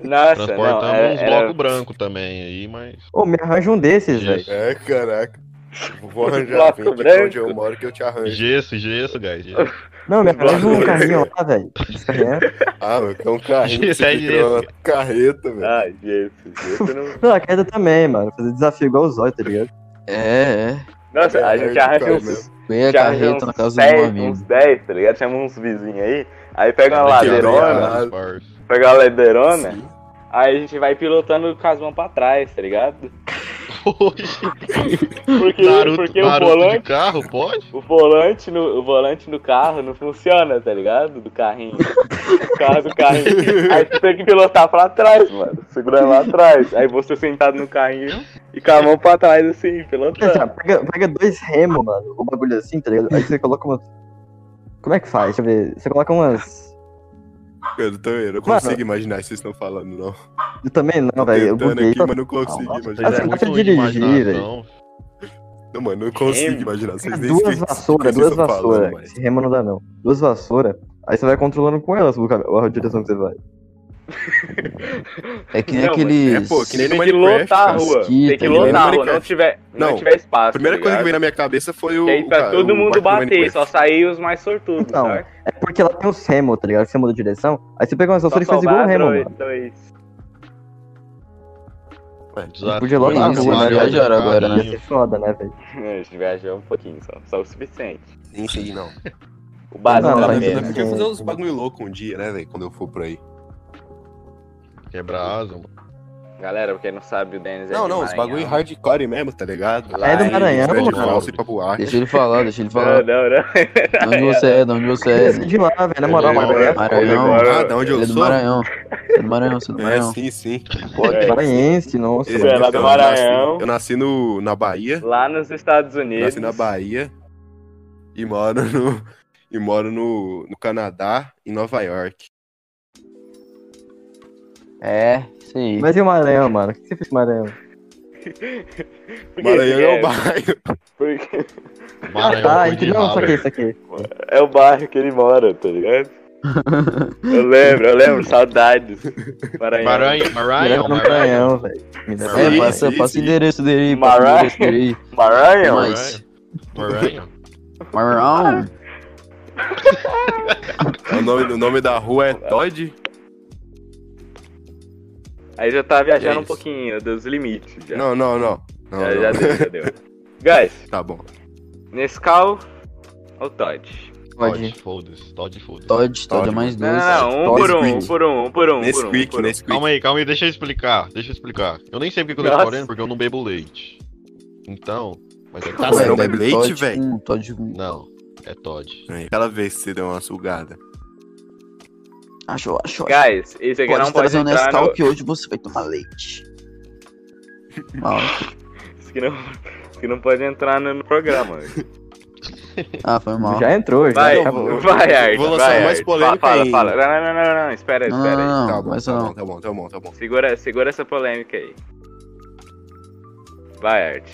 B: Nossa, não.
C: Transportamos
B: Era,
C: uns
B: era-
C: blocos brancos também aí, mas.
A: Ô, me arranja um desses, velho.
E: É, caraca. Vou arranjar,
B: Bloco
E: vem aqui pra
B: branco.
E: onde eu moro que eu te arranjo.
C: Gesso, gesso, guys. gesso.
A: Não, me arranja um
E: Bloco.
A: carrinho lá, velho. Esse carrinho é-
E: Ah, meu, que é um carrinho que
C: Isso é
E: você criou
C: isso,
E: uma carreta, velho.
B: Ah, Jesus. Jesus não...
A: Não, a queda também, mano. Fazer desafio igual o Zóio, tá ligado?
H: É, é.
B: Nossa, a gente
E: É,
B: arranja
E: cara,
B: uns,
E: mesmo.
H: Veio a
B: já arranja
H: carreta
B: uns
H: na casa do meu
B: dez- uns
H: amigo.
B: 10, tá ligado? Chama uns vizinhos aí. Aí pega uma
E: É, que
B: ladeirona,
E: obrigado.
C: Vários parça.
B: pega uma ladeirona,
E: Sim.
B: aí a gente vai pilotando com as mãos pra trás, tá ligado?
A: né?
B: Porque,
C: Naruto,
B: porque
C: Naruto
B: o
C: de
B: volante,
C: carro, pode?
B: o volante no o volante no carro não funciona, tá ligado? Do carrinho. O carro do carrinho. Aí você tem que pilotar pra trás, mano. Segurando lá atrás. Aí você sentado no carrinho e com a mão pra trás assim,
A: Assim, ó,
B: pilotando.
A: pega, pega dois remos, mano. O bagulho assim, tá ligado? Aí você coloca umas. Como é que faz? Deixa eu ver. Você coloca umas.
E: Eu também não
A: Mano.
E: consigo imaginar o que vocês estão falando, não.
A: Eu também não,
E: Tô
A: velho. Eu
E: tentando
A: buguei.
E: aqui, mas não consigo
A: Nossa,
E: imaginar.
A: mas
C: Vocês
A: você
C: é muito
A: gosta de
C: ruim de
A: dirigir,
C: imaginação.
E: Não, mano, não consigo
B: Remo.
E: imaginar. Vocês nem sei
A: Duas
E: o que
A: vassouras,
E: vocês
A: duas
E: estão falando,
A: vassouras.
E: mas-
A: Esse remo não dá, não. Duas vassouras. Aí você vai controlando com elas o caminho- a direção que você vai.
H: É que nem
B: Não, mas
H: aqueles.
E: é, pô, que nem
B: Tem
E: no
B: que
E: Minecraft,
B: lotar a
E: cara.
B: rua.
H: Esquita,
B: Tem que
H: né?
B: lotar a rua. Não
E: Minecraft.
B: tiver, não
E: Não,
B: tiver espaço.
E: A primeira
B: tá
E: coisa que
B: ligado?
E: veio na minha cabeça foi o.
B: Que aí
E: o
B: pra
E: cara-
B: todo
E: o
B: mundo
E: barco do
B: bater, só
E: Minecraft.
B: sair os mais sortudos,
A: Então,
B: saca?
A: É porque ela tem os remos, tá ligado? Você muda a direção. Aí você pega umas
B: Só
A: vassouras e faz igual o
B: sobrar
A: remo,
B: dois-
A: mano.
B: dois. <laughs>
C: Exato.
A: Podia logo
C: Vários
A: na rua, né?
C: carrinhos.
H: Viajaram agora, né?
A: Ia ser foda, né, velho?
B: A gente viajou um pouquinho só, só o suficiente.
E: Sim, sim, não.
B: O básico
A: Não,
B: da
A: mas-
B: merda.
E: Eu quero fazer uns bagulho louco um dia, né, velho? Quando eu for por aí.
C: Quebra asa, mano.
B: Galera, pra quem não sabe, o Denis é
E: Não,
B: de
E: não, os
B: Maranhão.
E: bagulho hardcore mesmo, tá ligado?
B: É do
A: Maranhão,
E: Pé de
C: mano.
E: calça e pra boate.
H: Deixa ele falar, deixa ele
B: Não, <laughs>
H: falar.
B: não, né? não.
H: De onde você é, de onde você
A: <laughs>
H: é.
A: Esse de lá, velho. Na moral,
C: Ele é
A: mano.
C: maior.
H: Maranhão.
E: Ah, da onde
H: Ele
E: eu
H: é do
E: sou?
H: Maranhão. Você é do Maranhão, você é do
E: É,
H: Maranhão.
E: sim, sim.
B: É.
A: Paraense, nossa.
E: Eu-
B: Isso é lá do
E: eu
B: Maranhão.
E: nasci- Eu nasci no, na Bahia.
B: Lá nos Estados
E: Eu
B: Unidos.
E: nasci na Bahia. E moro no. E moro no, no Canadá, em Nova York.
H: É, isso aí.
A: Mas e o Maranhão, mano? O que você fez com o Maranhão?
B: Por que
E: Maranhão
B: que
E: é o bairro.
B: Porque
C: Maranhão
A: Tá,
C: cor de
A: entendi. Não,
C: rabo.
A: saquei, isso aqui.
B: é o bairro que ele mora, tá
E: <laughs>
B: ligado? Eu lembro, eu lembro, saudades. Maranhão.
C: Maranhão, Maranhão,
A: Maranhão,
C: Maranhão.
A: um Maranhão, velho. Me dá
H: É,
E: Sim,
A: pra-
H: passa,
E: sim,
H: passa o
E: sim.
H: endereço dele aí, passa o
B: Maranhão.
H: endereço dele aí.
B: Maranhão.
H: Mas-
C: Maranhão.
H: Maranhão.
E: O nome, o nome da rua
B: <laughs>
E: é Todd.
B: Aí já tá
E: É
B: viajando um
E: isso.
B: pouquinho dos limites. Já,
E: Não, não, não. Não,
B: já,
E: não.
B: já deu, já deu. Guys,
E: Tá bom.
B: Nescau ou Todd?
C: Dodge,
D: Todd.
C: foda-se. Dodge, foda-se.
D: Todd, Todd é mais
B: Não,
D: dois.
B: não, não, um
D: Todd.
B: por um, um por um, um por um. um por um, um
E: Nesquik,
B: por um.
E: Nesquik.
C: Calma aí, calma aí, deixa eu explicar. Deixa eu explicar. Eu nem sei porque que eu tô
B: Nossa.
C: respondendo, porque eu não bebo leite. Então. Mas é
B: um
E: Tá
C: Todd.
E: certo. não
D: Ué,
E: bebe leite,
D: Todd
E: velho?
D: um, Todd um.
C: Não, é Todd.
E: Aí, Aquela vez que você deu uma sugada.
D: Acho, acho. acho.
B: Guys, esse aqui não
D: Pode
B: pode
D: trazer o
B: entrar
D: Nescau
B: no...
D: que hoje você vai tomar leite. Ah,
B: Esse aqui não, esse aqui não pode entrar no, no
E: <laughs>
B: programa.
D: Ah,
B: <laughs>
D: foi mal.
B: é,
A: Já entrou, já.
B: Vai,
A: acabou.
B: vai, Arthur.
E: vou lançar
B: vai,
E: mais
B: Arthur.
E: polêmica
B: Fala,
E: aí.
B: fala, fala. Não, não, não, não, não, espera, aí,
D: Não,
B: espera aí.
D: não,
E: tá
D: não,
E: bom,
D: mas
E: tá
D: não.
E: bom, tá bom, tá bom, tá bom.
B: Segura, segura essa polêmica aí. Vai, Art.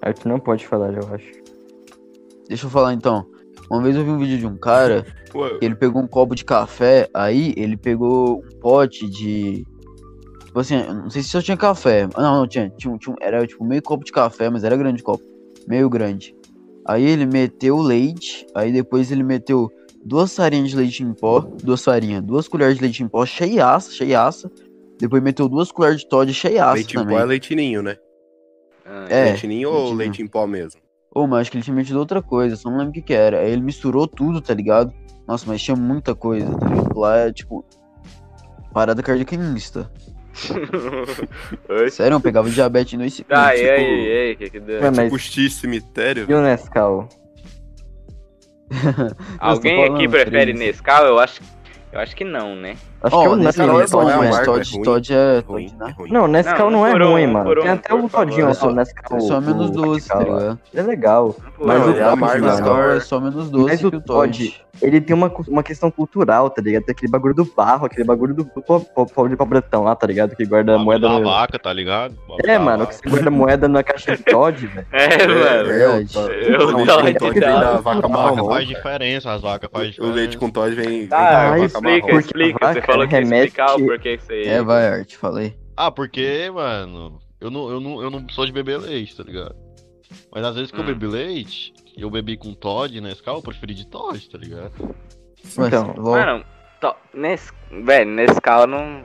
A: Arthur não pode falar, eu acho.
D: Deixa eu falar então. Uma vez eu vi um vídeo de um cara
E: Ué,
D: ele pegou um copo de café, aí ele pegou um pote de. Tipo assim, eu não sei se só tinha café. Ah, Não, não tinha. tinha, um- tinha um- era tipo meio copo de café, mas era grande o copo. Meio grande. Aí ele meteu leite, aí depois ele meteu duas farinhas de leite em pó, duas farinhas, duas colheres de leite em pó, cheiaça, cheiaça. Depois meteu duas colheres de Todd cheiaça
E: leite em
D: também.
E: pó é leitinho, né?
B: Ah, <laughs>
D: É,
E: leitinho ou
D: leitinho.
E: leite em pó mesmo?
D: Ô, mas acho que ele tinha metido outra coisa, só não lembro o que que era. Aí ele misturou tudo, tá ligado? Nossa, mas tinha muita coisa, tá ligado? Lá é, tipo, parada cardioquinista.
B: Oi?
D: Sério, eu pegava diabetes em dois segundos.
B: Tá, e
E: tipo-
B: aí, e aí, que que deu?
A: Ué, mas
E: Puxi cemitério?
A: e o Nescau?
B: Alguém
A: tá
D: tô falando,
B: aqui prefere
D: três.
B: Nescau? Eu acho, eu acho que não, né?
A: Acho que é
D: Ó,
A: o
D: nesse
A: Nescau.
E: Nescau
D: não é
E: é
D: bom,
E: bom,
D: mas
E: né?
D: Todd,
E: É
D: Todd é...
E: É ruim,
D: Todd,
E: é
D: né?
E: ruim.
A: Não, o Nescau
B: Não,
A: não, é
B: por um,
A: ruim,
B: um
A: mano.
B: por um,
A: Tem até
B: por
A: o
B: um.
A: todinho,
D: É
A: lá,
D: só-
A: o Nescau.
D: É só
A: o-
D: menos
A: o
D: doce, tá
A: Nescau lá.
D: ligado?
A: É legal.
E: Mas
A: Mas
E: o
A: o
E: é
A: Todd,
D: O
E: amargo,
A: mano,
D: Nescau
E: maior.
D: é só menos doce
A: Mas
D: que
A: o
D: o Todd.
A: ele tem uma, cu- uma questão cultural, tá ligado? Tem aquele bagulho do barro, aquele bagulho do po- po- po- pobre de pobretão lá, tá ligado? Que guarda
C: Bagulho
A: moeda
C: da
A: no...
C: vaca, tá ligado? Bagulho
A: É,
C: da
A: mano, que
C: vaca.
A: você guarda moeda na caixa de Todd, velho.
B: É, mano.
D: verdade.
B: Eu
E: O leite
B: Todd,
E: com Todd vem
B: tá.
E: da vaca
C: A vaca
E: marrom.
C: faz diferença, as vacas faz
E: O
C: diferença.
E: leite com Todd vem.
B: Tá,
A: Vai,
B: explica,
A: porque
B: explica.
A: vaca
B: Você falou que ia
A: remete-
B: explicar o porquê isso aí.
D: É, vai, Art, falei.
C: Ah, porque, mano, eu não, eu, não, eu não sou de beber leite, tá ligado? Mas às vezes que
B: Hum.
C: eu bebi leite, eu bebi com Todd na escala, eu preferi de Todd, tá ligado?
D: Mas,
A: Então,
D: lol,
B: Mano, to... Nes... velho, Nescau não.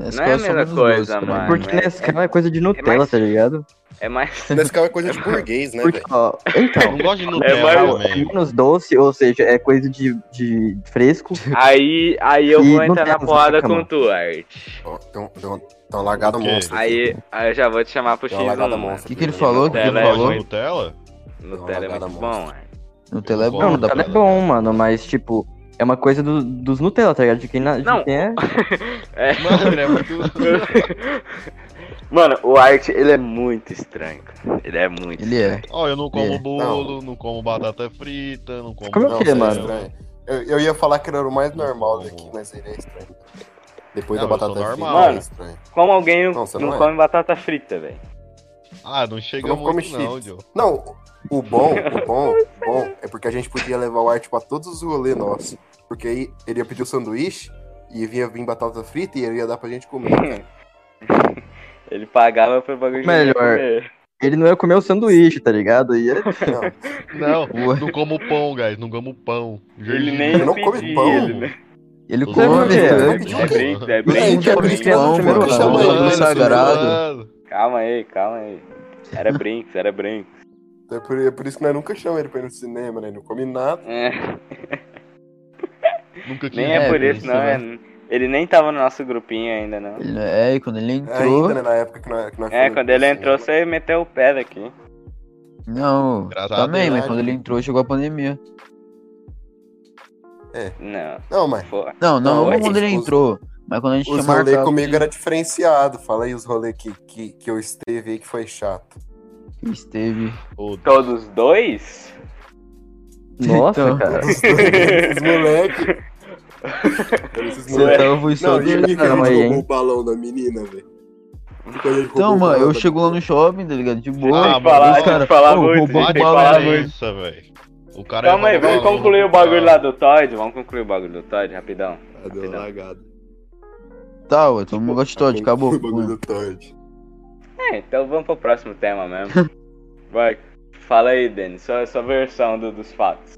D: Nescau
B: é a
D: só
B: mesma
D: menos
B: coisa,
D: doce, tá ligado?
B: mano.
A: Porque
B: mas-
A: Nescau é coisa de Nutella,
B: mais-
A: tá ligado?
B: É
A: <laughs>
B: mais.
E: Nescau é coisa de burguês, né,
A: Porque,
E: velho?
A: ó,
C: Eu
A: então,
C: <laughs> não gosto de
B: mais-
C: Nutella
A: é
C: também.
A: menos doce, ou seja, é coisa de, de fresco.
B: Aí, aí eu
A: E
B: vou
A: não
B: entrar
A: tem
B: na
A: essa
B: porrada
A: vaca,
C: mano.
B: com tu, Art.
E: Ó, Tem um- tem um- tem uma lagada
C: O quê?
E: monstro. aqui.
B: Aí, aí eu já vou te chamar pro
E: Tem
B: X1.
E: uma lagada
B: mano.
E: monstro.
D: Que que ele
E: aqui.
D: falou? Que que
C: Eu
D: ele
B: Nutella
C: não
B: é
C: gosto
D: falou?
C: de Nutella?
B: Nutella é
E: Uma lagada
B: muito bom,
E: monstro.
B: Art.
D: Nutella é
C: Não,
D: bom,
A: Não,
D: dá pra...
A: Nutella é bom, mano, mas, tipo, é uma coisa do- dos Nutella, tá ligado? De quem, na- de
B: Não.
A: quem é...
B: É.
C: Mano,
E: <laughs>
C: é muito.
B: Mano, o Art, ele é muito estranho, cara. Ele é muito
D: Ele
B: estranho.
D: é.
C: Ó, eu não como
D: É.
C: bolo, não. como batata frita, não como.
A: Como é o
E: Não,
A: quê,
E: isso é
A: mano?
E: estranho. Eu, eu ia falar que ele era o mais normal daqui, mas ele é estranho. Depois
C: Não,
E: da
C: eu sou
E: batata frita,
C: normal.
E: ele é estranho.
B: Como alguém não,
E: Não, você
B: não
E: não é.
B: come batata frita, velho? <laughs>
C: Ah, não
E: Tu
C: chega
E: não come
C: muito,
E: chips.
C: não,
D: <laughs>
C: Joe.
E: Não, o bom, o bom, o bom é porque a gente podia levar o arte pra todos os rolês nossos. Porque aí ele ia pedir o sanduíche e vinha vir batata frita e ele ia dar pra gente comer. cara.
B: Ele pagava pro bagulho de
A: Melhor.
B: comer.
A: Ele não ia comer o sanduíche, tá ligado?
D: <laughs>
A: E é-
E: Não,
C: Não,
D: Ué.
C: não como pão, guys, não como pão.
B: Ele
C: Jorginho.
B: nem
E: Ele não come
B: pedia,
E: pão?
B: ele nem-
D: Ele
C: Você
A: não
D: come,
A: quer?
D: velho.
B: É brinco, é
E: Mas
B: brinco.
E: gente, é
D: pão,
E: cristão,
D: mano.
E: mano.
D: Isso é um
E: Mano,
D: bagulho
E: isso é
D: sagrado.
B: Calma aí, calma aí. Era brinco, era brinco.
E: É por, é por isso que nós nunca chamamos ele pra ir no cinema, né? Ele não come nada.
B: É.
C: Nunca quis.
B: Nem é,
D: É,
B: por
D: bem,
B: isso, não. é- Ele nem tava no nosso grupinho ainda, não.
D: Ele- É, e quando ele entrou...
E: Ainda, né? Na época que nós, que nós
B: É,
E: fomos
B: quando
E: pro
B: ele
E: cinema.
B: entrou, você meteu o pé daqui.
D: Não,
C: Graças a
D: também,
C: Deus.
D: mas quando ele entrou, chegou a pandemia.
B: Não.
E: Não, mas
B: Pô,
D: Não, não,
E: Não,
D: não
E: é
D: quando
E: isso,
D: ele
E: os-
D: entrou, mas quando a gente tinha
E: os rolês
D: marcado.
E: comigo era diferenciado. Fala aí os rolês que, que, que eu esteve aí que foi chato.
D: que Esteve.
B: Tá, todos dois?
A: Nossa,
D: Então. <laughs>
A: cara.
E: Esses moleque. Esses
D: Você tá tava só
E: Não, e o
D: do
E: dia que a
A: Não,
E: gente
A: aí,
E: roubou
A: hein?
E: o balão da menina, velho?
D: Então, mano, eu chego lá no shopping, tá ligado? De boa.
C: Ah,
B: Tem que falar,
C: mas
D: os
C: cara,
B: tem que falar
D: pô,
B: muito,
D: roubou
B: tem
D: o
C: Bate
B: que
D: balão,
B: falar
D: né?
B: muito.
C: diferença, velho. O cara é
B: Calma aí,
C: ia falar
B: vamos
C: mal,
B: concluir o
C: vamos
B: bagulho lá
C: falar.
B: do Todd, vamos concluir o bagulho do Todd, rapidão. rapidão.
D: Tá, ué, todo mundo gosta de Todd, acabou.
E: O bagulho do Todd.
B: É, então vamos pro próximo tema
D: <laughs>
B: mesmo. Vai, fala aí, Denis, sua, sua versão do- dos fatos.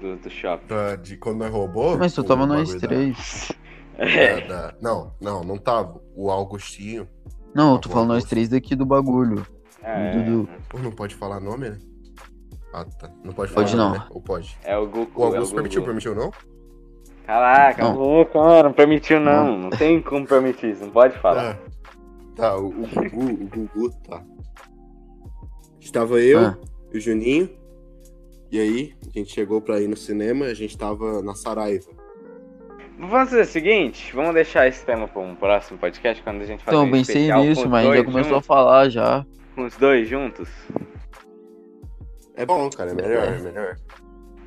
B: Do, do shopping.
E: Todd, quando nós roubou.
D: Mas tu
E: o
D: tava nós
E: um bagulho da-
D: três.
B: É,
E: da- da- Não, não, não tava. O Augustinho.
D: Não, eu tô
E: Tá bom,
D: falando nós
E: moço.
D: três daqui do bagulho.
B: é.
D: Dudu.
E: Pô, não pode falar nome, né? Ah, tá. Não pode falar.
D: Pode não.
E: né? Ou pode.
B: É o Goku.
E: O
B: é o
E: Augusto
B: Goku.
E: permitiu, permitiu, não?
B: Caraca,
D: Não.
B: não. cara, não permitiu não. Não tem como permitir isso, não pode falar.
E: Tá. Tá, o, o Gugu, o Gugu, tá. Estava eu,
D: Ah.
E: e o Juninho, e aí a gente chegou pra ir no cinema, a gente tava na Saraiva.
B: Vamos fazer o seguinte, vamos deixar esse tema para um próximo podcast, quando a gente fazer
D: Então,
B: um
D: pensei
B: especial com
D: nisso,
B: os
D: mas
B: dois
D: já começou a
B: juntos,
D: falar já.
B: com os dois juntos.
E: É bom, cara, é melhor, é melhor.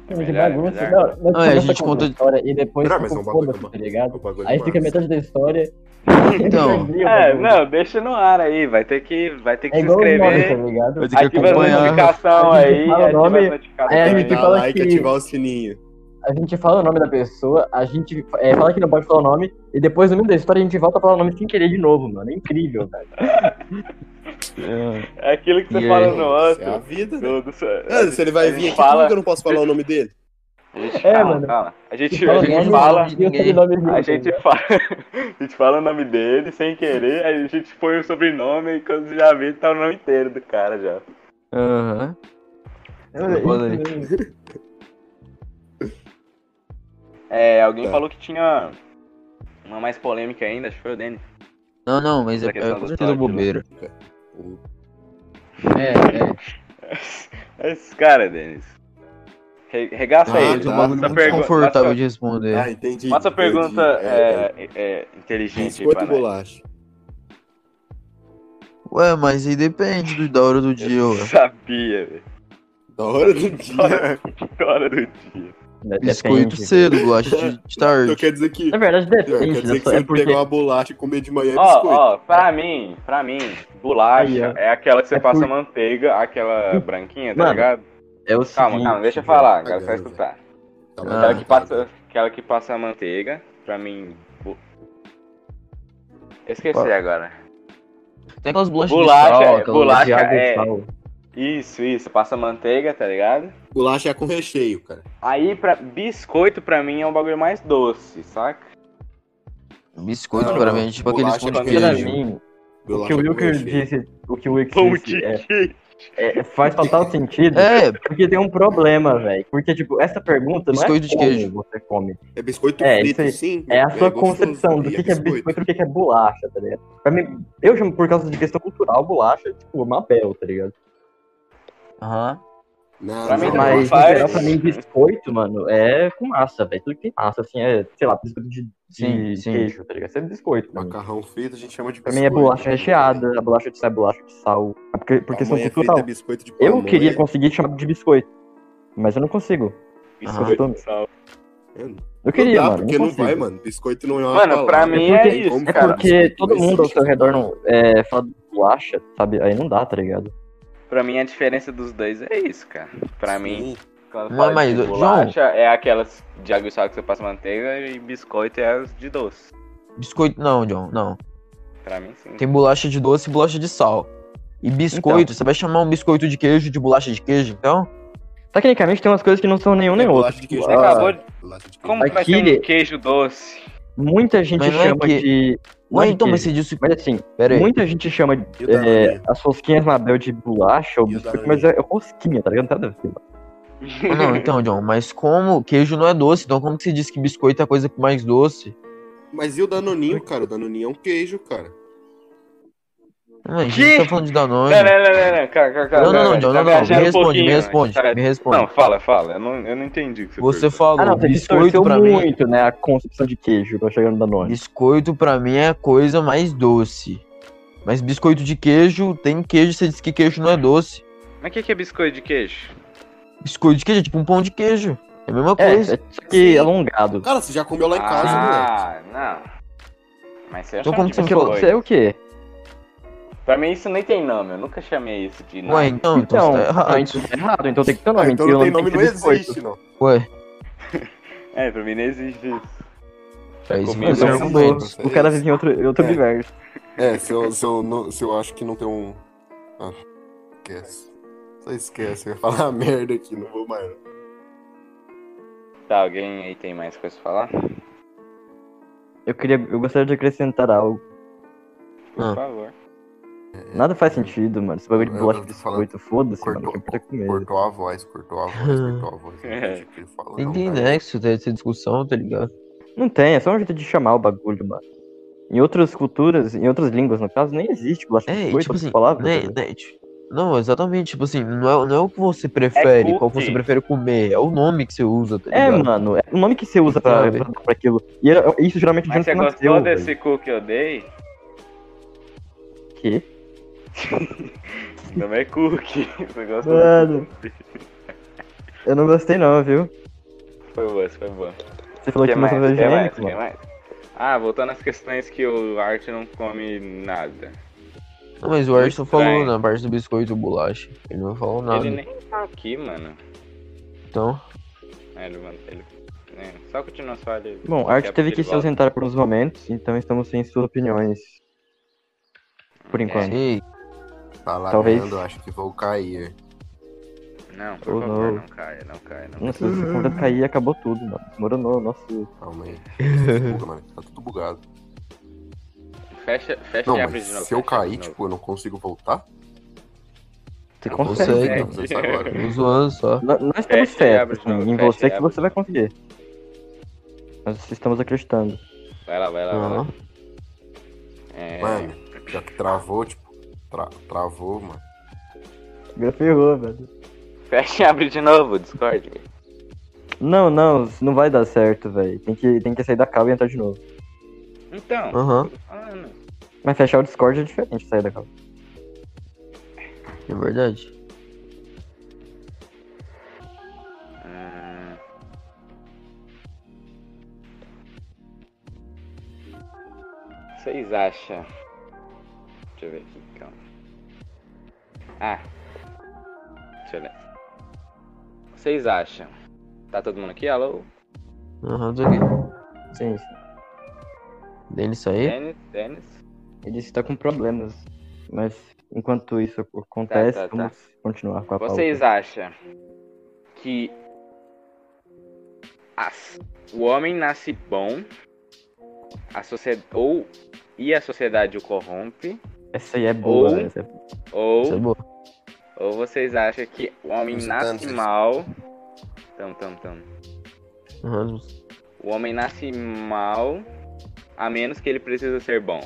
B: É melhor, é melhor.
D: Não, é, a gente conta-
A: história e depois
E: Não, mas
A: fica
E: é um bagulho
A: foda-se,
E: que eu-
A: tá
E: É
A: ligado?
E: um bagulho
A: Aí
E: massa.
A: fica metade da história. <laughs>
D: Então,
B: É, não, deixa no ar aí, vai ter que, vai ter que
A: né? É
B: se
A: igual os nomes, tá
B: inscrever.
A: ligado?
D: vai ter que
B: Ativa as
D: acompanhar.
B: notificação
A: A gente
B: aí,
A: fala o
B: ativa
A: nome,
B: as notificações.
A: é, a
E: Tem
A: gente
E: que dar
A: fala
E: like e
A: que-
E: ativar o sininho.
A: A gente fala o nome da pessoa, a gente é, fala que não pode falar o nome, e depois no meio da história a gente volta a falar o nome sem querer de novo, mano. É incrível, cara.
B: É aquilo que você
D: E
B: fala
D: aí?
B: no
E: Isso é a
B: outro.
E: vida, né?
B: do- do-
E: Ah, se ele vai vir aqui,
B: fala-
E: como que eu não posso falar o nome dele?
B: A gente
A: É,
B: fala,
A: mano.
B: calma. <laughs> A gente,
A: Fala
B: a
A: o
B: gente
A: nome, né?
B: fala,
A: e o sobrenome junto,
B: a
A: tá
B: gente <laughs>
A: ligado?
B: fala, a gente fala o nome dele sem querer, aí a gente põe o sobrenome e quando já vê, tá o nome inteiro do cara já.
D: Aham.
A: É isso
D: Olha aí.
A: mesmo.
B: É, alguém
E: Tá.
B: falou que tinha uma mais polêmica ainda, acho que foi o <laughs> Denis.
D: Não, não, mas é,
B: Essa questão
D: é com
B: do
E: né?
D: certeza
B: toque,
D: bobeira. É,
E: O-
B: Esse cara, Denis. Re- Regaça
E: Ah,
B: aí,
E: tá.
D: Um bagulho
E: Essa
D: muito
B: pergunta- tá
D: confortável
B: essa-
D: de responder.
E: Ah, entendi.
B: faça a
E: entendi.
B: pergunta
E: É,
B: é, é, é, inteligente aí
E: biscoito
B: pra
E: e
B: nós.
E: bolacha.
D: Ué, mas aí depende do, da hora do dia,
B: Eu
D: ué.
B: sabia, velho.
E: Da hora do
B: <laughs>
E: dia.
B: Que hora do dia.
D: Biscoito
J: Depende.
D: cedo, bolacha de, de tarde.
E: Então quer dizer que.
A: Na verdade,
E: Quer
A: depende.
E: dizer
A: né?
E: que você
A: É porque
E: pegar uma bolacha e comer de manhã é
B: Ó,
E: biscoito.
B: ó, pra mim, pra mim, bolacha
A: Aí, ó.
B: é aquela que você
A: É
B: passa
A: por-
B: manteiga, aquela branquinha, tá
J: Mano,
B: ligado?
J: É o
B: Calma,
J: seguinte,
B: calma, deixa eu
J: velho.
B: falar, agora você vai
E: Agora,
B: escutar.
E: Tá
D: Ah,
E: bom,
B: Aquela
E: tá
B: que
E: bom.
B: passa, aquela que passa a manteiga, pra mim. bo- Eu Esqueci
D: Ó.
B: agora.
D: Tem aquelas bolachas
B: Bolacha,
D: de sal,
B: é,
D: aquelas
B: bolacha
D: de água
B: é.
D: e sal.
B: Isso, isso, passa manteiga, tá ligado?
E: Bolacha é com recheio, cara.
B: Aí, pra... biscoito pra mim é um bagulho mais doce, saca?
D: Biscoito,
E: Não,
D: pra
E: não,
D: mim, é tipo aqueles pão
E: bolacha
D: de
E: com
A: Pra
D: queijo.
A: mim, o
E: Bolacha
A: que o
E: com
A: Wilker
E: recheio.
A: disse, o que o
C: Tá
B: Pão
A: Wilker
B: de
A: disse é,
B: queijo.
A: é- faz
B: <laughs>
A: total sentido.
D: É,
A: Porque tem um problema, velho. Porque, tipo, essa pergunta não
D: Biscoito
A: é
D: de
A: como
D: queijo.
A: você come.
E: É biscoito
A: É, isso
E: frito,
A: aí.
E: sim.
A: É a sua
E: gostoso,
A: concepção do
E: e
A: que, que é
E: biscoito.
A: biscoito e do que, que é bolacha, tá ligado? Pra mim, eu chamo por causa de questão cultural, bolacha, tipo, Mabel, tá ligado?
D: aham.
E: Não,
B: Pra mim
E: não,
B: também
E: não.
A: Mas, no
B: faz.
A: geral, pra mim, biscoito, mano, é com massa, velho. Tudo que tem massa, assim, é, sei lá, biscoito de, de
D: Sim, sim.
A: queijo, tá ligado? Isso é biscoito, mano.
E: Macarrão frito a gente chama de
A: Pra mim é bolacha recheada, a bolacha de sal é bolacha de sal. É Porque, porque são
E: Pamonha frita
A: cultural.
E: é biscoito de é? né?
A: Eu
E: pamonha.
A: queria conseguir chamar de biscoito. Mas eu não consigo.
B: Biscoito
A: Ah.
B: de sal.
A: Eu queria,
E: não dá,
A: mano.
E: porque não,
A: consigo.
E: vai, mano. Biscoito não é uma
B: Mano, pra
E: palavra.
B: mim é isso,
E: Como
A: É
E: falar
B: cara.
A: porque
E: biscoito?
A: todo
E: Não
A: mundo ao
E: existe.
A: seu redor não é, fala de bolacha, sabe? Aí não dá, tá ligado?
B: Pra mim a diferença dos dois é isso, cara. Pra mim,
E: Sim.
B: Quando
D: Mas-
B: fala
D: mas,
B: de
D: João-
B: bolacha, é aquelas de água e sal que você passa manteiga e biscoito é as de doce.
D: Biscoito, não, John, não.
B: Pra mim, sim.
D: Tem bolacha de doce e bolacha de sal. E biscoito, você vai chamar um biscoito de queijo de bolacha de queijo, então?
A: Tecnicamente tem umas coisas que não são nenhum nem
E: É
A: outro.
E: bolacha de
A: Tipo,
E: queijo,
B: Você
E: né,
A: ah,
B: acabou de...
E: Bolacha de
B: Como que vai
A: Aqui-
B: ter um queijo doce?
A: muita gente
D: Mas não é
A: chama
D: que-
A: de. não
D: Ué,
A: é
D: então,
A: de
D: mas
A: queijo,
D: você disse...
A: Mas assim,
D: Pera aí.
A: muita gente chama
E: E o da
A: é,
E: Maria?
A: as rosquinhas Mabel de bolacha ou
E: E o da
A: biscoito,
E: Maria?
A: mas é, é rosquinha, tá ligado? Não tem nada a ver.
D: Não, então, John, mas como queijo não é doce, então como que você diz que biscoito é a coisa mais doce?
E: Mas e o Danoninho, cara? O Danoninho é um queijo, cara.
D: Não, a
B: Que?
D: gente tá falando de Danone.
B: Não, não, não, não, não. Cara, cara, cara,
D: Não, não, não,
B: cara,
D: John,
B: tá
D: não, não. Me
B: viajando um
D: responde, me
B: pouquinho,
D: responde,
B: tá-
D: me
B: Não,
D: responde.
B: fala, fala. Eu não, eu não entendi o que você
D: Você
B: perguntou.
D: falou,
A: Ah, não, você
D: biscoito
A: biscoito
D: pra mim.
E: é
A: muito, né? A concepção de queijo pra chegar no Danone.
D: Biscoito pra mim é a coisa mais doce. Mas biscoito de queijo, tem queijo, você disse que queijo não é doce.
B: Mas o que, que é biscoito de queijo?
D: Biscoito de queijo é tipo um pão de queijo. É a mesma
A: É,
D: coisa.
A: é só que alongado.
E: Cara, você já comeu lá em casa, moleque.
B: ah, não. Mas você
D: Então
B: chama
D: como
B: de
D: que você
B: biscoito.
D: falou?
A: Isso é o quê?
B: Pra mim isso nem tem nome. Eu nunca chamei isso de nome.
D: Ué, então, então,
A: Então,
D: você tá
A: não,
D: errado.
A: então tá errado, então tem que ter
E: Ah,
A: nome.
E: então
A: que
E: não
A: o
E: tem nome,
A: que
E: não
A: ser é biscoito.
E: existe, não.
D: Ué,
B: É, pra mim não existe isso.
D: é isso
B: comigo,
D: mesmo.
E: não,
D: tudo
E: não.
D: bem.
B: tá
E: Isso
A: O
E: aí.
A: cara vive em outro, outro
E: É.
A: universo.
E: É, se eu, se, eu, não- se eu acho que não tem um. Ah, esquece. Só esquece, eu ia falar merda aqui, não vou mais.
B: Tá, alguém aí tem mais coisa pra falar? Por
A: Eu, queria, eu gostaria de acrescentar algo.
D: Ah.
B: favor.
A: Nada faz sentido, mano. Esse bagulho de
E: Eu
A: bolacha
E: tô
A: de
E: falando-
A: biscoito, foda-se, mano.
E: Cortou,
A: Quem puder comer.
E: cortou a voz, cortou a voz, cortou a voz.
B: <laughs> É.
E: Tipo, ele fala,
D: Nem
E: não,
D: tem
E: cara.
D: nexo tá, essa discussão, tá ligado?
A: Não tem, é só um jeito de chamar o bagulho, mano. Em outras culturas, em outras línguas, no caso, nem existe bolacha de
D: É,
A: biscoito,
D: tipo
A: outras
D: assim,
A: palavras.
D: né,
A: tá ligado?
D: né, ti- não, exatamente, tipo assim, não é, não é o que você prefere, qual
B: É cookie.
D: você prefere comer, é o nome que você usa, tá
A: É,
D: ligado?
A: mano, é o nome que você usa pra,
D: Sabe?
A: pra, pra aquilo. E era- isso geralmente de
B: Mas
A: onde
B: você
A: você
B: gostou
A: nasceu.
B: desse cu que eu dei?
A: velho. Quê?
B: Não é cookie. <laughs> Você gostou?
A: Mano. <laughs> Eu não gostei não, viu?
B: Foi bom, isso foi bom.
A: Você falou que,
B: é mais?
A: começou a
B: Que mais?
A: genérico,
B: Que
A: mano.
B: mais? Ah, voltando às questões que o Art não come nada.
D: Não, mas o Arson falou
B: Estranho.
D: na parte do biscoito e bolacha. Ele não falou nada.
B: Ele nem tá aqui, mano.
D: Então,
B: É, Ele, mano, ele... É, só continua só ele.
A: Bom, a arte
B: Quer
A: teve que
B: porque
A: se
B: ele volta.
A: ausentar por uns momentos, então estamos sem suas opiniões. Por enquanto.
D: sei.
E: Tá lá
A: Talvez.
E: ganhando, acho que vou cair.
B: Não, por
A: Oh,
B: favor,
A: não.
B: não caia, não caia, não caia.
A: Nossa, se o convidado cair, acabou tudo, mano. Desmoronou, nossa.
E: Calma
D: <laughs>
E: aí. Buga, mano, Tá tudo bugado.
B: Fecha, fecha
E: Não,
B: e abre de novo.
E: mas se eu
B: fecha e abre
E: cair,
B: de novo.
E: tipo, eu não consigo voltar?
A: Você consegue.
D: Consegue.
B: né?
E: Não, mas isso agora.
D: Tô zoando só.
A: Nó- Nós
B: Fecha
A: temos
B: e
A: fé
B: É. abre de
A: assim,
B: novo,
A: em
B: fecha e
A: você que
B: abre
A: você vai conseguir. Nós estamos acreditando.
B: Vai lá, vai lá, vai lá.
D: Aham.
B: <laughs> É,
E: Mano, já que travou, tipo, tra- travou, mano.
A: Agora ferrou, velho.
B: Fecha e abre de novo, Discord.
A: Não, não, não vai dar certo, velho. Tem que, tem que sair da cava e entrar de novo.
B: Então,
D: Aham,
B: ah, não.
A: Mas fechar o Discord é diferente de sair da cava.
D: é verdade.
B: Hum. Vocês acham? Deixa eu ver aqui, calma. Ah. Deixa eu ler. Vocês acham? Tá todo mundo aqui? Alô?
D: Aham, tô aqui.
A: Sim, sim.
D: Denis saiu?
B: Denis? Denis?
A: Ele está com problemas. Mas enquanto isso acontece,
B: Tá, tá, tá.
A: vamos continuar com a
B: Vocês
A: pauta.
B: acham que as- o homem nasce bom a socie- ou e a sociedade o corrompe?
A: Essa aí é boa,
B: Ou-
A: velho. Essa é-
B: Ou
D: Isso é bom.
B: Ou vocês acham que o homem
E: Os
B: nasce
E: tantos.
B: mal. Tam, tam, tam.
D: Aham.
B: O homem nasce mal, a menos que ele precisa ser bom.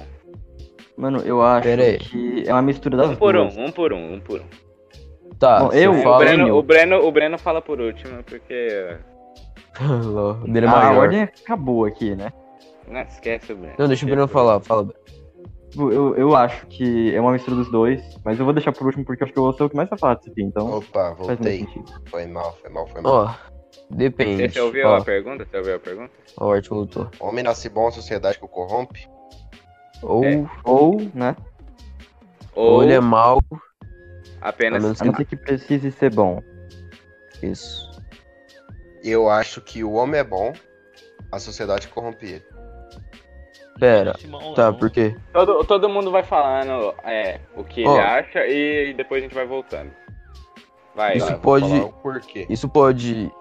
A: Mano, eu acho
D: Pera aí.
A: que é uma mistura das
B: Um por um,
A: duas.
B: um por um, um por um.
D: Tá,
A: Bom,
D: você
A: eu-
B: O
D: fala <laughs> e
B: Breno, o,
D: eu.
B: Breno, o Breno fala por último, porque.
D: Lol,
B: um.
D: o Breno é
A: Ah, a
D: maior.
A: ordem acabou aqui, né?
B: Não, esquece o Breno.
D: Não, deixa o Breno falar, fala. Breno.
A: Tipo, Eu, eu acho que é uma mistura dos dois, mas eu vou deixar por último porque eu acho que eu sou o que mais safado disso aqui, então
K: Opa,
D: um
A: faz muito
K: voltei.
A: sentido.
K: Foi mal, foi mal, foi mal.
D: Ó, depende.
B: Você você ouviu
D: Ó,
B: a pergunta? Você ouviu a pergunta?
D: ó, o Art voltou.
K: Homem nasce bom, a sociedade que o corrompe.
D: Ou,
B: É.
A: Ou, né?
B: Ou
D: ou ele é mal, a
B: apenas.
D: menos
A: A não ser
D: que...
A: que precise ser bom.
D: Isso.
K: Eu acho que o homem é bom, a sociedade corrompe ele.
D: Pera,
C: Esse é mal
D: tá,
C: não.
D: por quê?
B: Todo, todo mundo vai falando é, o que
D: Ó.
B: ele acha e, depois a gente vai voltando. Vai,
D: Isso
K: Tá,
B: vai.
K: eu vou
D: pode-
K: falar o porquê.
D: Isso pode...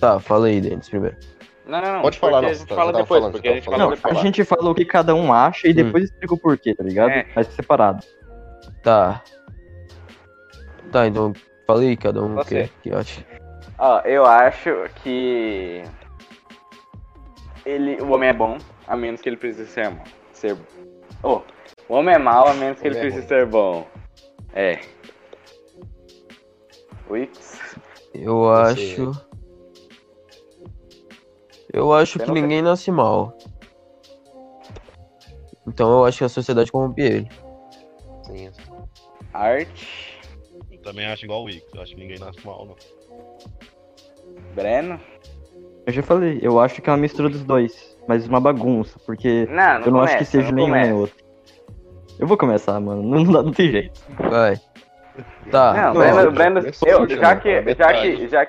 D: Tá, fala aí, Denis, primeiro.
B: Não, não, não.
K: Pode falar, não,
B: porque A
K: você
B: gente
K: tá-
B: fala
K: você tava
B: depois,
K: falando,
B: porque
K: você
B: a gente
K: tava
B: fala
A: Não,
K: falando.
A: a
B: depois.
A: gente falou o que cada um acha e depois explica o porquê, tá ligado?
B: É.
A: Mas separado.
D: Tá. Tá, então fala aí, cada um o
B: Você.
D: que, que acha.
B: Ó, eu acho que ele, o homem é bom, a menos que ele precise ser bom. Ser... Oh, o homem é mau, a menos que ele
K: Homem é
B: precise ser bom. É. Wix.
D: Eu
K: Você-
D: acho. Eu acho
B: Você
D: que
B: não tem-
D: ninguém nasce mal. Então eu acho que a sociedade corrompe ele.
K: Sim,
B: Art,
C: Eu Também acho igual o Wix, eu acho que ninguém nasce mal, não.
B: Breno.
A: Eu já falei, eu acho que é uma mistura dos dois, mas uma bagunça, porque
B: Não, não
A: eu não
B: começa,
A: acho que seja
B: não
A: nenhum
B: começa.
A: nem outro. Eu vou começar, mano, <laughs> não, dá- não tem jeito.
D: Vai. Tá.
B: Não,
A: não,
B: Breno,
K: não,
B: Breno
K: começou
B: eu,
K: hoje,
B: já,
K: né?
B: que,
K: É
B: já,
K: metade.
B: que, já,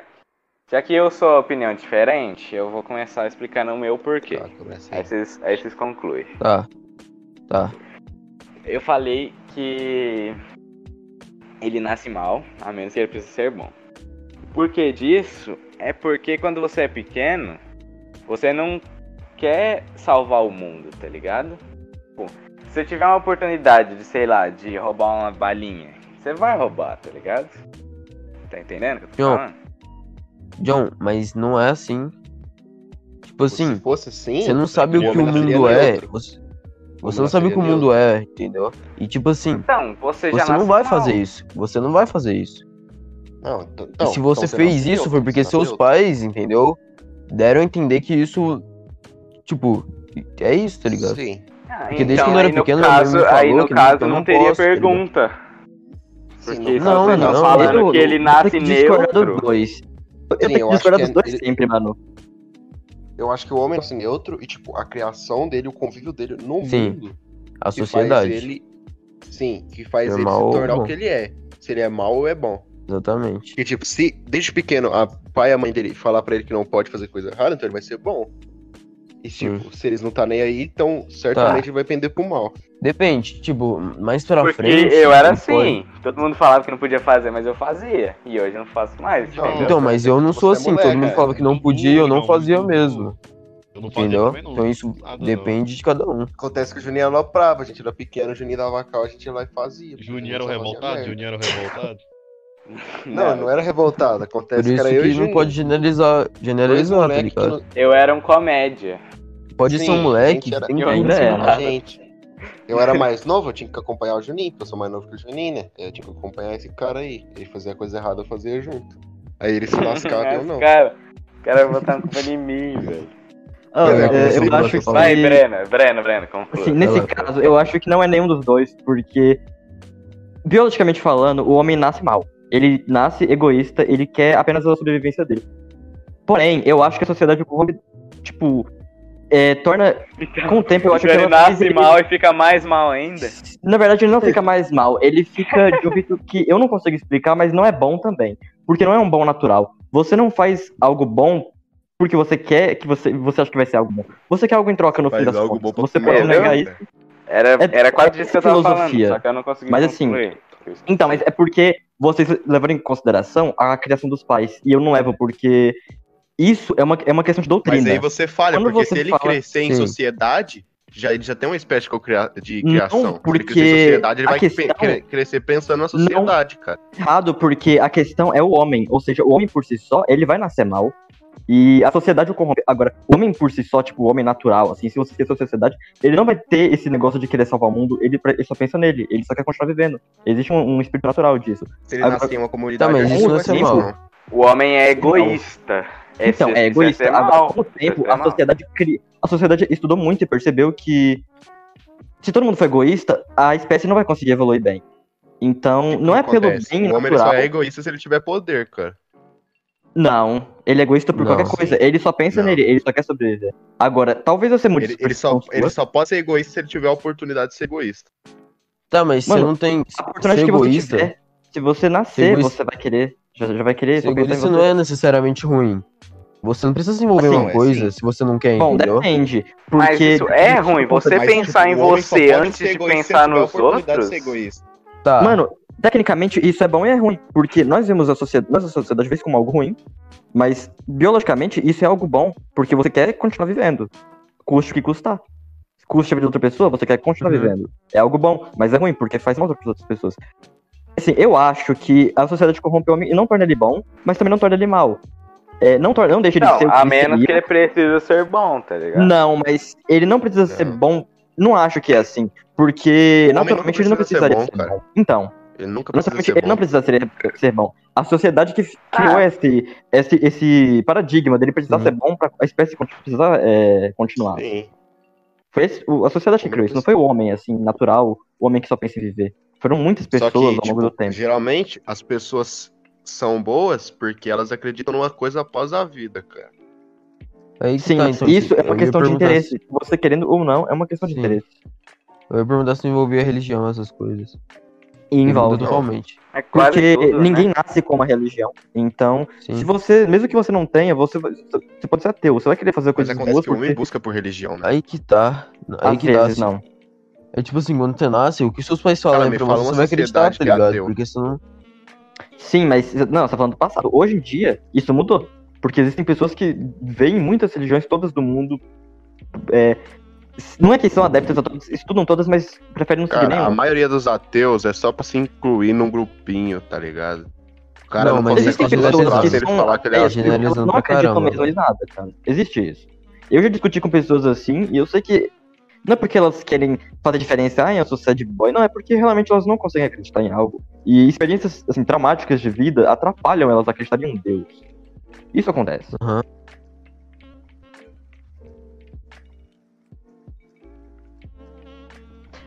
B: já que eu sou opinião diferente, eu vou começar explicando o meu porquê.
K: tá, começa
D: É,
B: Aí
K: aí.
B: vocês, aí vocês concluem.
D: Tá. Tá.
B: Eu falei que ele nasce mal, a menos que ele precise ser bom. Por que disso? É porque quando você é pequeno, você não quer salvar o mundo, tá ligado? Pô, você você tiver uma oportunidade de, sei lá, de roubar uma balinha, você vai roubar, tá ligado? Tá entendendo o que eu tô
D: Não.
B: falando?
D: John, mas não é assim. Tipo
E: Se
D: assim,
E: fosse assim.
D: você não sabe o que o
E: homem nasceria
D: mundo é.
E: neutro.
D: Você,
E: homem
D: você não sabe o que o
E: nasceria
D: mundo é, entendeu? E tipo assim,
B: Então, você, já
D: você não
B: nasceu
D: vai
B: mal.
D: fazer isso. Você não vai fazer isso.
E: Não, então,
D: E se você fez isso, foi porque seus pais, entendeu? Deram a entender que isso. Tipo, é isso, tá ligado?
E: Sim.
B: Ah,
D: Porque desde
B: então,
D: quando eu era
B: aí no
D: pequeno, minha mãe me
B: caso, aí
D: falou
B: no
D: que não-
B: caso
D: que eu
B: não,
D: não
B: teria
D: posso, tá ligado?
B: pergunta. Porque
E: Sim, assim,
B: não,
D: não,
B: vocês estão
D: não,
B: falando
A: eu-
B: que ele
A: eu
B: nasce
A: tenho que discordar dos
B: neutro.
A: dois. Eu tenho
E: eu
A: que
E: acho
A: discordar
E: que
A: dos dois
E: ele-
A: sempre, mano.
E: Eu acho que o homem nasce neutro e, tipo, a criação dele, o convívio dele no
D: Sim,
E: mundo.
D: A
E: que faz
D: sociedade.
E: ele- Sim, que faz
D: Ser
E: ele
D: mal
E: se
D: ou
E: tornar
D: bom.
E: o que ele é. Se ele é mau ou é bom.
D: Exatamente.
E: Porque, tipo, se desde pequeno a pai e a mãe dele falar pra ele que não pode fazer coisa errada, então ele vai ser bom. E, tipo,
D: Hum.
E: se eles não tá nem aí, então
D: Tá.
E: certamente ele vai pender pro mal.
D: Depende, tipo, mais pra
B: Porque
D: frente.
B: eu era
D: não foi.
B: assim. Todo mundo falava que não podia fazer, mas eu fazia. E hoje eu não faço mais.
E: Não.
B: entendeu?
D: Então, mas eu não
E: Você
D: sou
E: é
D: assim.
E: moleque,
D: Todo mundo
E: cara.
D: falava que não podia e eu não fazia mesmo.
C: Eu não fazia
D: Entendeu?
C: também, não.
D: Então isso
C: Nada, não.
D: depende de cada um.
E: Acontece que o Juninho aloprava, a gente era pequeno, o Juninho dava cal, a gente ia lá e fazia. tá
C: Juninho era o
E: Só fazia
C: revoltado?
E: merda.
C: Juninho era o revoltado?
E: Não, é- não era revoltado.
D: Por
E: Acontece que
D: isso
E: era eu e
D: que
E: Juninho.
D: não pode generalizar,
E: Dois
D: generalizar tá
E: moleque que
D: ligado?
E: não-
B: Eu era um comédia.
D: Pode ser
E: Sim,
D: um moleque
E: gente, era-
D: que
E: né?
D: tem que
B: eu
D: ainda
B: ainda
D: é.
B: era.
E: Gente, eu era mais novo, eu tinha que acompanhar o Juninho, porque eu sou mais novo que o Juninho, né? Eu tinha que acompanhar esse cara aí. Ele fazia a coisa errada, eu fazia junto. Aí ele se lascava e
B: <laughs>
E: eu não.
B: Cara, o cara vai botar uma culpa em mim, velho.
A: Ah,
E: Eu
A: é,
E: sei
A: eu
E: que
A: acho
D: você
A: que.
D: fala.
B: Vai, Brena, Brena, Brena, conclua.
A: Assim, nesse
D: Vai lá.
A: caso, eu acho que não é nenhum dos dois, porque biologicamente falando, o homem nasce mal. Ele nasce egoísta, ele quer apenas a sobrevivência dele. Porém, eu acho que a sociedade corrompe, tipo, é, torna. Com o tempo, eu acho
B: Então
A: que
B: ele
A: ela faz
B: nasce
A: ele-
B: mal e fica mais mal ainda.
A: Na verdade, ele não fica mais mal. Ele fica de um jeito que eu não consigo explicar, mas não é bom também. Porque não é um bom natural. Você não faz algo bom porque você quer que você, você acha que vai ser algo bom. Você quer algo em troca no fim das contas. Você pode
B: comer,
A: negar
B: né?
A: isso.
B: Era,
A: É-
B: era quase isso que eu tava
A: filosofia.
B: falando, só que eu não consegui
A: Mas assim,
B: concluir.
A: Então, mas é porque vocês levaram em consideração a criação dos pais. E eu não levo, porque isso é uma, é uma questão de doutrina.
E: Mas aí você falha,
A: Quando
E: porque
A: você
E: se ele
A: fala-
E: crescer em
D: Sim.
E: sociedade, já, ele já tem uma espécie de cria- de
A: Não,
E: criação. Se ele
A: porque
E: crescer em sociedade, ele
A: a
E: vai
A: questão-
E: cre- crescer pensando na sociedade, cara.
A: errado porque a questão é o homem, ou seja, o homem por si só, ele vai nascer mal. E a sociedade o corrompe. Agora, o homem por si só, tipo, o homem natural, assim, se você esquecer a sociedade, ele não vai ter esse negócio de querer salvar o mundo, ele, pra- ele só pensa nele, ele só quer continuar vivendo. Existe um, um espírito natural disso.
E: Se ele
D: Agora-
E: nascer em uma comunidade,
D: Tá, mas
E: ele
A: isso
E: vai
A: não é ser
E: crescer,
D: mal.
E: não.
B: O homem é egoísta. Esse-
A: então,
B: esse
A: é egoísta.
B: ser
A: Agora,
B: mal.
A: com o tempo,
B: Isso é
A: a
B: mal.
A: sociedade cria. A sociedade estudou muito e percebeu que se todo mundo for egoísta, a espécie não vai conseguir evoluir bem. Então, não é pelo
E: Acontece.
A: bem
E: O homem ele só
A: natural.
E: é egoísta se ele tiver poder, cara.
A: Não, ele é egoísta por
D: Não,
A: qualquer coisa. Ele só pensa
E: Não.
A: nele, ele só quer sobreviver. Agora, talvez eu seja muito
E: Ele, ele só,
A: superstição
E: ele
A: sua.
E: só pode ser egoísta se ele tiver a oportunidade de ser egoísta.
D: Tá, mas você
A: Mano,
D: não tem.
A: A oportunidade
D: ser
A: que você
D: egoísta.
A: tiver, se você
D: Ser
A: nascer,
D: egoísta-
A: você vai querer. Já, já vai querer.
D: Ser
A: só pensar em
D: egoísta
A: você.
D: não é necessariamente ruim. Você não precisa se envolver em
E: Assim,
D: uma
E: é,
D: coisa
E: sim.
D: se você não quer,
A: Bom,
D: entendeu?
A: depende. Porque
B: Mas isso é ruim, você
E: Mas,
B: pensar
E: tipo,
B: em
E: o homem só
B: você
E: pode
B: antes
E: ser
B: de
E: egoísta se
B: pensar
E: ele tiver a
B: nos
E: oportunidade de
B: outros.
E: ser egoísta.
D: Tá.
A: Mano, tecnicamente isso é bom e é ruim, porque nós vemos a sociedade, nossa sociedade vê isso como algo ruim, mas biologicamente isso é algo bom, porque você quer continuar vivendo, custe o que custar. Custe a vida de outra pessoa, você quer continuar vivendo. É algo bom, mas é ruim, porque faz mal para outras pessoas. Assim, eu acho que a sociedade corrompe o homem e não torna ele bom, mas também não torna ele mal. É, não, torna, não deixa ele ser o
B: Não,
A: que
B: a
A: ele
B: menos
A: seria.
B: que ele precisa ser bom, tá ligado?
A: Não, mas ele não precisa ser bom. Não acho que é assim. Porque,
E: O homem nunca
A: naturalmente, ele não
E: precisa ser
A: precisaria
E: bom,
A: ser
E: cara.
A: bom. Então,
E: Ele nunca precisa
A: naturalmente,
E: ser
A: ele não
E: bom.
A: precisa ser, ser bom. A sociedade que criou
B: Ah.
A: esse, esse, esse paradigma dele precisar
D: Uhum.
A: ser bom pra a espécie con- precisar é, continuar.
E: Sim.
A: Foi esse- o- a sociedade que
E: Como
A: criou isso, não foi o homem, assim, natural, o homem que só pensa em viver. Foram muitas
E: Só
A: pessoas
E: que,
A: ao longo
E: tipo,
A: do tempo.
E: geralmente, as pessoas são boas porque elas acreditam numa coisa após a vida, cara.
D: Aí que
A: Sim,
D: tá,
A: mas
D: então,
A: isso é
D: eu
A: uma
D: ia
A: questão de
D: perguntar
A: interesse.
D: se-
A: Você querendo ou não, é uma questão de
D: Sim.
A: interesse.
D: eu ia perguntar se não envolvia a religião essas coisas.
A: E
D: Envolve
A: envolve.
D: totalmente.
B: É quase
A: Porque
B: tudo, né?
A: ninguém nasce com uma religião. Então, Se
D: Sim.
A: você, mesmo que você não tenha, você, vai- você pode ser ateu, você vai querer fazer
E: Mas
A: coisas
E: acontece
A: boas
E: que um o homem
A: porque
E: busca por religião, né?
D: Aí que tá. Aí
A: às
D: que tá.
A: vezes
D: assim.
A: não.
D: É tipo assim, quando você nasce, o que seus pais falam
E: me
D: pra
E: fala
D: você,
E: uma
D: você vai acreditar,
E: sociedade
D: tá
E: que é
D: ligado?
E: ateu.
D: Porque senão.
A: Sim, mas não, você tá falando do passado. Hoje em dia, isso mudou. Porque existem pessoas que veem muitas religiões todas do mundo é, Não é que são adeptas a todas, estudam todas, mas preferem não seguir
E: Cara, a
A: nenhuma.
E: maioria dos ateus é só pra se incluir num grupinho, tá ligado? O cara não,
D: Não, mas
E: consegue
A: Existem
D: Essas
E: controlar
A: pessoas
D: pessoas
A: que
E: se ele
A: são
E: falar que ele
A: ateias,
E: é ateu.
A: elas
D: generalizando
A: não
D: pra
A: acreditam
D: caramba.
A: mesmo em nada, cara. Existe isso. Eu já discuti com pessoas assim, e eu sei que não é porque elas querem fazer diferença, ah, eu sou sad boy, não, é porque realmente elas não conseguem acreditar em algo. E experiências, assim, traumáticas de vida atrapalham elas a acreditarem em um Deus. Isso acontece.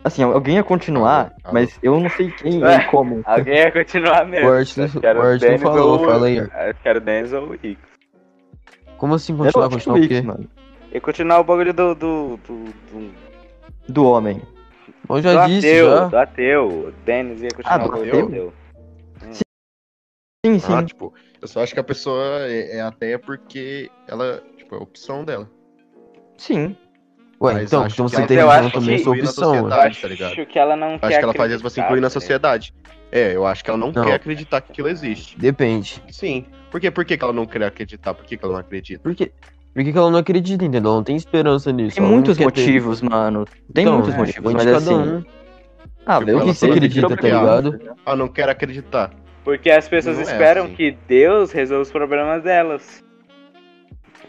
A: Assim, alguém ia continuar,
E: Ah,
A: mas eu não sei quem
B: É.
A: e como.
B: Alguém ia continuar
D: O
B: mesmo.
D: Art não,
B: Acho que era
D: o
B: o
D: Art não
B: Dennis
D: falou,
B: ou-
D: fala aí. Art.
B: Acho que era o Denzel ou o Rick.
D: Como assim
A: Era o
D: continuar, continuar o
A: Wick,
D: quê?
A: mano,
B: E continuar o bagulho do. do. do. do,
A: do homem.
D: Eu
B: do
D: já disse,
B: Tá ateu,
D: já.
B: do ateu. O Dennis ia continuar
A: Ah, do
B: o bagulho
E: ateu?
B: do ateu.
A: Sim, sim.
E: Ah, tipo, eu só acho que a pessoa é, é ateia porque ela, tipo, é opção dela.
A: Sim.
D: Ué,
E: Mas
D: então,
E: acho
D: então
E: que
D: você
E: ela-
D: tem
B: Eu acho
D: também
B: que-
D: sua
E: Incluir na
D: opção.
E: sociedade.
D: ué.
B: Eu
E: Tá ligado?
B: acho que ela não
E: Acho
B: quer.
E: que ela faz isso pra se incluir na
B: acreditar, tá ligado?
E: sociedade. É, eu acho que ela não,
D: Não.
E: quer acreditar que aquilo existe.
D: Depende.
E: Sim. Por quê? Por que que ela não quer acreditar? Por que que ela não acredita?
D: Por quê? Por que que ela não acredita, entendeu? Ela não tem esperança nisso.
A: Tem
D: ela não
A: muitos
D: quer ter-
A: motivos, mano. Tem
D: Então,
A: muitos
D: é,
A: motivos,
D: vai de
A: mas
D: cada
A: assim.
D: um.
A: Ah,
E: Tipo,
A: eu
E: ela
A: que
D: que
A: sei
D: você acredita, tá
E: obrigado.
D: ligado?
E: Ah, não quero acreditar.
B: Porque as pessoas
E: Não é
B: esperam
E: assim.
B: que Deus resolva os problemas delas.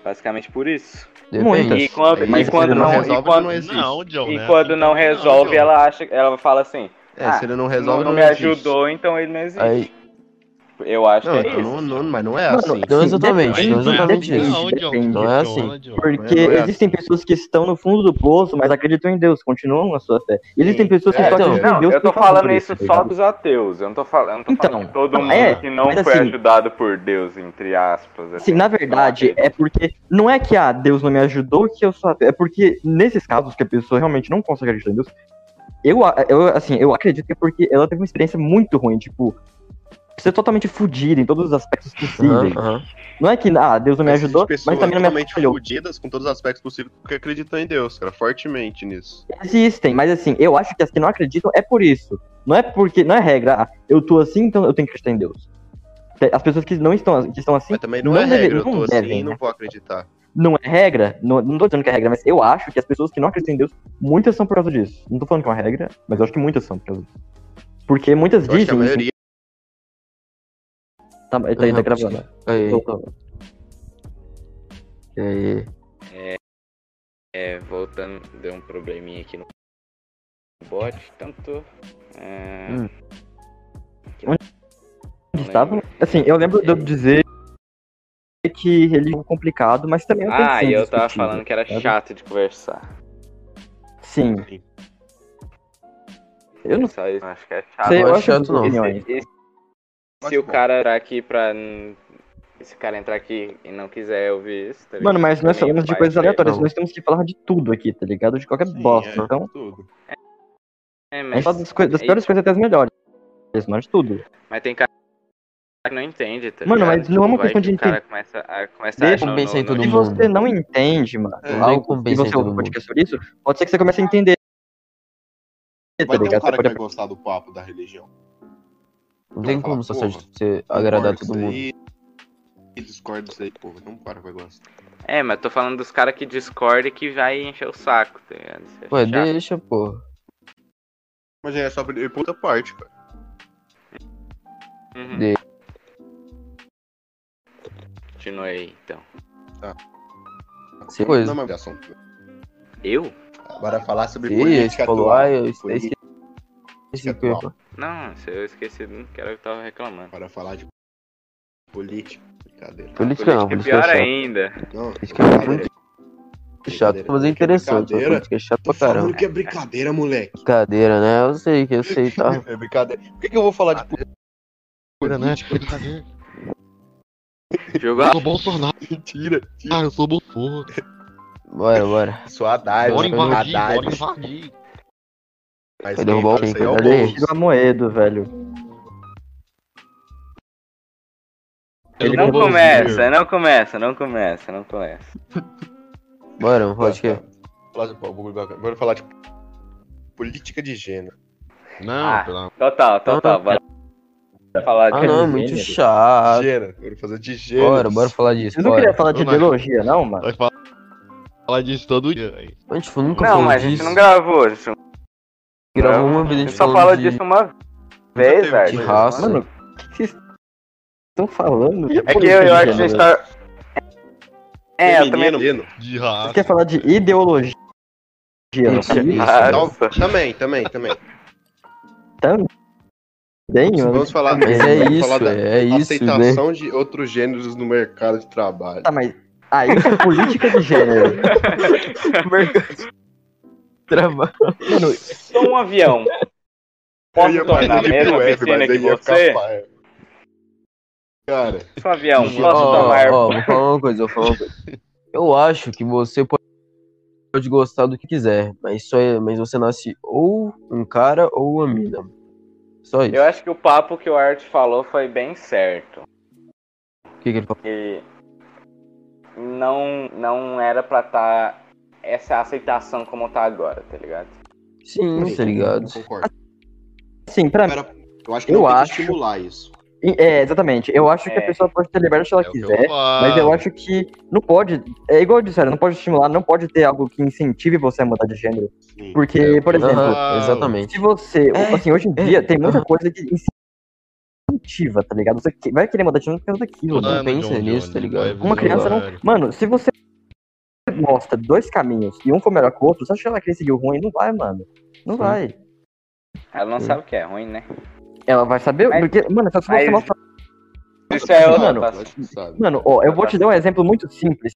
B: Basicamente por isso.
A: Muitas.
B: E quando,
E: Mas
B: e quando
E: se
B: não,
E: resolve,
B: e quando,
E: não é um existe.
C: Não, John.
B: e
C: né?
B: quando não
C: Então,
B: resolve,
C: John.
B: ela acha, ela fala assim,
E: É,
B: Ah,
E: se ele não
B: não,
E: resolve,
B: não
E: não,
B: me
E: existe.
B: ajudou, então ele não existe.
D: Aí,
B: Eu acho
E: Não,
B: que é
E: então
B: isso.
E: não, não, mas não é
A: Mano,
E: assim.
D: não
A: Ah, Sim,
D: exatamente,
A: depende,
D: não
A: mas
D: exatamente
A: depende.
D: isso.
C: Não, John.
A: depende,
D: não é assim.
C: John, John.
A: Porque
E: Não é
A: existem
E: assim.
A: pessoas que estão no fundo do poço, mas acreditam em Deus, continuam a sua fé. E existem
E: Sim.
A: pessoas que
E: É,
A: só
D: então,
A: acreditam em
B: Não,
A: Deus.
B: eu tô
A: por causa
B: falando
A: por tá
B: isso só
A: ligado?
B: dos ateus. Eu não tô falando, eu não tô
A: Então,
B: falando de todo mundo
A: é,
B: que não
A: mas
B: foi
A: assim-
B: ajudado por Deus, entre aspas.
A: Assim, na verdade, é porque não é que ah, Deus não me ajudou que eu sou ateu. É porque nesses casos que a pessoa realmente não consegue acreditar em Deus, eu, a- eu assim, eu acredito que é porque ela teve uma experiência muito ruim, tipo, ser totalmente fodida em todos os aspectos
D: Aham,
A: possíveis.
D: aham.
A: Não é que ah, Deus não me
E: Existem
A: ajudou,
E: pessoas
A: mas também não me
E: totalmente
A: atrapalhou.
E: fudidas com todos os aspectos possíveis porque acreditam em Deus, cara, fortemente nisso.
A: Existem, mas assim, eu acho que as que não acreditam é por isso. Não é porque, não é regra, ah, eu tô assim, então eu tenho que acreditar em Deus. Te- As pessoas que não estão, que estão assim,
E: Mas também não,
A: Não
E: é
A: deve-
E: regra, eu
A: não
E: tô
A: devem,
E: assim,
A: né?
E: não vou acreditar.
A: não é regra, não, não tô dizendo que é regra, mas eu acho que as pessoas que não acreditam em Deus, muitas são por causa disso. Não tô falando que é uma regra, mas eu acho que muitas são por causa disso. Porque muitas
E: Eu acho que a
A: dizem.
E: maioria é
A: Tá, tá, tá
D: Aham,
A: gravando.
D: Aí,
A: Voltou.
D: aí.
B: É, voltando, deu um probleminha aqui no bot, tanto. É...
D: Hum.
A: Onde estava? Assim, eu lembro de eu dizer que ele é complicado, mas também não tem que
B: Ah,
A: ser
B: e eu tava
A: discutível,
B: falando que era
A: sabe?
B: chato de conversar.
A: Sim. Eu Ah, não
B: Só isso, acho que é chato.
A: sei, eu
D: é
A: acho
D: chato,
A: que
D: não.
A: opiniões.
B: E se o cara entrar aqui pra. Se o cara entrar aqui e não quiser ouvir isso, tá
A: Mano,
B: ligado?
A: mas nós
B: Nem
A: falamos de
B: vai
A: coisas
B: ver.
A: aleatórias,
D: não.
A: nós temos que falar de tudo aqui, tá ligado? De qualquer
E: Sim,
A: bosta.
E: é.
A: Então,
E: tudo.
B: É,
A: a gente
B: mas,
A: fala das, coi- das
B: é
A: piores coisas até as melhores. Mas de tudo.
B: mas tem cara que não entende, tá
A: Mano,
B: ligado?
A: mas não é uma
B: Tipo, vai
A: questão de
B: que O cara começa a, começa a
A: Deixa
B: achar no-
D: compensar em
B: no-
D: todo
A: Se
D: mundo.
A: você não entende, mano,
E: É,
D: nem
A: algo e
D: compensa em
A: você
D: todo
A: ouve um
D: mundo.
A: podcast sobre isso, pode ser que você comece a entender. Tá
E: Vai ter um
A: ligado? Você
E: cara que
A: pode
E: vai gostar do papo da religião.
D: Não tem
E: Fala,
D: como você,
E: porra,
D: você agradar
E: Concordo com
D: todo
E: isso
D: mundo.
E: aí, E discordo disso aí, porra. Não para que vai gostar.
B: É, mas tô falando dos caras que discordam e que vai encher o saco, tá ligado? Isso é
D: Ué,
B: chato.
D: deixa, pô.
E: Mas é só pra- puta parte, cara.
B: Uhum.
D: De-
B: Continua aí, então.
D: Que coisa.
E: Não, mas assunto.
B: Eu?
E: Agora falar sobre
D: Ih, você falou,
E: atual.
D: ah, eu esqueci
E: Política
D: esqueci que eu ia
E: atual.
D: falar.
B: Não, se eu esqueci do que era que eu tava reclamando.
E: Bora falar de política. Brincadeira.
D: Política não,
B: é
D: política é
B: pior
D: chato.
B: ainda.
E: Não,
D: Política é
E: brincadeira.
D: muito chato, mas é interessante. mas
E: Brincadeira.
D: Política é chato
E: Tô
D: pra caramba.
E: falando que é brincadeira, moleque.
D: Brincadeira, né? Eu sei que eu sei, tá?
E: É brincadeira. Por que, que eu vou falar de
C: Né?
D: tá
C: Brincadeira.
B: Jogou
C: Eu
B: a
C: sou Bolsonaro.
E: mentira?
C: Ah, eu sou Bolsonaro.
D: Bora, bora.
E: Sou Haddad.
C: Bora
D: Bora
C: invadir,
E: é Haddad.
C: bora invadir.
E: Mas
D: Vai derrubar
E: quem
D: alguém,
E: fala isso aí é o
D: cuidado aí.
E: Boulos.
A: do Amoedo, velho.
C: Ele
B: Não
D: um
B: começa, não começa, não começa, não começa.
D: Bora, um hot
E: Tá
D: que
E: Falar de- Bora falar de política de gênero.
C: Não,
B: Ah.
C: pelo amor
B: Total, total, bora falar
D: Então, Ah,
B: de
D: não, é muito chato.
E: Gênero. Bora fazer de gênero.
D: Ah. Bora, bora falar disso,
A: Vocês não queriam
D: bora.
A: falar de
C: Eu não-
A: ideologia, não, mano?
C: Vai falar falar disso todo dia, velho.
D: Mas, tipo, nunca
B: Não,
D: falou
B: mas a
D: disso.
B: gente não gravou. A gente, não-
D: Gravou uma vez, a
B: a
D: gente
B: gente só
D: falou
B: fala
D: de-
B: disso uma vez,
C: teve
B: velho.
D: de raça.
L: Mano, o que que vocês estão falando?
B: É que eu, eu acho que a gente tá. É, eu também.
E: Menino.
C: De
A: Você
C: raça. é
A: quer falar de ideologia?
B: é
A: não
D: Isso,
A: sei.
D: isso.
B: Nossa.
E: Também, também,
D: <laughs>
E: também.
A: Bem, mano.
E: Vamos falar,
D: Mas é
E: vamos falar
D: isso,
E: da
D: é, é isso, né?
E: aceitação de outros gêneros no mercado de trabalho.
A: Tá, mas. Ah, isso é política de
B: <laughs>
A: gênero.
D: Trava-
B: Sou um <laughs> avião. Posso tornar a mesma piscina que você?
E: capaz. Cara,
B: Sou um avião.
C: Ó,
B: Posso
D: Ó,
B: tomar.
D: ó, vou falar uma coisa, vou falar uma coisa. Eu acho que você pode, pode gostar do que quiser, mas, só é- mas você nasce ou um cara ou uma mina. Só isso.
B: Eu acho que o papo que o Art falou foi bem certo.
D: O que, que ele falou?
B: E não, não era pra tá essa aceitação como tá agora, tá ligado?
D: Sim, tá ligado?
E: não concordo.
A: Sim, Assim, pra mim.
E: Cara, eu acho que
A: Eu
E: não tem
A: acho.
E: que estimular isso.
A: É, exatamente. Eu acho que
B: É.
A: a pessoa pode ser liberta se ela
C: É o que eu
A: quiser.
C: falo.
A: Mas eu acho que não pode. É igual eu disse, sério, não pode estimular, não pode ter algo que incentive você a mudar de gênero. Porque,
C: É,
A: por
C: porque-
A: exemplo,
D: Aham,
A: se
D: exatamente.
A: você.
D: É,
A: assim, hoje em
D: é,
A: dia tem muita
D: aham.
A: coisa que incentiva, tá ligado? Você que- vai querer mudar de gênero por causa daquilo.
C: Todo
A: né?
C: ano,
D: pensa
C: John
D: nisso,
C: Jones,
D: tá ligado?
C: vai
A: Uma criança não.
C: velho.
A: Mano, se você mostra dois caminhos e um for melhor que o outro, você acha que ela quer seguir o ruim? Não vai, mano. Não
D: Sim.
A: vai.
B: Ela
E: Uhum.
B: não sabe o que é ruim, né?
A: Ela vai saber.
B: Mas-
A: Porque, mano, é se você
B: mas-
A: mostrar.
B: Isso é outro
A: Ah, Mano,
B: passo.
E: Lógico que sabe.
A: Mano, ó, eu vou te dar um exemplo muito simples,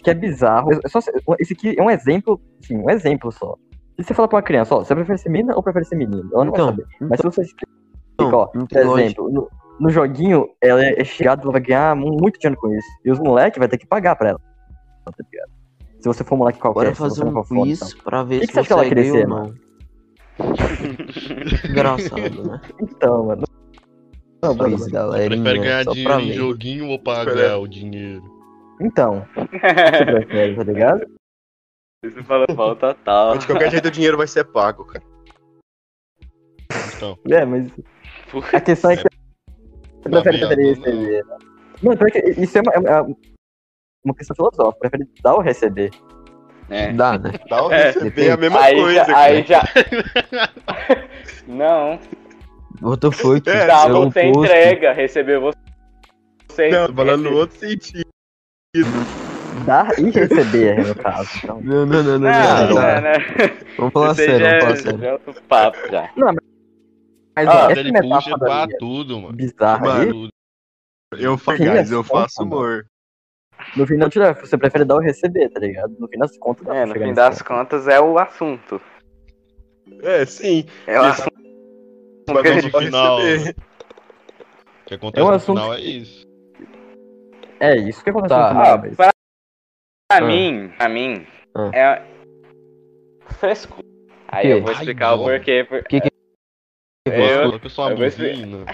A: que é bizarro. É só- esse aqui é um exemplo, sim, um exemplo só. Se você falar pra uma criança, ó, você prefere ser menina ou prefere ser menino? Ela não
D: Então,
A: vai saber. Mas se você explica, ó,
D: não
A: por
D: tem lógica.
A: exemplo, no, no joguinho, ela é chegada, ela vai ganhar mu- muito dinheiro com isso. E os moleques vai ter que pagar pra ela. tá ligado? Se você for um moleque qualquer,
D: Bora
A: se você
D: fazer
A: não
D: um
A: for foda,
D: quiz
A: então.
D: pra ver
A: Que que
D: se
A: você acha que
D: você
A: ela
D: é gay
A: crescer,
D: ou não. Engraçado, né?
A: Então, mano. Não,
D: Só
A: mano,
D: isso,
C: Prefere
D: galerinha.
C: ganhar
D: Só pra
C: dinheiro em
D: ver.
C: joguinho ou pagar
E: Espera.
C: o dinheiro?
A: Então, você prefere, tá ligado?
B: Isso falou mal total.
E: Mas de qualquer jeito o dinheiro vai ser pago, cara.
C: Então,
A: É, mas a questão é que você
C: Não,
A: prefere
C: não,
A: preferir
C: não.
A: receber. né? Mano, pior que isso é uma, é uma- uma questão filosófica. Prefere dar ou receber?
B: É.
D: Dá, né?
E: Dá ou
B: É,
E: receber é a mesma
B: aí
E: coisa,
B: já,
E: cara.
B: aí já. <laughs> não,
D: What the fuck? um
E: É,
D: Se
B: dá
D: eu não
B: você
D: fosse-
B: entrega, receber você. você
E: Não, tô falando no outro sentido.
A: Dar e receber, no caso. Então,
D: Não, não, não, não,
E: né?
B: Não,
D: não,
B: não,
D: dá.
B: não.
D: Vamos falar
B: Isso aí
D: sério,
B: Ah, já,
D: vamos falar
B: já
D: sério.
B: é outro papo já.
A: mas
B: Ah,
A: ó, essa
C: ele puxa é
A: metáfora
C: pra
A: da
C: tudo, mano.
A: bizarra né? aí,
C: Tudo.
E: Eu faço,
A: Sim,
E: guys,
A: é
E: eu
A: só,
E: faço
A: cara.
E: humor.
A: no final das contas, você prefere dar ou receber, tá ligado? No fim das contas, dá
B: É,
A: pra
B: no
A: chegar
B: fim
A: nesse
B: das
A: ponto.
B: contas é o assunto.
E: É, sim.
B: É o
E: Isso.
B: assunto.
E: Mas
C: Mas
E: eu
C: no
E: vou
C: final,
E: receber.
C: O que acontece
A: É um
C: no
A: assunto
C: final é isso.
A: É isso que aconteceu
D: Tá.
A: no
B: Ah,
A: final, mas-
B: pra, pra
D: Ah.
B: mim, pra mim,
D: Ah.
B: é fresco. Aí
D: Que?
B: eu vou
C: Ai,
B: explicar o
C: bola.
B: porquê. por-
D: Que que- é,
B: Eu-
C: Nossa, eu sou uma
B: eu vou explicar.
C: buzina.
D: Tipo,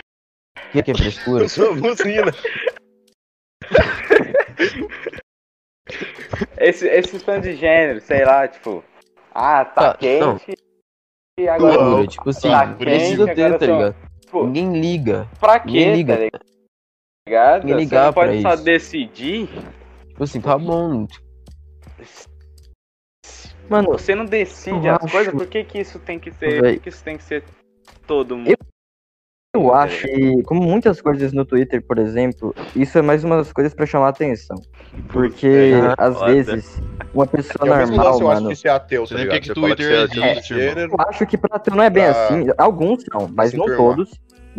D: O que, que é frescura?
E: <laughs> Eu sou buzina.
B: esse, esses fãs de gênero, sei lá, tipo, ah, tá,
D: Tá,
B: quente.
D: não.
B: E agora,
E: Não,
D: Frescura, tipo assim,
B: tá
D: não precisa
B: quente,
D: ter,
B: agora
D: tá
B: são-
D: ligado?
B: tipo,
D: Ninguém liga.
B: pra
D: Ninguém
B: quê,
D: liga.
B: tá ligado?
D: Ninguém
B: Você
D: ligar
B: não pode
D: pra
B: só
D: isso.
B: decidir,
D: Tipo assim, tá bom.
A: Mano,
B: você não decide
A: Eu
B: as
A: acho-
B: coisas, por que que isso tem que ser,
A: Véi.
B: por que isso tem que ser todo mundo?
A: Eu acho, e como muitas coisas no Twitter, por exemplo, isso é mais uma das coisas pra chamar atenção. Porque,
D: Puta,
A: às
B: foda.
A: vezes, uma pessoa
E: Uhum. É o mesmo
A: Tá normal,
E: lance, eu acho
A: mano.
E: que isso é ateu, tá
C: Você nem
E: ligado?
C: quer que
E: Você fala
C: Twitter
E: que você é
C: existe,
E: ateu, gênero,
A: Eu acho que pra tu não é bem
E: Ah.
A: assim. Alguns são, mas
E: se
A: não
E: firmar.
A: todos.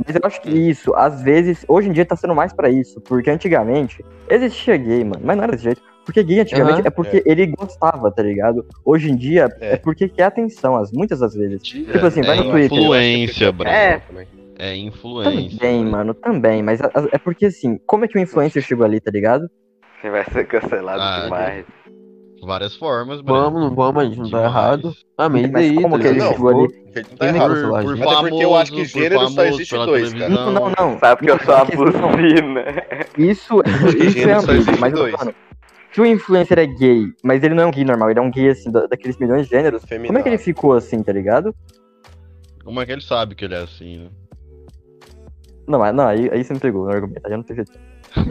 A: Mas eu acho que isso, às vezes, hoje em dia tá sendo mais pra isso. Porque antigamente, existia gay, mano, mas não era desse jeito. Porque gay antigamente
D: Aham.
A: é porque ele gostava, tá ligado? Hoje em dia é, porque quer atenção, as, muitas das vezes. Tipo assim, vai
C: é
A: no Twitter.
C: influência, Breno.
B: É.
C: É influência.
A: Também, mano, também. Mas a- a- é porque assim, como é que o influencer chegou ali, tá ligado?
B: Você vai ser cancelado
C: Ah,
B: demais.
C: Várias formas, Breno.
D: Vamos, não vamos, a gente não tá
C: Demais.
D: errado. Ah, mas
A: né? Mas
D: e daí,
A: como
D: tá
A: que ele
D: ligado?
A: chegou ali?
E: gente, não tá
C: É,
D: Quem
E: errado.
D: negócio lá, gente?
E: Até porque eu acho que
C: por
E: gênero só
C: famoso,
E: existe
C: pela
E: dois, cara.
C: televisão.
A: Não, não, não.
B: Sabe que eu
A: Não,
D: <laughs>
B: sou né? a
A: questão-
B: buzina.
E: <laughs>
A: Isso, isso
E: Gênero
A: é
E: só
A: ambíguo,
E: existe
A: mas eu tô
E: dois.
A: falando. Se o influencer é gay, mas ele não é um gay normal, ele é um gay assim, da- daqueles milhões de gêneros, como é que ele ficou assim, tá ligado?
C: Como é que ele sabe que ele é assim, né?
A: Não, mas não, aí, aí você me pegou no argumento, aí eu não tenho jeito.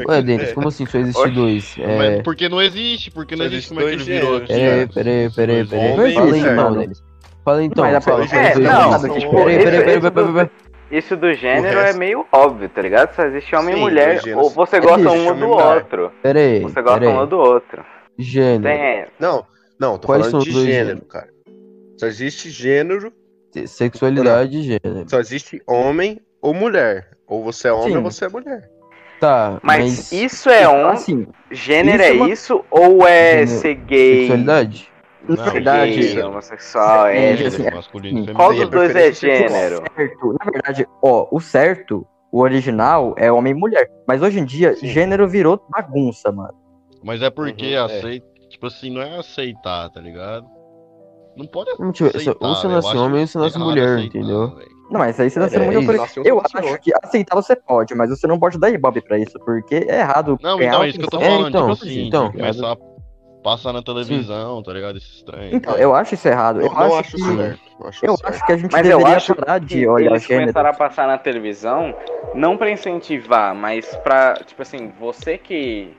D: Ué,
A: É.
E: É.
D: Denis, como assim só existe dois?
C: Mas
D: É.
C: porque não existe, porque não
E: Só
C: existe
E: existe
C: como é que ele
E: dois
C: virou
E: gêneros.
C: aqui.
D: Peraí, peraí, peraí, peraí.
E: Homem
D: Fala
E: e
D: então,
E: mulher.
D: Denis. Fala então,
A: Mas dá pra-
D: fala.
E: É,
D: fala,
E: não,
D: fala, fala.
E: o-
D: Peraí, peraí, peraí,
B: esse
D: peraí, peraí, peraí.
B: Isso do gênero
E: O
B: é
E: resto-
B: meio óbvio, tá ligado? Só existe homem
E: Sim,
B: e mulher,
E: dois gêneros.
B: ou você gosta
E: isso,
B: um ou
E: homem e
B: do
E: mulher.
B: outro.
D: Peraí,
B: Você gosta um ou
D: peraí.
B: do outro.
D: Gênero,
B: Tem,
E: Não, não, tô
D: Quais são
E: falando de
D: os dois
E: gênero, cara. Só existe gênero,
D: sexualidade e gênero.
E: só existe homem ou mulher. Ou você é homem
A: É. Sim.
E: ou você é mulher.
D: Tá,
B: mas
D: mas...
B: isso é um.
A: Assim, isso
B: Gênero é
A: é uma-
B: isso ou é
D: Gênero-
B: ser gay?
D: Sexualidade?
C: Não,
B: Ser
A: Verdade.
B: gay, homossexual,
A: É,
B: hétero.
C: gênero,
A: assim, é-
C: né? masculino, feminino.
B: Qual
E: Sim,
B: dos dois é
E: preferência sexual.
B: gênero?
A: certo, na verdade, ó, o certo, o original é homem e mulher. Mas hoje em dia,
E: Sim.
A: gênero virou bagunça, mano.
C: Mas é porque
E: Uhum, é.
C: aceita. Tipo assim, não é aceitar, tá ligado? Não pode
D: Não, tipo,
C: aceitar.
D: ou você
C: eu
D: nasce
C: acho
D: homem ou você nasce
C: errado
D: mulher,
C: aceitar,
D: entendeu?
C: velho.
A: Não, mas aí você tá sendo
D: É,
A: muito
D: isso.
A: autoritário. Eu acho que aceitar você pode, mas você não pode dar ibope pra isso, porque é errado.
C: Não,
A: ganhar
C: então
A: uma
C: é isso que eu tô
A: atenção.
D: É,
C: falando.
D: então,
C: tipo assim,
D: então.
C: tem que começar a passar na televisão, tá ligado? Esse estranho.
A: Então, eu acho isso errado.
E: Não,
A: Eu
E: não
A: acho
E: acho
A: que...
E: certo. Não acho
A: Eu
E: certo.
A: acho que a gente
B: Mas eu
A: deveria
B: acho
A: parar
B: que
A: de olhar
B: eles
A: gênero.
B: começaram a passar na televisão não pra incentivar, mas pra, tipo assim, você que.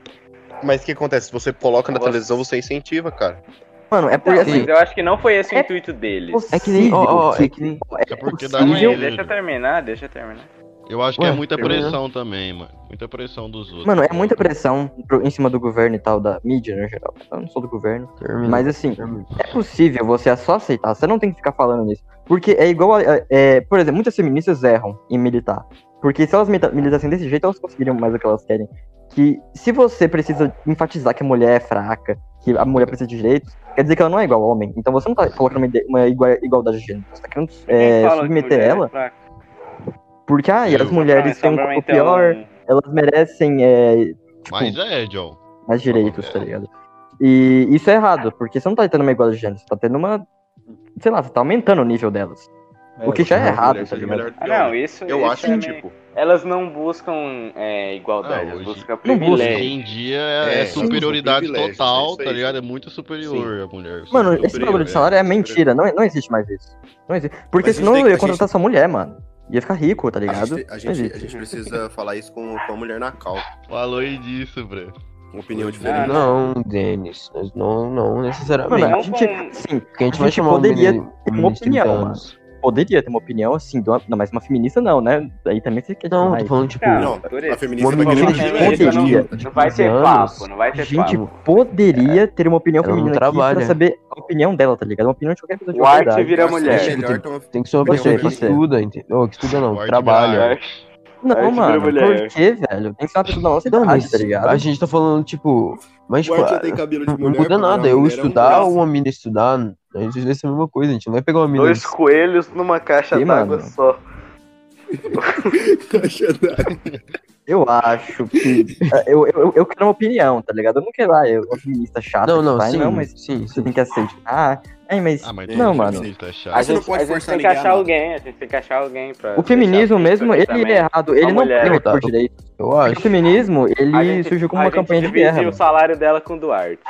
E: Mas o que acontece? Se você coloca na
B: Nossa.
E: televisão, você incentiva, cara.
A: Mano, é
B: Não,
A: porque assim.
B: mas eu acho que não foi esse o
A: É
B: intuito deles.
D: É que nem- ó, ó,
A: possível
D: é que nem-
A: É
C: É porque dá
B: Calma aí,
A: possível.
C: dinheiro.
B: deixa eu terminar, deixa eu terminar.
C: Eu acho que
D: Ué,
C: é muita
D: terminou.
C: pressão também, mano. Muita pressão dos outros.
A: Mano, é muita pressão pro- em cima do governo e tal, da mídia, no geral. Eu não sou do governo.
D: Termina.
A: Mas assim, é possível você só aceitar. Você não tem que ficar falando nisso. Porque é igual. a- a- é, por exemplo, muitas feministas erram em militar. Porque se elas milita- militassem desse jeito, elas conseguiriam mais o que elas querem. Que se você precisa enfatizar que a mulher é fraca, que a mulher precisa de direitos, quer dizer que ela não é igual ao homem. Então você não tá colocando uma, ide- uma igua- igualdade de gênero. Você tá querendo
B: Quem
A: é,
B: fala que
A: submeter
B: mulher é
A: ela.
B: fraca?
A: Porque ah, e
C: Eu.
A: as mulheres
B: Ah,
A: têm um
B: então,
A: corpo
B: então,
A: pior, elas merecem é, tipo,
C: Mas é, John.
E: um.
A: mais direitos,
E: É.
A: tá ligado? E isso é errado, porque você não tá tendo uma igualdade de gênero, você tá tendo uma. Sei lá, você tá aumentando o nível delas. o que já é errado, tá ligado?
B: Ah, não, isso.
E: Eu
B: isso
E: acho
B: é
E: que,
B: meio-
E: tipo,
B: Elas não buscam é, igualdade,
C: Ah,
B: elas
C: hoje-
B: buscam
C: Hoje
B: privilégio.
C: em dia é,
E: É,
C: superioridade
E: privilégio, é
C: total,
E: isso aí.
C: tá ligado? É muito superior a mulher.
A: Mano,
C: superior,
A: esse bagulho de
C: é.
A: salário é mentira, não, não existe mais isso. Não existe. Porque
E: Mas a gente
A: senão
E: tem
A: eu
E: que-
A: ia
E: a
A: contratar só mulher, mano. Ia ficar rico, tá
E: A
A: ligado?
E: gente, a, gente, a
A: Existe.
E: gente precisa falar isso com, com a mulher na cal.
C: Falou aí disso, bro.
E: Uma opinião
B: Ah,
E: diferente.
D: Não, Denis, mas não, não necessariamente.
A: Mano,
B: Não
A: a gente.
B: com-
A: Sim,
D: Porque a gente
A: a
D: vai
A: gente
D: chamar um
A: poderia
D: menino-
A: ter uma
D: menino de 30
A: opinião, mano.
D: anos.
A: poderia ter uma opinião assim, de uma- não, mas uma feminista não, né? Aí também você quer
D: Não,
A: demais.
D: tô falando, tipo,
B: Cara,
E: Não,
B: por isso.
E: a feminista
A: Mano,
E: vai
A: ninguém
E: querer
A: poderia.
E: dividir,
B: Não,
E: tá
B: não vai ter
D: anos.
B: papo, não vai
A: A
B: ter
A: gente
B: papo.
A: poderia ter uma opinião
D: Ela não
A: feminina aqui pra
D: trabalha.
A: saber a opinião dela, tá ligado? Uma opinião de qualquer pessoa de
B: O arte
A: verdade.
B: vira
E: Eu acho
B: mulher.
E: Melhor ter uma
D: tem que ser uma
E: Não,
D: pessoa que
A: você-
D: estuda, entendeu? Que estuda não,
C: Vai
D: que
C: te
D: trabalha.
C: virar.
B: Aí
A: Não,
B: você
A: mano.
B: vira mulher.
A: Por quê, velho? Tem que ser uma pessoa da nossa
D: Não,
A: idade,
D: mas
A: tá ligado?
D: a gente tá falando, tipo, mas tipo,
E: Martin
D: a-
E: tem cabelo de
D: não
E: mulher,
D: muda
E: pra virar
D: nada. Eu
E: mulher é um
D: estudar
E: braço.
D: ou uma mina estudar, a gente vai ser a mesma coisa, a gente não vai pegar uma mina.
B: Dois coelhos numa caixa
A: Sim,
B: d'água
A: mano.
B: só.
A: Eu acho que. <laughs> eu, eu, eu quero uma opinião, tá ligado? Eu não quero, ah, eu uma feminista chata.
D: Não, não,
A: vai,
D: sim,
A: não, mas
D: sim,
A: você
D: sim.
A: tem que aceitar. Ai, mas.
C: Ah, mas
A: não,
C: todo
A: mano.
C: feminista é chato.
B: A
E: Você não
B: gente,
E: pode
B: a gente
E: forçar
B: tem que
E: ninguém a
B: achar
E: nada.
B: alguém, a gente tem que achar alguém pra.
A: O feminismo
B: deixar
A: mesmo,
B: feito
A: ele é
B: também.
A: errado. Ele não luta
B: mulher.
A: por
D: tá, Eu
A: direito.
D: Eu
A: O
D: acho.
A: feminismo,
B: A
A: ele
B: gente-
A: surgiu como
B: a
A: uma
B: gente
A: campanha de
B: divide
A: guerra.
B: o salário dela com o Duarte.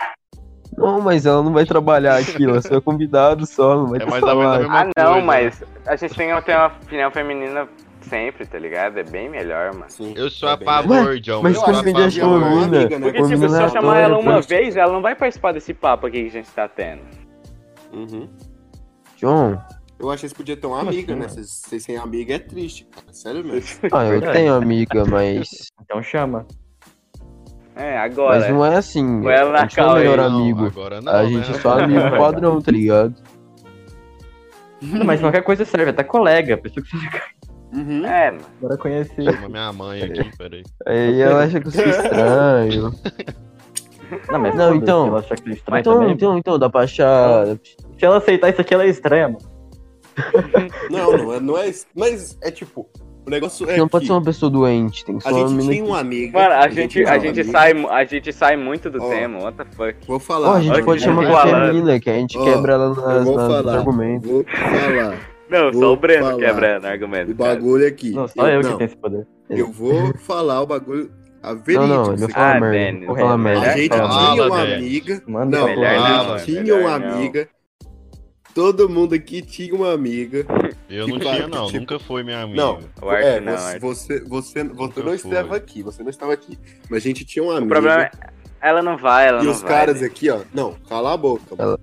D: Não, mas ela não vai trabalhar aqui, ela só é convidado só, não vai
C: É
D: ter
C: mais ou menos a
D: salário.
C: mesma
B: Ah,
C: coisa.
B: não, mas a gente tem que ter uma opinião feminina sempre, tá ligado? É bem melhor, mano.
E: Sim,
C: Eu sou
E: é
C: a
E: bem
C: favor, John.
D: Mas
C: eu
D: quando
C: sou a
D: vender a
C: favor.
E: uma
D: mina,
E: amiga, né?
D: uma
B: Porque, tipo, se eu
D: mina
B: chamar ela uma
D: adora,
B: vez, ela não vai participar desse papo aqui que a gente tá tendo.
E: melhor. Uhum.
D: John,
E: Eu achei que vocês podiam ter uma amiga, né? Vocês vocês sem amiga é triste, cara. Sério mesmo.
A: <laughs>
D: ah, eu
A: Verdade.
D: tenho amiga, mas
A: Então chama.
B: É,
D: mas
B: agora.
D: não é assim.
B: Põe ela na
D: A gente não é o
B: cal aí.
D: melhor
C: Não,
D: amigo.
C: Agora não,
D: A gente é
C: <laughs> né?
D: só amigo padrão, tá ligado?
A: Não, mas qualquer coisa serve, até colega. Pessoa que você <laughs>
E: Uhum.
B: É, mano.
L: Agora conheci.
A: assim.
C: Chama minha
A: É.
C: mãe aqui, peraí.
D: Aí ela acha que É, eu sou estranho.
A: Não, mas
D: Não,
A: foda-se,
D: então.
A: ela achar que ele estranha
D: Então,
A: também. é
D: então, então, dá pra achar.
A: Se ela aceitar isso aqui, ela é estranha, mano.
E: Não, não é, não é. isso. Mas é tipo, o negócio é.
D: Não pode
E: que
D: ser uma pessoa doente, tem que ser
E: a
D: uma
E: gente
D: menina.
E: tem um uma amiga.
B: Mano, a gente,
E: tem um
B: a
E: uma
B: gente
E: amiga.
B: sai, mu- a gente sai muito do
E: Ó.
B: tema, what the fuck.
E: Vou falar.
D: Ó, a gente
B: Olha
D: pode
B: que
D: chamar
B: gente
D: qualquer
B: falando.
D: menina que a gente
E: né? Um Ó,
D: quebra ela
E: Eu
D: nas,
E: vou
D: nas, nos
E: falar.
D: argumentos.
E: Vou falar.
B: Não, só
E: Vou
B: o Breno
E: falar.
B: quebrando o argumento.
E: O
B: cara.
E: bagulho aqui.
A: Não, só eu que
E: não,
A: tenho esse poder.
E: eu vou falar o bagulho. A verídico,
D: Não, não, ele
E: isso
D: fala
B: Ah,
D: merda.
B: Denis,
D: Ele fala
B: é
D: merda.
E: A
B: melhor
E: gente
B: falar.
E: tinha uma
C: velho.
E: amiga.
A: Manda
E: Não,
A: pra lá.
B: Melhor
E: a
C: não,
E: gente tinha
B: melhor
E: uma
B: não.
E: amiga. Todo mundo aqui tinha uma amiga.
C: Eu não
E: Tipo,
C: tinha, não.
E: tipo-
C: Nunca foi minha amiga.
E: Não,
B: O Art
E: é,
B: não,
E: você,
B: Art.
E: você, você, você não
C: foi.
E: estava aqui, você não estava aqui. Mas a gente tinha uma amiga.
B: O problema é. Ela não vai, ela
E: E
B: não
E: os
B: vai. né?
E: caras aqui, ó. Não, cala a boca. mano.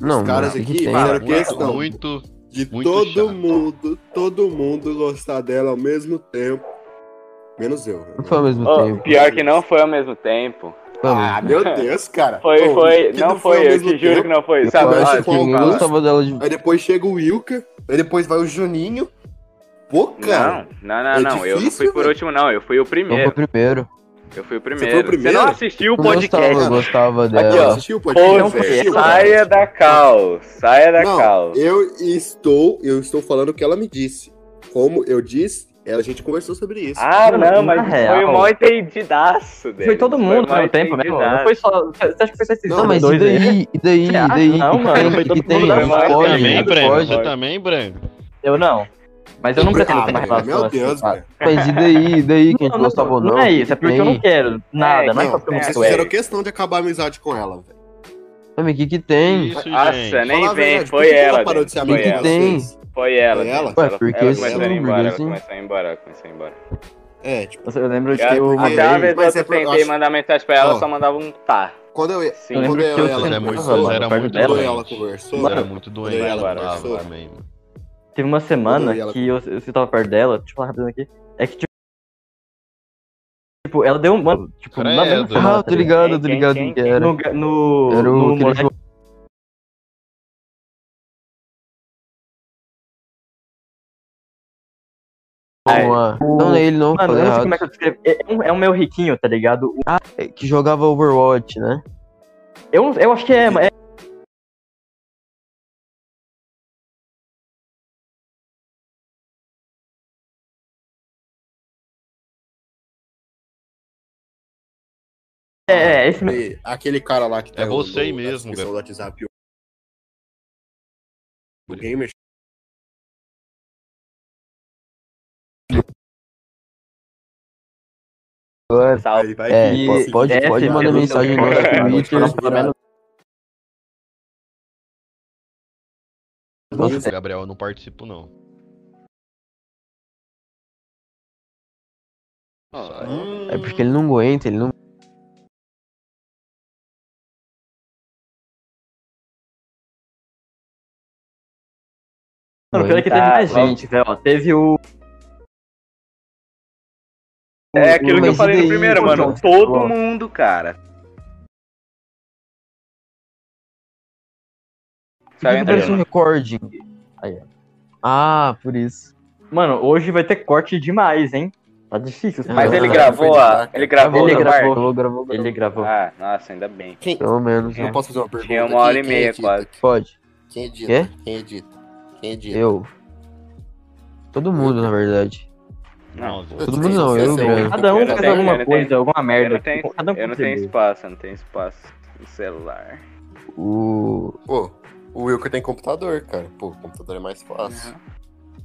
A: Não, é
E: Os caras
A: mano, o que
E: aqui
A: tem?
E: fizeram
C: Muito-
E: questão
C: Muito.
E: de
C: muito
E: todo
C: chato.
E: mundo, todo mundo gostar dela ao mesmo tempo. Menos eu. né?
A: Não foi ao mesmo
B: Ô,
A: tempo.
B: pior que não foi ao mesmo tempo.
A: foi ao mesmo
E: Ah, meu Deus, cara.
B: Foi,
E: Ô,
B: foi.
E: que
B: Não, foi,
E: ao
B: eu
E: mesmo
B: te juro
E: tempo.
B: que não foi.
A: Eu
B: Sabe,
E: acho
B: ó,
E: que
B: deixa
E: com
B: eu
E: o
A: Eu
B: falar.
A: gostava dela de.
E: Aí depois chega o Wilker, aí depois vai o Juninho. Pô, cara.
B: Não, não, não,
E: é
B: não. Eu não fui
E: difícil,
B: por
E: velho.
B: último, não. Eu fui o
D: Então
B: primeiro.
D: foi primeiro.
B: Eu fui o
E: o
B: primeiro.
E: primeiro?
B: não assistiu o
D: Então, Eu gostava,
B: Um
D: eu
B: podcast.
D: gostava
E: Aqui, ó,
D: dela.
E: assistiu o
B: Pô,
E: podcast?
B: velho,
E: Assistiu,
B: saia
E: cara?
B: da cal. Saia da
E: Não,
B: cal.
E: eu estou, eu estou falando o que ela me disse. Como eu disse, ela- a gente conversou sobre isso.
B: Ah,
A: Não,
B: não,
A: na
B: mas foi
A: real.
B: o maior entendidaço dele.
A: Foi todo mundo
B: maior
A: no tempo, né? mano? Não
B: entendidaço.
A: foi só. Você acha que foi só esses
D: Não, mas e
A: dois aí?
D: daí? E daí? E
A: Ah,
D: daí?
A: não, mano, foi
D: E tem,
A: todo
D: e tem,
A: mundo
D: não
A: da
B: mesma
D: pode,
B: época,
D: não
C: Também, Breno.
D: pode.
C: Você também, Breno.
A: Eu não. Mas
B: então
A: eu não pretendo ter uma
E: Ah,
A: relação
E: meu
A: assim,
E: Deus,
A: sabe?
E: velho.
D: Mas e daí? E daí? Quem a gente
A: Não,
D: gostava
A: não,
D: ou não?
A: não é isso, é porque eu não
D: quero.
A: quero nada,
B: É,
A: não é
E: Não,
A: só porque eu não
E: vocês
A: sou
E: fizeram
A: hétero.
E: questão de acabar a amizade com ela, velho.
D: Mas o que que tem?
C: Isso,
B: Nossa,
C: gente.
E: Falar
B: nem
E: a
B: vem.
E: verdade, por
B: Foi
E: que que
B: ela.
E: Ela parou
B: Dani,
E: de ser
D: amiga
B: Foi
E: amiga
D: de
E: de
B: ela.
D: vocês?
E: vocês.
B: Foi ela.
E: Foi ela?
B: Dani, Ela
D: Ué, porque
B: ela
D: esse
B: começou a ir
D: número,
B: embora. Ela
D: assim?
B: começou a ir embora. Ela começou a ir embora.
E: É, tipo,
A: Eu lembro de que
B: Ela-
A: eu
E: porque-
B: Até uma vez
E: Mas
B: eu
E: é pro-
B: tentei
E: eu acho-
B: mandar mensagem pra ela, ela
E: Ó.
B: só mandava um tá.
E: quando eu,
B: Sim.
A: Eu lembro
E: quando eu,
A: que eu-
E: ela
C: Vocês é muito-
E: conversou,
C: vocês eram
A: mano,
C: muito
A: perto
E: quando
A: dela.
E: ela
C: doentes.
E: conversou,
C: Vocês eram muito
E: Quando eu e
C: doentes.
E: ela
C: bravo
E: conversou.
C: também, mano.
A: Teve uma semana
E: Quando ela-
A: que eu, eu tava perto dela, deixa eu falar rapidinho aqui. É que tipo. Tipo, ela deu uma. Tipo, na mesma
C: Credo.
A: semana,
D: Ah,
A: tá
D: tô ligado, tô
B: Quem,
D: ligado
B: quem,
D: quem que
A: ligado?
D: era.
A: No. no,
D: Era
A: no
D: o aquele
A: moleque-
D: jogo.
B: Ai,
D: lá. Não, não é ele não,
A: Mano, eu não sei
D: falei errado.
A: como é que eu descrevo. É, é um, é um meu riquinho, tá ligado? O-
D: É, Que jogava Overwatch, né?
A: Eu, eu acho que é, mas é. É, é esse mesmo.
E: E aquele cara lá que tá
C: É você
E: no- na
C: mesmo,
E: descrição do WhatsApp. o- O gamer.
D: Agora.
B: Salve.
E: Aí vai
D: É,
E: que-
D: pode, pode,
A: F,
D: pode mandar
A: eu não
D: mensagem no
A: sei.
D: nosso
E: <laughs> Pode
D: Twitter.
E: mandar
A: pelo menos-
C: Nossa, Gabriel, eu não participo, não.
E: Hum,
D: É porque ele não aguenta, ele não.
A: Mano, pior é que
B: Tá,
A: teve mais
B: vamos.
A: gente, velho. ó. Teve o.
B: É aquilo que eu
D: Mas e
B: falei no
D: daí,
B: primeiro,
D: pô,
B: mano.
D: João?
B: Todo
D: Ó.
B: mundo, cara.
D: Por que que parece um
B: entrando.
D: recording?
A: Aí, ó.
D: Ah, por isso.
A: Mano, hoje vai ter corte demais, hein? Tá difícil. essa
B: Mas
A: parada.
B: ele
E: Não,
B: gravou
E: foi
B: a.
E: devagar.
B: Ele gravou
A: Ele
B: no
A: gravou.
B: quarto.
D: Gravou, gravou,
A: Ele gravou.
D: gravou.
B: Ah, nossa, ainda bem.
E: Quem,
D: Pelo menos,
E: eu
D: né?
E: posso fazer uma pergunta?
B: Tinha uma hora e
E: Quem-
B: meia,
E: quem
B: quase.
E: edita?
D: Pode.
E: Quem edita?
D: Quê?
E: Quem edita? Quem edita?
D: Eu. Todo mundo, na verdade.
B: Não,
C: Não,
D: Todo mundo não,
E: Sim,
D: eu,
E: sim.
D: Breno.
A: Cada um
B: Eu não
A: fez
B: tenho- eu
A: alguma
B: não
A: coisa,
B: tenho-
A: alguma
B: eu
A: merda.
B: não tenho,
A: Cada um
B: eu não tenho
A: contribui.
B: espaço, eu não tenho espaço no celular.
D: O.
E: Pô, o Wilker tem computador, cara. Pô, o computador é mais fácil.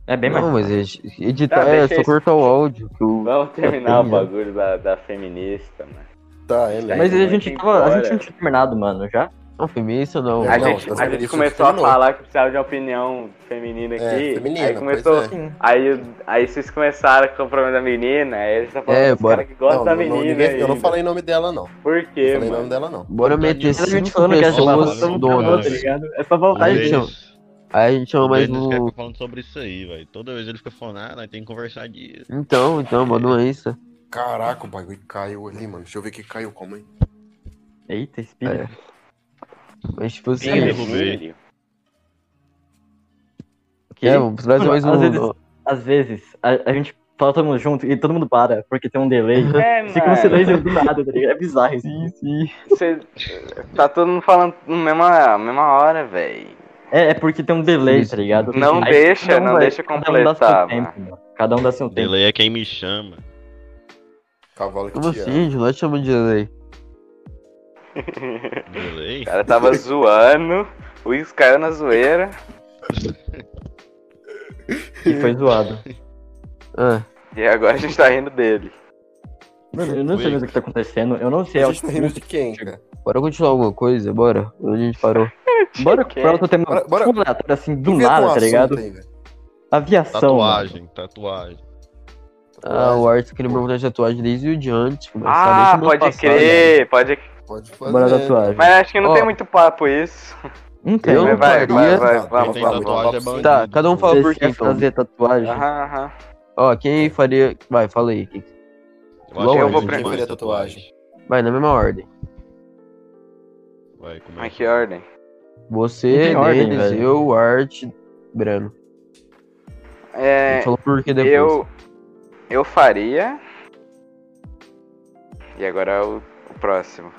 A: É bem mais.
D: Não, mas edi- editar
B: Tá,
D: é
B: deixa
D: só
B: isso.
D: cortar o áudio. Que o...
B: Vamos terminar o
D: Entendi.
B: bagulho da, da feminista, mano.
E: Tá, é mesmo.
A: Mas a
B: Vai
A: gente,
B: embora.
A: tava, a gente não tinha terminado, mano, já?
D: Não, feminista não.
E: É,
B: A
E: não,
B: gente, a
E: das
B: gente
E: feministas
B: começou a
E: terminou.
B: falar que precisava de uma opinião feminina aqui.
E: tá É, feminina,
B: aí começou.
E: pois é.
B: Aí, aí vocês começaram com o problema da menina, aí eles estão falando
D: É,
B: dos
D: bora.
B: caras que gostam
E: Não,
B: da
E: não, não,
B: menina.
E: ninguém- eu não
B: ainda.
E: falei nome dela, não.
B: Por
E: Eu
B: quê,
E: falei
B: mano?
E: nome dela, não.
D: Bora meter
A: A gente
D: cinco
A: falando que a
D: pessoas
A: relação acabou,
D: donas.
A: tá ligado? É só voltar
D: Aí,
A: e
D: Denis. Aí a gente chama
C: O
D: mais
C: Denis
D: um.
C: fica falando sobre isso aí, velho. Toda vez ele fica falando, ah, nós tem que conversar disso.
D: Então, então, manda um Insta.
E: Caraca, o bagulho caiu ali, mano. Deixa eu ver o que caiu como, hein?
A: Eita, espinha.
D: Mas tipo assim.
C: Sim,
B: Filho,
C: derrubei.
B: filho.
A: Que-
D: É, vamos trazer
A: Mano,
D: mais
A: às vezes-
D: um.
A: Às vezes, a, a gente fala todo mundo junto e todo mundo para, porque tem um delay.
B: É,
A: Fica um
B: mano.
A: silêncio do nada, tá ligado? É bizarro isso.
B: Cê, tá todo mundo falando na mesma, mesma hora, velho.
A: É, é porque tem um delay,
D: Isso.
A: tá ligado?
B: Não
A: Aí
B: deixa,
A: cada
B: não deixa
A: Cada um dá seu
B: completar,
A: tempo, mano. Cada um dá seu tempo.
C: Delay é quem me chama.
E: Cavalo que
D: Como
E: te ama.
D: assim? Nós chamamos de delay.
C: Delay?
B: O cara
E: <laughs>
B: tava zoando, o Is caiu na zoeira.
A: E foi zoado.
D: Ah,
B: E agora a gente tá rindo dele.
A: Eu não sei mais o que tá acontecendo, eu não sei.
E: A gente tá rindo de quem, cara?
D: bora continuar alguma coisa? Bora. Onde a gente parou?
A: Bora pra outro tema.
E: Bora- bora-
A: Tipo, aleatório, assim, do
E: Vem com
A: nada,
E: um
A: tá
E: assunto
A: ligado?
E: aí, velho.
A: Aviação.
C: Tatuagem, tatuagem.
D: Ah, o Arthur que lembrou de tatuagem desde o diante.
B: Ah, pode crer, pode crer.
E: Pode
A: mano. Bora
E: fazer.
A: tatuagem.
B: Mas acho que não
D: Ó.
B: tem muito papo isso.
A: Não tem. né?
D: Eu
B: Vai,
D: não
B: vai, vai,
D: faria.
B: vai,
E: Não,
B: vamos,
E: tem
C: Quem tem
B: vamos.
C: tatuagem é bandido.
D: Tá, cada um fala
A: Vocês
D: por quê,
A: querem
D: então.
A: fazer tatuagem?
B: Aham, aham.
D: Ó, quem faria... Vai, fala aí.
C: Eu, acho que
D: Eu
C: é
D: vou
C: demais
E: preferir a tatuagem.
D: Vai, na mesma ordem.
C: Vai, como é
B: Mas
C: que
B: que ordem?
D: Você,
A: Não tem ordem,
D: deles,
A: velho.
D: eu, o Art, Breno.
B: É,
D: Falou por que depois.
B: eu, eu faria. E agora é o, o próximo.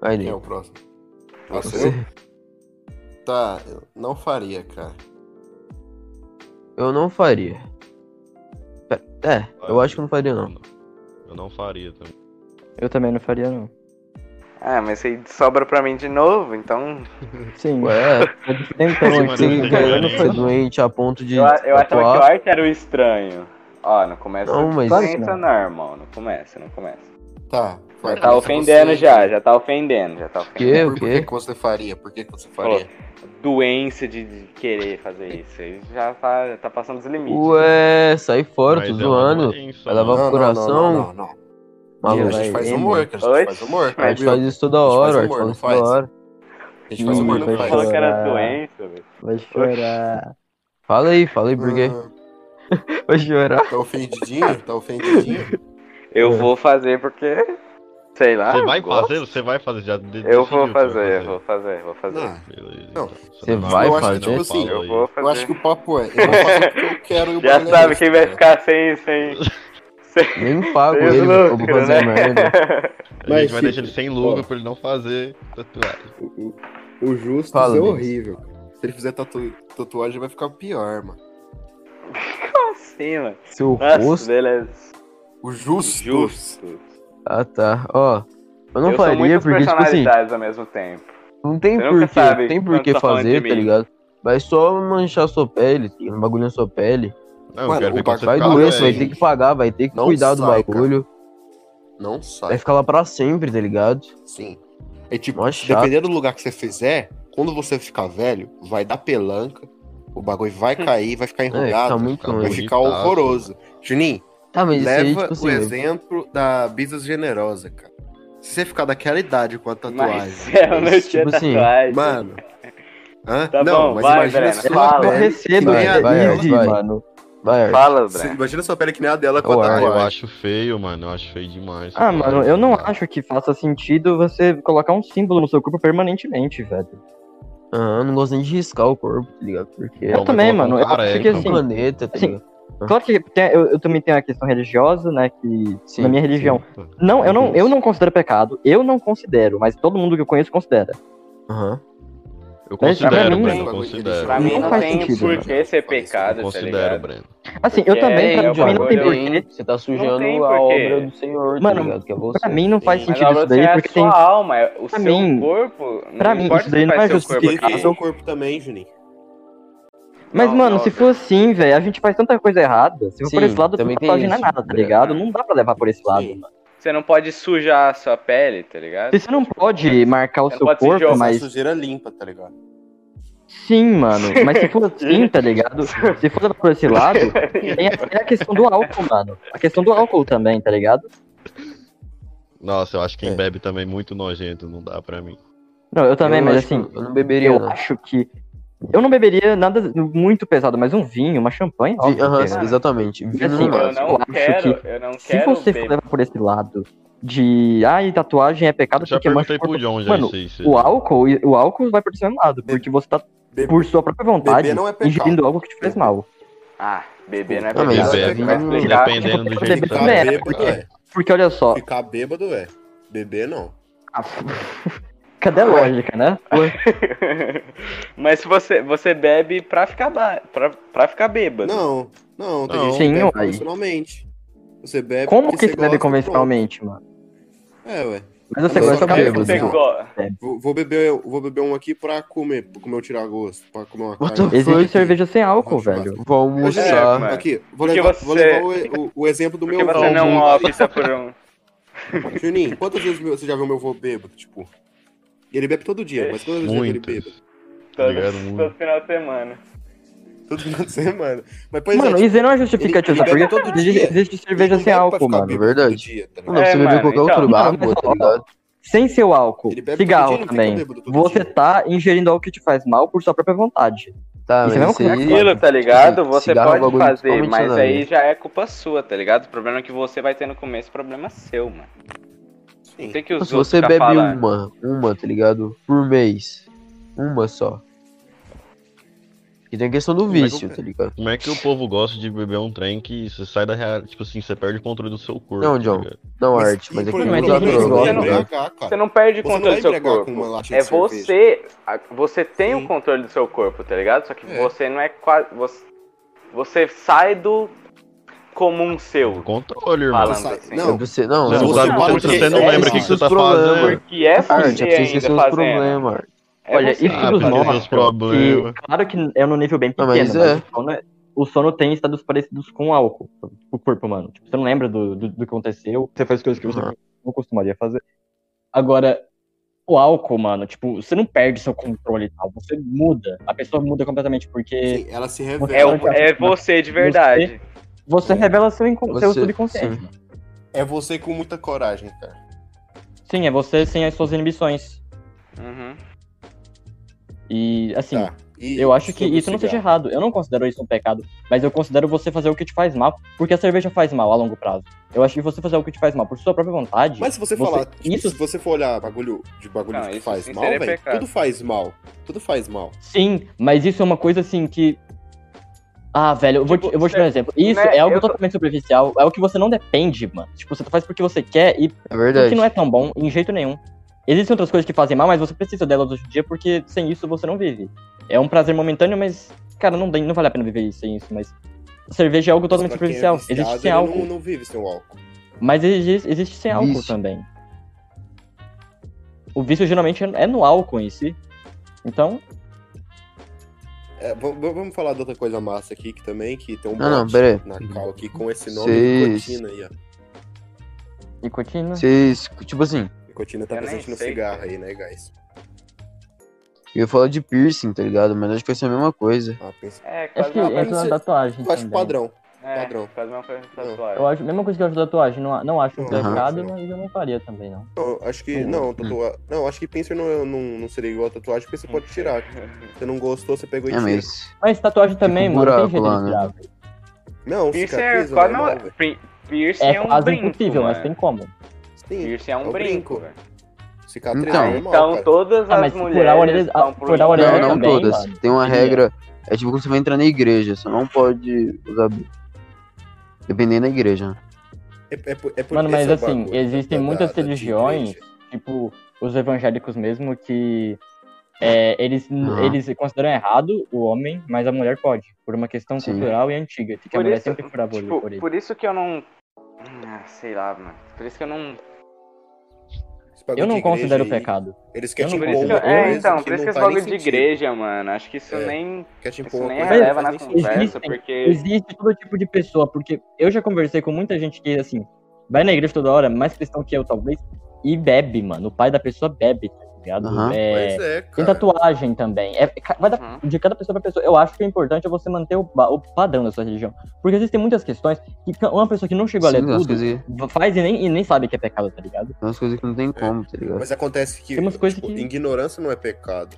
D: Vai,
E: Quem é
D: Ney.
E: o próximo? Nossa, eu... Tá, eu não faria, cara.
D: Eu não faria. Pera- É, eu acho que eu não faria, não.
C: Eu não faria também.
A: Eu também não faria, não.
B: Ah, mas aí sobra pra mim de novo, então.
A: Sim.
C: <laughs>
D: Ué,
A: Então,
C: Mano,
A: assim,
C: eu
A: cara, eu
C: não
A: não
C: faria.
D: Você é
A: faria.
D: doente a ponto de.
B: Eu, a- eu achava que o
D: tatuar.
B: Art era o estranho. Ó, não começa.
D: tá Não, mas-
B: Não
A: Claro que
B: começa não, irmão. Não começa, não começa.
E: Tá. vai,
B: Já tá
E: começa
B: ofendendo
E: você.
B: já, já tá ofendendo, já tá ofendendo.
D: quê?
E: Por,
D: O
E: por que,
D: quê?
E: que você faria? Por que, que você faria?
B: Doença de, de querer fazer isso. Ele já tá, tá passando dos limites.
D: Ué, sai fora, tô
C: Mas é uma
D: zoando.
C: doença,
D: Vai lavar
C: mano.
D: o coração.
E: não, não, não, não.
D: Maluco.
E: a gente
D: vai.
E: faz
D: Ei,
E: humor, cara. A
B: Oi?
E: gente faz humor.
D: A gente
E: viu?
D: faz isso toda
E: A
D: hora,
E: gente faz
D: a gente faz
E: humor, não
D: isso toda
E: faz?
D: hora.
E: A gente faz humor, não
A: Vai
E: faz.
B: Falou que era
A: chorar.
B: doença, velho.
A: Vai chorar.
D: Fala aí, fala aí, por quê?
E: Ah,
D: Vai chorar.
E: Tá ofendidinho? Tá ofendidinho?
B: Eu vou fazer porque. Sei lá.
C: Você vai
B: eu Ah, gosto.
C: fazer? Você vai fazer já. de-
B: Eu
C: decidiu
B: vou
C: que você vai
B: fazer, eu vou fazer, vou <laughs> fazer.
E: Não.
C: Beleza.
E: Não.
D: Você
C: não
D: vai
C: fala,
D: fazer?
C: não
E: Tipo assim,
C: fala
B: Eu
C: aí.
B: vou
E: Ah, Eu acho
B: fazer.
E: que o papo é. Eu vou
B: <laughs>
E: fazer o que eu quero e o
B: Já
E: bagulho é
B: sabe
E: isso,
B: quem vai
E: cara.
B: ficar sem, sem. <laughs> sem...
D: Nem pago
B: sem
D: ele, eu vou
B: lucro,
D: fazer
B: né? <laughs>
D: merda.
C: A gente
M: Mas,
C: vai
M: Chico,
C: deixar ele sem lucro
M: ó.
C: pra ele não fazer
E: né?
C: tatuagem.
M: O, o justo
D: Fala,
M: é
D: Denis.
M: horrível. cara. Se ele fizer tatu- tatuagem, vai ficar pior, mano.
B: Como assim, mano?
D: Seu
B: Nossa,
D: rosto.
B: beleza.
E: O justo.
B: Justo.
D: Ah, tá. Ó. Eu não
B: eu sou
D: faria
B: muitas
D: porque, tipo assim,
B: personalidades ao mesmo tempo.
D: não tem
B: Você nunca
D: porquê,
B: sabe
D: não tem
B: quando
D: porquê
B: tá falando de
D: fazer, tá
B: mim.
D: ligado? Vai só manchar sua pele, tem um bagulho na sua pele.
C: Não,
E: Mano,
C: eu quero
E: o
C: ver quando você
E: bagulho
D: Vai
C: ficar
E: Cara,
D: doer, é você vai
C: tá velho.
D: ter que pagar, vai ter que
E: Não
D: cuidar do
E: sai, cara.
D: bagulho.
E: Não
D: Vai
E: sai.
D: ficar lá pra sempre, tá ligado?
E: Sim. É tipo,
D: Mó chato.
E: dependendo do lugar que você fizer, quando você ficar velho, vai dar pelanca, o bagulho
B: <laughs>
E: vai cair, vai ficar
D: É, tá
E: enrugado,
D: muito
E: vai
D: longe.
E: ficar
C: bonitaço.
E: horroroso. Juninho,
D: Tá, mas isso aí,
E: leva
D: tipo assim,
E: o
D: velho,
E: exemplo da Bisas Generosa, cara. Se você ficar daquela idade com a
B: <laughs>
E: tatuagem.
B: Marcelo não tinha
D: Tipo assim,
B: tatuagem.
E: Mano. Hã?
B: Tá
E: não,
B: bom,
E: mas
B: vai,
E: imagina
B: Breno,
E: a sua
B: fala.
E: pele.
A: Cedo,
E: Vai,
A: né?
D: vai,
A: Easy,
D: vai.
A: mano.
D: vai, Arthur.
B: Fala,
E: Se-
B: Breno.
E: Imagina a sua pele que nem a dela com
D: Ô,
E: a
D: Arthur.
C: Ah, Eu
E: tatuagem.
C: acho feio, mano. Eu acho feio demais.
A: Ah, mano, eu não
C: Tatuagem,
A: acho que faça sentido você colocar um símbolo no seu corpo permanentemente, velho.
D: Ah, eu não gosto nem de riscar o corpo, tá ligado? Porque
A: Eu
D: é
C: vai
A: também,
C: colocar um
A: mano. Eu
C: careca,
A: acho que
D: um
A: assim.
D: planeta, tá
A: Assim,
D: ligado?
A: Claro que tem- eu, eu também tenho a questão religiosa, né? Que
D: Sim, Uhum.
A: na minha religião.
C: sim.
A: Não, eu não, eu não considero pecado. Eu não considero, mas todo mundo que eu conheço considera.
D: Aham.
C: Eu
A: Pra
C: considero,
A: mim,
C: Breno.
E: né?
C: Eu
B: Pra
A: Não
B: mim
C: considero.
B: não,
A: faz
B: tem
A: sentido,
B: por
E: mano.
B: que ser pecado, tá
C: Considero,
B: ligado?
C: Breno.
A: Assim, eu
B: É,
A: também, pra,
B: é o
A: pra mim não tem
B: bagulho aí.
A: porquê.
D: Você tá sujando
B: tem
D: a
B: porquê.
D: obra do Senhor,
A: Mano,
D: tá ligado? Que é você.
A: Pra mim não faz
E: Sim.
B: Mas
A: sentido
B: agora
A: isso
B: você
A: daí,
B: é a
A: porque tem.
B: sua alma, é o
A: Pra
B: seu
A: mim-
B: corpo. Não
A: pra mim,
B: importa
A: isso daí
B: se
A: não
B: faz
A: é
B: seu corpo
E: E
A: justificável.
E: o
B: aqui.
E: seu corpo também, Juninho.
A: Mas,
B: Não,
A: mano,
B: não,
A: se
B: velho.
A: for assim, velho, a gente faz tanta coisa errada. Se for por
D: Sim,
A: esse lado,
D: também tem
A: tatuagem não é
D: isso,
A: nada, tá
D: né?
A: ligado? Não dá pra levar por esse lado.
E: Sim.
B: Você não pode sujar a sua pele, tá ligado?
A: Se Você não pode marcar o
B: Você não
A: seu
B: pode se
A: corpo,
B: jogar,
A: mas.
E: Mas... sujeira limpa, tá ligado?
A: Sim, mano. Mas se
D: <laughs>
A: for assim, tá ligado? Se for levar por esse lado, tem a, tem a questão do álcool, mano. A questão do álcool também, tá ligado?
C: Nossa, eu acho que quem
E: É.
C: bebe também muito nojento. Não dá pra mim.
A: Não, eu também,
D: Eu
A: mas
D: acho que
A: assim,
D: Eu não beberia,
A: eu
D: não.
A: acho que. Eu não beberia nada muito pesado, mas um vinho, uma champanhe,
D: Vi-
A: óbvio.
D: Aham,
A: entendeu?
D: exatamente. Vi no
A: assim,
D: máximo.
B: Eu
A: mas eu
B: não
A: acho
B: quero, eu não
A: se
B: quero
A: você for
B: beber.
A: levar por esse lado de. Ai, tatuagem é pecado
C: Eu já
A: porque mancha o corpo.
C: perguntei pro John já
A: Mano,
C: isso aí. se-
A: O álcool, o álcool vai por esse mesmo lado, porque você tá,
E: Bebe-
A: por sua própria vontade,
E: beber não é pecado.
A: ingerindo algo que te faz mal.
B: Ah, beber não é
D: Ah, mas
B: pecado.
E: é
B: você vai
D: vinho,
B: explicar.
C: né? dependendo do jeito que
A: Beber
C: tá.
A: também.
C: né?
A: é,
E: bêbado
A: porque-
E: é.
A: Porque olha só,
E: Ficar bêbado é. Beber não.
A: a- <laughs> cadê a lógica, né?
B: <laughs> Mas se você, você bebe pra ficar, ba... pra, pra ficar bêbado.
E: Não, não, é, tem
C: Não.
E: gente
A: Sim,
E: que bebe
A: ué.
E: convencionalmente. Você bebe
A: Como
E: porque
A: que você bebe
E: gosta,
A: convencionalmente, mano?
E: pronto. É, ué.
A: Mas você
E: Eu não
A: gosta
E: sou
B: Como é que
A: bêbado.
E: bêbado,
B: você
E: não.
B: go-
E: Vou, vou beber, vou beber um aqui pra comer, pra comer o tiragosto, pra comer uma
D: What
E: carne.
D: the
A: Existe
D: Foi.
A: cerveja sem álcool,
E: Nossa,
A: velho.
D: Vou
E: Eu já-
B: É,
D: almoçar.
B: mano.
E: aqui, vou
B: Porque
E: levar,
B: você-
E: vou levar o, o- o exemplo do
B: Por
E: meu
B: que
E: avô.
B: você não opta por um.
E: Juninho, quantas vezes meu- você já viu meu avô bêbado, tipo? Ele bebe todo dia, mas todo dia que ele
C: Muito.
E: bebe.
C: Tá
B: Todo,
C: ligado? Muito.
B: todo final de semana.
E: Todo final de semana. Mas, pois
A: Mano,
E: é,
A: isso aí não é
E: ele-
A: justificativo,
E: ele
A: sabe?
E: bebe
A: Porque
E: todo dia.
A: existe, existe cerveja sem álcool, mano.
D: verdade.
E: Dia, tá ligado?
D: Não,
B: É,
D: você beber
B: mano,
D: qualquer
B: então.
D: outro
A: Mano,
D: barco,
A: mas
D: tá
A: ó,
D: ligado?
A: Sem seu álcool,
E: Ele bebe
A: cigarro
E: todo dia, ele não fica
A: também.
E: bêbado todo
A: Você
E: dia.
A: tá ingerindo algo que te faz mal por sua própria vontade.
D: <laughs> Tá,
A: Isso é
D: mas
A: mesmo
D: isso aí...
B: Aquilo, tá ligado?
D: Assim,
B: Você
D: cigarro é um
B: pode
D: bagulho
B: fazer,
D: totalmente
B: mas
D: nada a ver.
B: aí já é culpa sua, tá ligado? O problema é que você vai ter no começo, problema é seu, mano. Não tem que os
D: Se
B: outros
D: você
B: ficar
D: bebe
B: falando.
D: uma, uma, tá ligado? Por mês. Uma só. E tem a questão do
E: Mas
D: vício,
E: eu-
D: tá ligado?
C: Como é que o povo gosta de beber um trem que você sai da real, tipo assim, você perde o controle do seu corpo?
D: Não,
C: tá
D: John.
C: ligado?
D: Não arte, mas é que
E: por
D: não
E: exemplo,
D: é
E: você não vai
B: você não-
D: droga.
E: embriagar, cara.
B: Você não perde o
E: Você não
B: controle
E: vai
B: do seu
E: embriagar
B: corpo.
E: com uma latinha
B: É
E: de cerveja.
B: você. a- Você tem o
E: Sim.
B: controle do seu corpo, tá ligado? Só que
E: É.
B: você não é quase. Você, você sai do comum seu.
C: Controle, irmão.
B: Falando
E: Você sai-
B: assim.
E: não,
D: Você, não,
C: Você
E: não
D: sabe
E: sabe
D: o
E: porque
D: que
E: você não lembra o que
D: esses
C: você tá
D: problemas.
C: fazendo.
B: Porque é
D: Arte,
B: você
D: é pra você
B: ainda
D: esquecer os
B: fazendo.
D: problemas, arte.
B: É
A: Olha,
B: você.
A: isso
C: Ah,
A: que os
C: pra ter
A: novos.
C: seus problemas.
A: que- claro que é no nível bem
D: Não,
A: pequeno,
D: mas
A: mas,
D: é.
A: o, sono é- o sono tem estados parecidos com o álcool pro corpo humano. Tipo, você não lembra do, do, do que aconteceu, você faz coisas que você
D: Uhum.
A: não costumaria fazer. Agora, o álcool, mano, tipo, você não perde seu controle e tal, você muda. A pessoa muda completamente, porque
E: Sim, ela se
B: É,
E: revela.
B: o- é você de verdade.
A: você revela seu, incon- seu
D: Você-
A: subconsciente.
D: sim.
A: mano.
E: É você com muita coragem, cara.
A: Sim, é você sem as suas inibições.
B: Uhum.
A: E, assim,
E: Tá. E
A: Eu acho que
E: sobre o
A: isso não seja
E: cigarro?
A: errado. Eu não considero isso um pecado, mas eu considero você fazer o que te faz mal, porque a cerveja faz mal a longo prazo. Eu acho que você fazer o que te faz mal por sua própria vontade.
E: Mas se você,
A: Você-
E: falar, tipo,
A: isso-
E: se você for olhar bagulho de bagulho
B: Não,
E: que
B: Ah, isso
E: faz
B: sim
E: mal,
B: seria
E: velho,
B: pecado.
E: tudo faz mal. Tudo faz mal.
A: Sim, mas isso é uma coisa assim que. Ah, velho, eu vou,
B: Tipo,
A: te, eu vou te dar um exemplo.
B: né,
A: Isso é algo
B: eu tô-
A: totalmente superficial, é o que você não depende, mano. Tipo, você faz porque você quer e
D: É
A: porque
D: verdade.
A: não é tão bom em jeito nenhum. Existem outras coisas que fazem mal, mas você precisa delas hoje em dia porque sem isso você não vive. É um prazer momentâneo, mas, cara, não, tem- não vale a pena viver sem isso, mas. Cerveja é algo totalmente
E: Pra quem é
A: superficial.
E: viciado,
A: Existe sem
E: ele
A: álcool.
E: Não, não vive sem o álcool.
A: Mas existe, existe sem álcool
D: Vício.
A: também. O vício geralmente é é no álcool em si. Então,
E: É, v- v- vamos falar de outra coisa massa aqui que também, que tem um
D: Não, não,
E: bote
D: pera aí.
E: na cal aqui com esse nome
D: Vocês-
E: nicotina aí, ó.
A: nicotina.
D: Vocês, tipo assim,
E: Nicotina tá
B: Eu nem
E: presente no
B: sei,
E: cigarro aí, né, guys?
D: eu ia falar de piercing, tá ligado? Mas acho que vai ser a mesma coisa.
E: Ah, pensa...
B: É,
A: Acho
B: quase
A: que
E: Ah,
B: uma
E: mas
A: entra
B: coisa.
E: isso-
A: na tatuagem.
E: Eu acho
A: também.
E: padrão.
B: É,
E: padrão.
B: quase uma coisa
A: Eu
B: tatuagem.
A: acho, mesma coisa que eu acho da tatuagem, não, não acho um
E: Não,
A: pecado,
E: não.
A: mas eu não faria também, não.
E: Não, acho que. Não, tatua... não, acho que pincer não, é, não, não seria igual a tatuagem, porque você pode
B: <laughs>
E: tirar. Você não gostou, você pegou e
D: É,
E: tira.
D: mas...
A: Mas tatuagem também,
D: Tipo um
A: mano, tem
D: buraco
A: jeito
D: lá,
A: de
D: né?
A: tirar. velho.
E: Não,
B: Piercing é
E: cicatriza,
B: quase
E: normal,
B: uma.
E: velho.
B: Pri- Piercing é,
A: É
B: um
A: quase
B: brinco.
A: impossível, mas
B: mano.
A: tem como.
E: Sim,
B: Piercing é um
E: o
B: brinco, velho.
E: Cicatriz
D: Então.
E: é normal,
B: Então
E: cara.
B: todas
A: Ah,
B: as
A: mas furar o
B: mulheres
A: orelha-
B: vão pro
A: furar o orelha
B: inferno.
D: Não, não
A: também,
D: todas.
A: mano.
D: Tem uma
A: Sim, é.
D: regra. É tipo quando você vai entrar na igreja, você não pode usar. bi- Dependendo da igreja. né?
E: É, é, por- é por
A: Mano,
E: esse
A: mas
E: é o
A: assim,
E: bagulho
A: existem
E: da-
A: muitas
E: da- da
A: religiões-
E: igreja.
A: Tipo, os evangélicos mesmo que. é, eles,
D: Aham.
A: eles consideram errado o homem, mas a mulher pode, por uma questão
D: Sim.
A: cultural e antiga, que a
B: Por
A: mulher
B: isso-
A: sempre furava o
B: Tipo,
A: orelha.
B: por isso que eu não. Ah, sei lá, mano. Por isso que eu não.
E: Esse bagulho
A: Eu não
E: de igreja
A: considero
E: aí,
A: pecado.
E: Eles querem
A: Eu não
E: te
B: Por
E: impor
B: isso que
E: uma
B: eu...
A: Bom,
B: É,
E: coisa
B: então,
E: que
B: por isso
E: não
B: que esse
E: faz nem
B: bagulho de
E: sentido.
B: igreja, mano. Acho que isso
E: É.
B: nem.
E: Quer te impor
B: Isso
E: uma
B: nem
E: coisa que não
B: releva
E: faz
B: na
E: nem sentido.
B: conversa,
A: Existem-
B: porque.
A: Existe todo tipo de pessoa, porque eu já conversei com muita gente que, assim, vai na igreja toda hora, mais cristão que eu, talvez, e bebe, mano. O pai da pessoa bebe, tá ligado?
D: Aham.
A: É,
E: Pois é,
A: Tem
E: cara.
A: tatuagem também. É, ca- vai dar
B: Uhum.
A: de cada pessoa pra pessoa. Eu acho que o importante é você manter o, ba- o padrão da sua religião. Porque existem muitas questões que ca- uma pessoa que não chegou a ler
D: Sim, tem umas
A: tudo
D: coisas, que-
A: faz e nem, e nem sabe que é pecado, tá ligado?
D: tem umas coisas que não tem como, tá ligado?
E: Mas acontece que,
A: Tem umas coisas
E: tipo,
A: que-
E: ignorância não é pecado.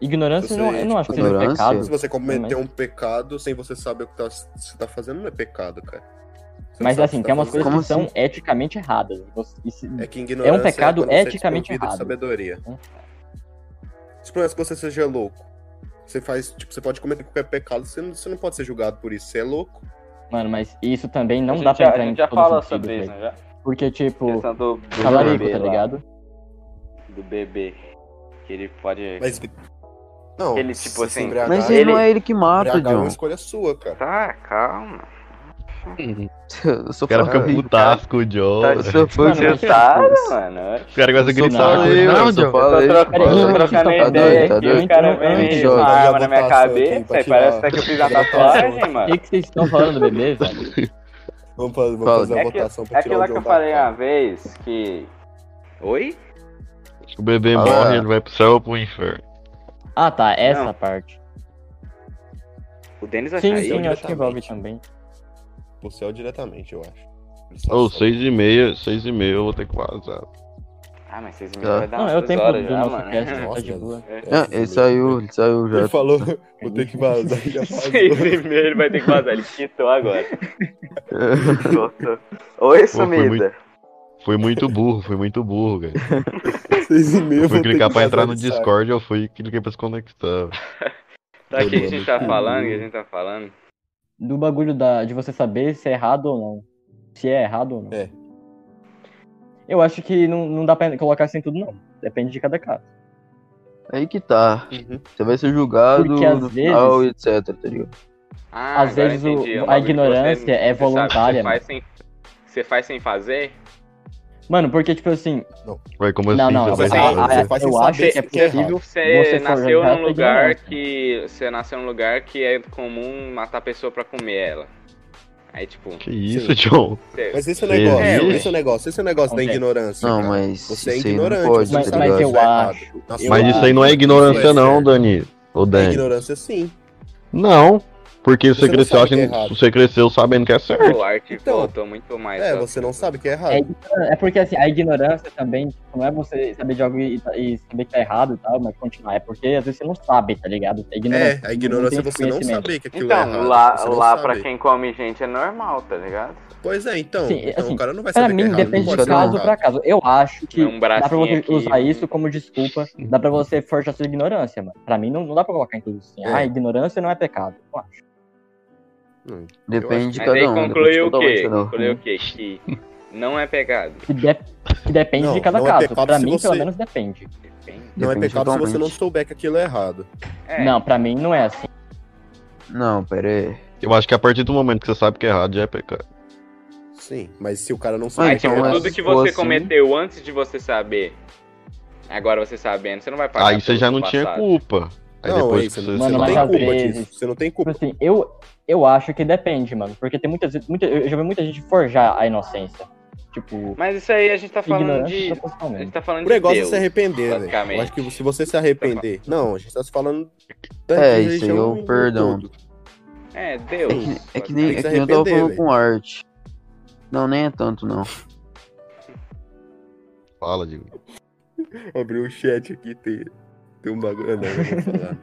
A: Ignorância
E: Você,
A: não, eu não acho que seja um
D: ignorância?
E: Se
A: pecado.
E: você cometer
A: Mas-
E: um pecado sem você saber o que tá- você tá fazendo, não é pecado, cara. Você não
A: Mas
E: sabe
A: assim,
E: o que
A: tem
E: tá
A: umas
E: fazendo.
A: coisas
D: Como
A: que são eticamente erradas. Você- e se-
E: É que ignorância
A: pecado
E: quando você é
A: eticamente
E: desprovido
A: errado.
E: de sabedoria. é
A: Hum.
E: Se por exemplo, que você seja louco, você faz, tipo, você pode cometer qualquer pecado, você não, você não pode ser julgado por isso, você é louco.
A: Mano, mas isso também
B: a
A: não
B: gente
A: dá pra
B: já,
A: entrar
B: a
A: em
B: gente já
A: todos os
B: fala
A: sentidos,
B: sobre isso,
A: velho.
B: né? Já?
A: Porque, tipo,
B: Questão do, do
A: talarico,
B: bebê
A: tá
B: lá,
A: ligado?
B: Do bebê. Que ele pode.
E: Mas. Não,
B: Ele, tipo
E: se
B: assim,
E: embriagar-
D: Mas
B: ele-
D: aí não é ele que mata,
E: embriagar é uma
D: John.
E: escolha sua, cara.
B: Tá, calma.
D: <laughs> Eu sou
C: O cara fica
D: fã.
C: putasco, o John.
D: Eu sou fã.
A: Mano,
D: de-
B: Você tá, mano.
C: O cara gosta de
A: Sou
C: gritar.
A: nada.
C: "Ei,
D: Não,
C: eu sou
D: John,
C: fã".
D: fala
B: Eu tô
D: aí,
B: Tá trocando, eu
D: fala
B: tô
D: aí.
B: trocando
D: Tá
B: a
D: doido,
B: ideia
D: tá
B: aqui,
D: doido?
B: o cara
A: Não,
B: vem
A: não,
B: e
D: John.
B: uma arma na
E: Joga a
B: minha
E: votação aqui
B: cabeça
E: pra
B: e parece até
E: tirar-
B: que eu fiz a
E: tirar a
B: tatuagem,
A: O
B: mano.
A: que, que vocês estão falando do
B: <laughs>
A: bebê, velho?
E: Vamos fazer, vamos
D: Fala.
E: fazer a
B: É que-
E: votação pra
B: É
E: tirar o
B: aquilo que
E: John
B: eu falei
E: da
B: uma vez que. Oi?
C: O bebê
E: Ah.
C: morre, ele vai pro céu ou pro inferno.
A: Ah, tá, essa
B: Não.
A: parte.
B: O Denis
A: Sim,
B: achou
A: sim, acho que
E: diretamente.
A: envolve também.
E: No céu diretamente, é eu acho.
C: Ou seis e meia, seis e meia eu vou ter que vazar.
B: Ah, mas vocês me
D: Tá.
B: vai dar
A: Não,
B: umas
A: é o
B: três
A: tempo
B: horas
A: do
B: já,
A: nosso
B: mano.
A: cast,
B: <laughs>
A: tá de
E: Nossa,
A: boa.
D: Ah, ele
E: né?
D: saiu, ele saiu já.
E: É, Ele falou, vou ter que
B: <laughs>
E: vazar. ele já vazou.
B: Seis e meia ele vai ter que vazar, ele quitou agora.
D: <laughs>
B: Nossa. Oi, sumida.
C: muito- Foi muito burro, foi muito burro, cara.
E: Seis e meia,
C: Eu fui
E: vou ter
C: clicar
E: que
C: pra entrar
E: vazar,
C: no
E: ele sai.
C: Discord, eu fui e cliquei pra se conectar.
B: Tá, o que a gente tá falando? O que a gente tá falando?
A: Do bagulho da, de você saber se é errado ou não. Se é errado ou não.
E: É.
A: Eu acho que não, não dá pra colocar assim tudo, não. Depende de cada caso.
D: Aí que tá.
E: Uhum.
D: Você vai ser julgado
A: Porque às
D: no final,
A: vezes-
D: etc, tá ligado?
B: Ah,
A: Às
B: agora
A: vezes o-
B: entendi. É um
A: a
B: bagulho que
A: ignorância
B: você-
A: é
B: você sabe,
A: voluntária,
B: Você faz, sem, você faz sem fazer?
A: Mano, porque, tipo assim,
C: Vai, como assim?
A: não, não,
C: você
A: a-
C: vai
E: sem
A: a-
E: fazer?
A: a-
E: Você faz sem
A: eu
E: saber
A: acho que é
E: se quer errado.
A: possível
B: Você,
A: Você for
B: nasceu
A: jogar,
B: num
A: tá
B: lugar
A: ignorante.
B: que. Você nasceu num lugar que é comum matar pessoa pra comer ela. Aí, tipo.
C: Que isso, John?
B: Você...
E: Mas esse é o
C: Beleza.
E: negócio,
B: É,
E: esse é o negócio, esse é o negócio da
A: Acontece.
E: ignorância.
D: Não,
E: cara.
D: mas
E: Você é
D: isso aí não
E: ignorante,
D: pode,
E: você
A: Mas-
D: tá
E: sabe
A: mas
D: ligado?
E: que
A: eu
E: isso é errado.
A: acho-
E: Nossa,
A: eu
C: Mas
A: acho
C: isso aí não é ignorância, não, Dani. Ô,
E: É
C: Dani.
E: ignorância sim.
C: Não, porque
E: Você
C: você
E: não
C: cresceu,
E: sabe que é
C: achando,
E: errado.
C: você cresceu sabendo que é certo.
B: O arte
E: Então,
B: voltou muito mais.
E: É,
B: ó.
E: você não sabe que é
A: É,
E: errado.
A: ignorância- é porque assim, a ignorância também, tipo, não é você saber de algo e, e saber que tá errado e tal, mas continuar. É porque às vezes você não sabe, tá ligado? É ignorância.
E: É, a ignorância é
A: Não tem
E: você não
A: conhecimento.
E: saber que aquilo é
B: Então,
E: errado.
B: lá,
E: você não
B: lá
E: sabe.
B: pra quem come gente é normal, tá ligado?
E: Pois é, então.
A: Sim,
E: então
A: assim,
E: o cara não vai
A: Pra
E: saber que é
A: mim,
E: errado. não
A: depende
E: pode
A: de
E: saber que é
A: caso
E: errado.
A: pra caso. Eu acho que
B: É um bracinho
A: dá pra você
B: aqui,
A: usar
B: um-
A: isso como desculpa, dá pra você forjar sua ignorância, mano. Pra mim, não, não dá pra colocar em tudo assim.
E: É.
A: Ah, ignorância não é pecado. Eu acho.
D: Depende de
A: tipo,
B: Mas aí
D: cada um. depende de
B: concluiu o
D: cada um,
B: quê?
D: sei lá.
B: Concluiu o quê? Que não é pecado.
A: Que, de- que depende
E: Não,
A: de cada
E: não é
A: caso.
E: pecado
A: pra
E: se
A: mim,
E: você-
A: pelo menos, depende.
E: Não é
D: Depende
E: pecado se você não
D: totalmente.
E: souber que aquilo é errado.
B: É.
A: Não, pra mim não é assim.
D: Não, pera aí.
C: Eu acho que a partir do momento que você sabe que é errado, já é pecado.
E: Sim, mas se o cara não
B: Mas,
E: souber
D: Mas,
E: que é
B: tipo,
D: então,
E: errado,
B: tudo
D: mas
B: que
D: se for
B: você
D: assim-
B: cometeu antes de você saber, agora você sabendo, você não vai pagar.
C: Aí você
B: pelo
C: já
B: seu
C: não tinha
B: passado.
C: culpa. Aí
E: Não,
C: depois
E: é
C: que
E: isso,
C: você
E: você
A: Mano,
E: não
A: mas
E: tem
A: às
E: culpa
A: vezes-
E: disso. Você não tem
A: Tipo
E: culpa.
A: assim, eu, eu acho que depende, mano. Porque tem muitas vezes. Muita, eu já vi muita gente forjar a inocência. Tipo,
B: Mas isso aí a gente tá falando
A: ignorância
B: de. A <laughs>
A: propositalmente.
B: gente tá falando
E: O
B: de.
E: negócio é
B: Deus.
E: se arrepender, velho.
B: basicamente.
E: Eu acho que se você se arrepender. Não, a gente tá se falando. da
D: É, isso aí
E: religião
D: é o
E: no
D: perdão.
E: todo.
B: É,
D: É
B: Deus.
D: que, é que
E: Tem
D: nem,
E: que
D: é
E: se
D: que nem eu tava
E: arrepender,
D: falando
E: velho.
D: com arte. Não, nem é tanto, não.
C: fala, digo.
E: Abriu o um chat aqui, tem, tem um bagulho. Ah, Não, eu não vou falar.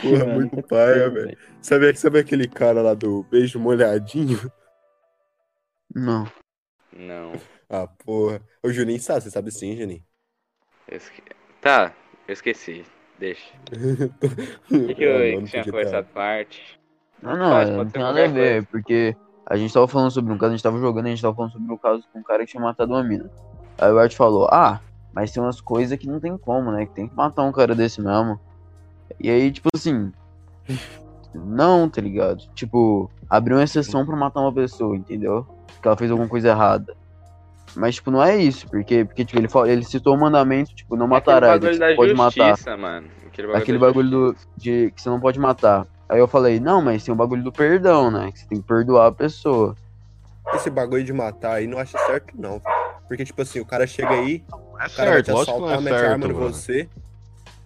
E: Porra,
A: Mano,
E: muito
A: que
E: paia,
A: feio,
E: velho. Sabe, sabe aquele cara lá do beijo molhadinho? <laughs>
D: Não.
B: Não.
E: Ah, porra. O Juninho sabe, você sabe sim, Juninho.
B: eu esque- Tá, eu esqueci. Deixa. O que, que
E: Ah,
B: eu
E: mano,
B: tinha
E: podia
B: conversado
E: ter-
B: com a arte?
D: Não, não,
B: Faz,
D: é,
B: pode
D: não
B: ser
D: tem nada a
B: qualquer
D: ver, porque a gente tava falando sobre um caso, a gente tava jogando, a gente tava falando sobre um caso com um cara que tinha matado uma mina. Aí o Art falou, ah, mas tem umas coisas que não tem como, né? Que tem que matar um cara desse mesmo. E aí, tipo
B: <laughs>
D: assim. Não, tá ligado? Tipo, abriu uma exceção pra matar uma pessoa, entendeu? Que ela fez alguma coisa errada. Mas, tipo, não é isso, porque, porque tipo, ele, falou, ele citou o mandamento, tipo,
B: É
D: não matará,
B: Aquele um bagulho da
D: pode matar
B: justiça, mano. Aquele bagulho,
D: aquele
B: da
D: bagulho do, de que você não pode matar. Aí eu falei, não, mas tem o bagulho do perdão, né? Que você tem que perdoar a pessoa.
E: Esse bagulho de matar aí não acha certo, não. velho. Porque, tipo assim, o cara chega aí,
C: É
E: o cara vai te
C: certo, lógico que não
E: assaltar,
C: é
E: mete a arma
C: certo,
E: em
C: mano.
E: você.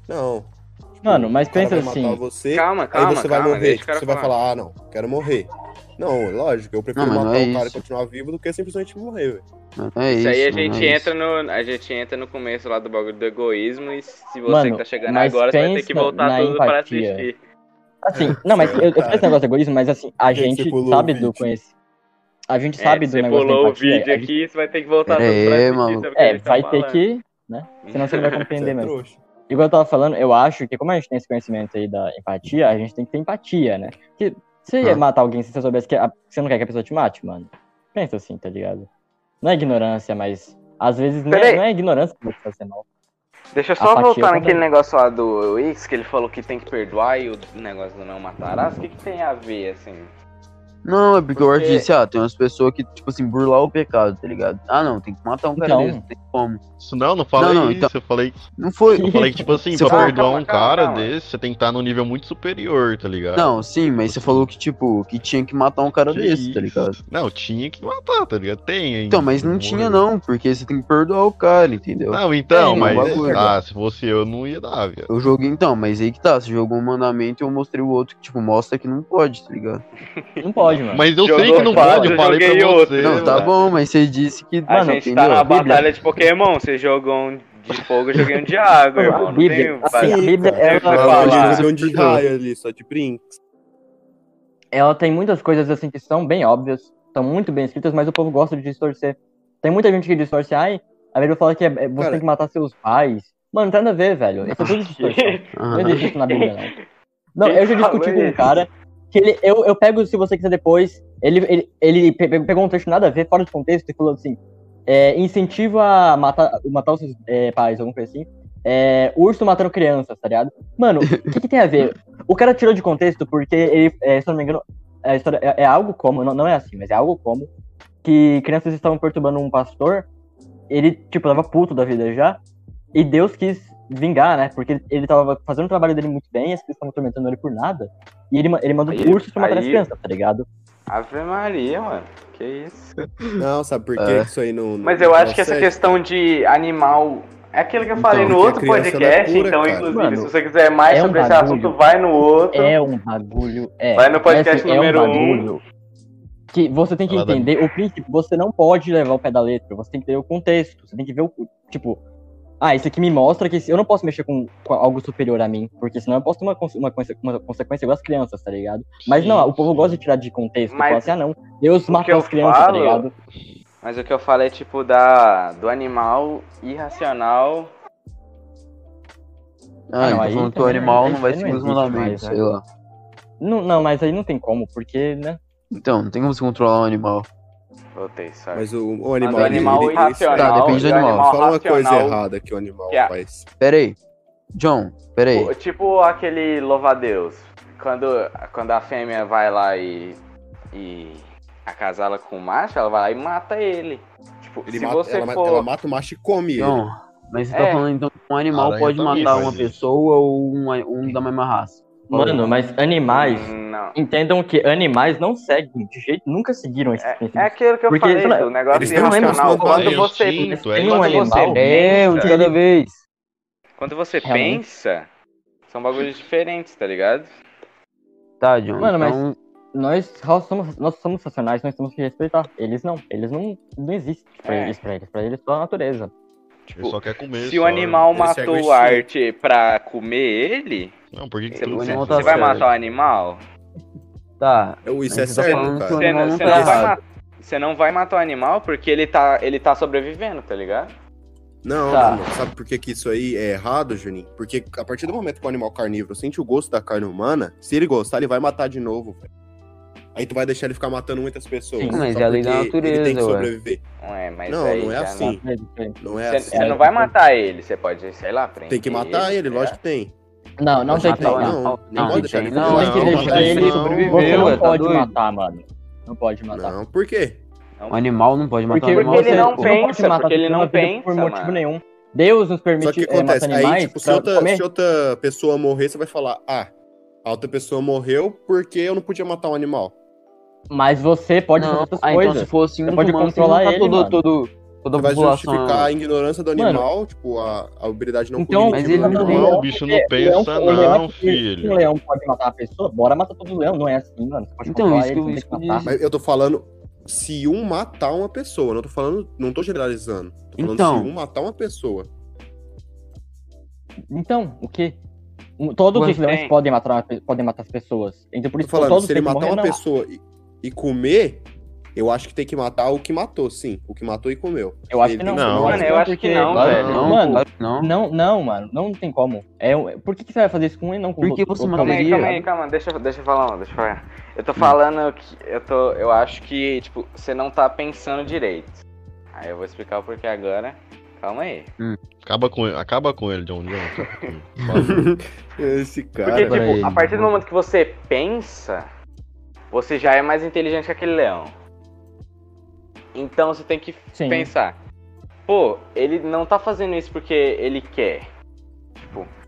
E: Não. Tipo,
A: Mano, mas
E: o cara
A: pensa
E: vai
A: assim.
E: matar você,
B: Calma,
E: aí
B: calma,
E: você vai
B: calma.
E: morrer.
B: deixa o
E: Tipo,
B: cara
E: você vai falar, ah, não, quero morrer. Não, lógico, eu prefiro
D: Não, mas não
E: matar
D: é
E: um cara e
D: isso.
E: continuar vivo do que simplesmente morrer, velho.
D: Não É isso,
B: Isso aí a
D: não é
B: gente
D: isso.
B: entra no. A gente entra no começo lá do bagulho do egoísmo e se você
A: Mano,
B: que tá chegando
A: mas
B: agora, você vai ter
A: pensa
B: que voltar
A: na
B: tudo para
A: empatia.
B: assistir.
A: Assim, não, mas eu, eu falei esse negócio de egoísmo, mas assim, a
E: Por que que
A: gente
E: você pulou
A: sabe
E: o
A: do
E: vídeo?
A: conhecimento. A gente
B: É,
A: sabe do
B: você
A: negócio da
B: pulou o
A: empatia.
B: vídeo
A: a gente-
B: aqui, você vai ter que voltar
D: Pera aí,
B: assistir,
D: maluco.
B: sabe o que
A: É,
B: ele tá
A: vai ter
B: falando.
A: que, né? Senão você não vai
E: Você
A: compreender
E: é
A: mesmo.
E: trouxa.
A: Igual eu tava falando, eu acho que como a gente tem esse conhecimento aí da empatia, a gente tem que ter empatia, né? Porque se ia
D: Ah.
A: matar alguém se você soubesse que a- que você não quer que a pessoa te mate, mano. Pensa assim, tá ligado? Não é ignorância, mas às vezes não é,
B: Peraí.
A: não é ignorância que você faz mal.
B: Deixa eu
A: A
B: só
A: fatia
B: voltar
A: também.
B: naquele negócio lá do Wix, que ele falou que tem que perdoar e o negócio do não matarás. O que, que tem a ver, assim?
D: Não, é porque, eu acho
B: Porque-
D: disso, ah, tem umas pessoas que, tipo assim, burlar o pecado, tá ligado? Ah, não, tem que matar um cara
A: Então.
D: desse, não tem como.
C: Isso não, não falei
D: Não, não, então-
C: isso. Eu falei,
D: Não foi.
C: eu falei que, tipo assim,
D: Você
C: pra
D: falou-
C: perdoar
B: Calma,
C: um
B: calma,
C: cara
B: calma.
C: desse, você tem que estar num nível muito superior, tá ligado?
D: Não, sim, mas você falou que, tipo, que tinha que matar um cara
C: Que
D: desse, tá
C: isso.
D: ligado?
C: Não, tinha que matar, tá ligado? Tem ainda.
D: Então, mas não
B: um
C: Morreu.
D: tinha não, porque você tem que perdoar o cara, entendeu?
C: Não, então,
D: Tem,
C: mas.
D: o bagulho.
C: Ah, se fosse eu, não ia dar, velho.
D: Eu joguei então, mas aí que tá, você jogou um mandamento e eu mostrei o outro que, tipo, mostra que não pode, tá ligado?
A: Não pode, mano.
C: Mas eu
B: Jogou
C: sei que não
B: fora,
C: pode, eu
B: eu
C: falei
B: joguei
C: pra
B: outro.
C: você.
D: Não, tá
B: mano.
D: bom, mas você disse que,
B: A
D: mano,
B: gente tá
D: entendeu?
B: na
A: Bíblia.
B: batalha de Pokémon, você jogou um de fogo, eu joguei um de
A: <laughs>
B: água, irmão.
A: a
B: Não
A: Bíblia,
B: tem
A: assim, a
B: vai-
A: Bíblia,
B: tem o que
A: ela,
B: falar.
E: um de raio ali, só de brinco.
A: ela tem muitas coisas assim que são bem óbvias, estão muito bem escritas, mas o povo gosta de distorcer. Tem muita gente que distorce, ai, a Bíblia fala que é- é- você
E: Cara.
A: tem que matar seus pais. Mano, não tem nada a ver, velho. Isso é tudo distorção. Não
D: Aham.
A: existe isso na Bíblia, não. Não,
B: Quem
A: eu já
B: falou
A: discuti com um
B: isso?
A: cara que ele, eu, eu pego, se você quiser depois, ele, ele, ele pe- pe- pegou um texto nada a ver, fora de contexto, e falou assim, é, incentivo a matar, matar os seus é, pais, alguma coisa assim, é, urso matando crianças, tá ligado? Mano, o que, que tem a ver? O cara tirou de contexto porque ele, é, se eu não me engano, a história é, é algo como, não, não é assim, mas é algo como, que crianças estavam perturbando um pastor, ele, tipo, tava puto da vida já, e Deus quis vingar, né? Porque ele, ele tava fazendo o trabalho dele muito bem, as crianças estavam tormentando ele por nada. E ele, ma- ele mandou
B: Aí-
A: ursos pra matar as
B: aí-
A: crianças, tá ligado?
B: Ave Maria, mano. Que isso.
E: Não, sabe por
D: É.
E: que isso aí não. não-
B: Mas eu
E: não
B: acho que essa
E: procede?
B: questão de animal. É aquilo que eu falei
E: Então,
B: no
E: porque
B: outro
E: a criança, ela é
B: podcast,
E: pura,
B: então,
E: cara.
B: inclusive,
A: Mano,
B: se você quiser mais
A: é um
B: sobre esse
A: bagulho.
B: assunto, vai no outro.
A: É um bagulho. É,
B: Vai no podcast
A: mas, assim,
B: número
A: é
B: um.
A: um bagulho Que você tem que
C: Fala, Dani.
A: entender o princípio. Você não pode levar o pé da letra, você tem que ter o contexto. Você tem que ver o. Tipo, ah, isso aqui me mostra que eu não posso mexer com, com algo superior a mim, porque senão eu posso ter uma, conse- uma, conse- uma consequência igual as crianças, tá ligado? Mas não, o povo gosta de tirar de contexto.
B: Mas
A: fala assim, ah, não. Deus
B: que
A: mata
B: eu
A: as crianças, tá
B: falo-
A: ligado?
B: Mas o que eu falo é tipo da do animal irracional.
D: Ah,
A: não,
D: então
A: aí
D: falando que o
A: também
D: animal
A: não-
D: não vai
A: aí
D: seguir
A: não
D: os
A: existe
D: mandamentos,
A: mais, né?
D: sei lá.
A: Não, não, mas aí não tem como, porque, né?
D: Então, não tem como você controlar um animal.
B: Voltei, sorry.
E: Mas o, o
B: Mas
E: animal.
B: o animal
E: ele- ele-
B: irracional.
D: Tá, depende do
B: e o
D: animal.
E: Fala uma coisa
B: racional,
E: errada que o animal
B: que é-
E: faz.
D: Pera aí. John, pera aí.
B: tipo- Tipo aquele louva-a-Deus. Quando, quando a fêmea vai lá e, e acasala com o macho, ela vai lá e mata ele. Tipo,
E: Ele
B: se
E: mata,
B: você
E: ela, ma-
B: for.
E: ela mata o macho e come ele.
D: John, mas você tá
B: É.
D: falando então que um animal
C: Aranha
D: pode
C: também
D: matar
C: faz
D: uma
C: isso.
D: pessoa ou um, um da mesma raça?
A: Mano, mas animais.
B: Não.
A: Entendam que animais não seguem, de jeito nenhum seguiram esse
B: É,
A: princípio.
B: é aquilo que eu
A: Porque,
B: falei,
A: sei lá,
B: do negócio
E: eles um não
B: irracional.
E: lembram,
B: Quando
C: é
B: você,
C: instinto, é
A: um
B: quando você
A: instinto.
D: É, um de
B: pensa,
D: cada vez.
B: quando você
A: Realmente.
B: pensa, são bagulhos diferentes, tá ligado?
D: Tá, John.
A: Mano, mas-
D: então,
A: Nós só somos, nós somos racionais, nós temos que respeitar. Eles não, eles não, não existem pra
B: É.
A: eles, pra eles, pra eles só a natureza.
C: Ele só quer comer.
B: Se o
C: só.
B: animal
E: Ele segue o
B: matou
E: instinto.
B: a arte pra comer ele,
C: Não, por que que
B: você,
C: tu-
D: o
B: você-
D: animal tá
B: você vai
D: certo.
B: matar o animal?
D: tá.
E: Eu- Isso é
D: Mas você tá
E: certo,
D: falando que
E: cara.
D: o
B: Você
D: animal
B: não,
D: não
B: você
D: tá
B: não vai
D: errado.
B: matar. Você não vai matar o animal porque ele tá, ele tá sobrevivendo, tá ligado?
E: Não,
D: Tá.
E: não, não. Sabe por que, que isso aí é errado, Juninho? Porque a partir do momento que o animal carnívoro sente o gosto da carne humana, se ele gostar, ele vai matar de novo. velho. Aí tu vai deixar ele ficar matando muitas pessoas.
D: Sim, mas
E: só
D: é a lei da
E: porque Ele tem que
D: natureza, ué.
E: sobreviver.
B: Não é, mas
E: não,
B: aí
E: não é
B: já
E: assim.
A: Mas, é,
E: Não, é
B: Você,
E: assim.
B: você não vai matar ele, você pode, sei lá, prender
E: Tem que matar ele,
B: tá
E: lógico que tem.
A: Não, não tem que
E: Não,
A: matar.
E: não, não,
D: não,
E: pode deixar ele
D: não,
E: ficar
A: tem que
E: matando,
A: deixar ele
E: não,
D: sobreviver,
A: Você
D: ué,
A: não
D: tá
A: pode
D: doido?
A: matar, mano. Não pode matar.
E: Não, por quê?
D: O Um animal não pode matar
A: Porque,
D: um
B: Porque
D: animal.
B: ele
A: você
B: não
A: pode
B: pensa,
A: matar
B: porque ele
A: tudo
B: não
A: na vida por
B: pensa,
A: motivo
B: mano.
A: nenhum. Deus nos
E: Só que
A: permite
E: o que
A: é, matar
E: acontece, aí,
A: animais
E: tipo, se
A: pra
E: outra,
A: comer.
E: se outra pessoa morrer, você vai falar, ah, a outra pessoa morreu porque eu não podia matar um animal.
A: Mas você pode fazer
D: não.
A: outras
D: Ah, então
A: coisas.
D: se fosse um
A: Você pode
D: humano, você
A: controlar
D: mata
A: ele,
D: todo,
A: mano.
D: todo, toda
E: Você
D: a
E: vai
D: população.
E: justificar a ignorância do
A: Mano.
E: animal, tipo, a, a habilidade não
A: Então,
D: mas
E: cognitiva
D: ele
E: do
D: não
E: animal.
C: Não, o bicho não pensa,
A: o leão é
C: não,
A: que- Um
C: filho.
A: leão pode matar a pessoa, bora matar todo leão, não é assim, mano. Você pode
D: Então,
A: controlar
D: isso que
A: ele,
D: eu-
A: você
D: isso
A: tem que
D: que eu
A: matar.
E: Mas eu tô falando se um matar uma pessoa, não tô falando, não tô generalizando. Tô falando
D: Então.
E: se um matar uma pessoa.
A: Então, o quê? Um- Todos
B: Ué,
A: os leões
B: tem.
A: podem matar, uma pe- podem matar as pessoas. Então, por
E: Tô
A: isso que
E: falando,
A: todos
E: se ele
A: têm que
E: matar
A: morrer,
E: uma
A: não.
E: pessoa e, e comer, eu acho que tem que matar o que matou, sim. O que matou e comeu.
A: Eu acho
E: Ele
A: que
E: tem
A: não.
C: que ser
A: eu
C: morto.
A: acho
B: Mano, eu acho
A: porque-
B: que não,
D: Claro,
B: velho.
D: que não,
A: Mano,
D: claro que <laughs> não.
A: Não, não, mano, não tem como. É, um- por que, que você vai fazer isso com um e não com
D: Por
A: o
D: que
A: outro?
D: você
A: Outro
B: Calma aí,
D: Poderia.
B: calma aí, calma, deixa, eu- deixa eu falar, deixa eu falar. Eu tô falando que eu tô, eu acho que, tipo, você não tá pensando direito. Aí eu vou explicar o porquê agora. Calma aí.
C: Acaba com ele, acaba com ele, John. John. acaba com ele. Fala.
E: Esse cara.
B: Porque, tipo,
A: peraí,
B: a partir do
A: mano.
B: momento que você pensa, Você já é mais inteligente que aquele leão. Então você tem que
A: Sim.
B: pensar. Pô, ele não tá fazendo isso porque ele quer.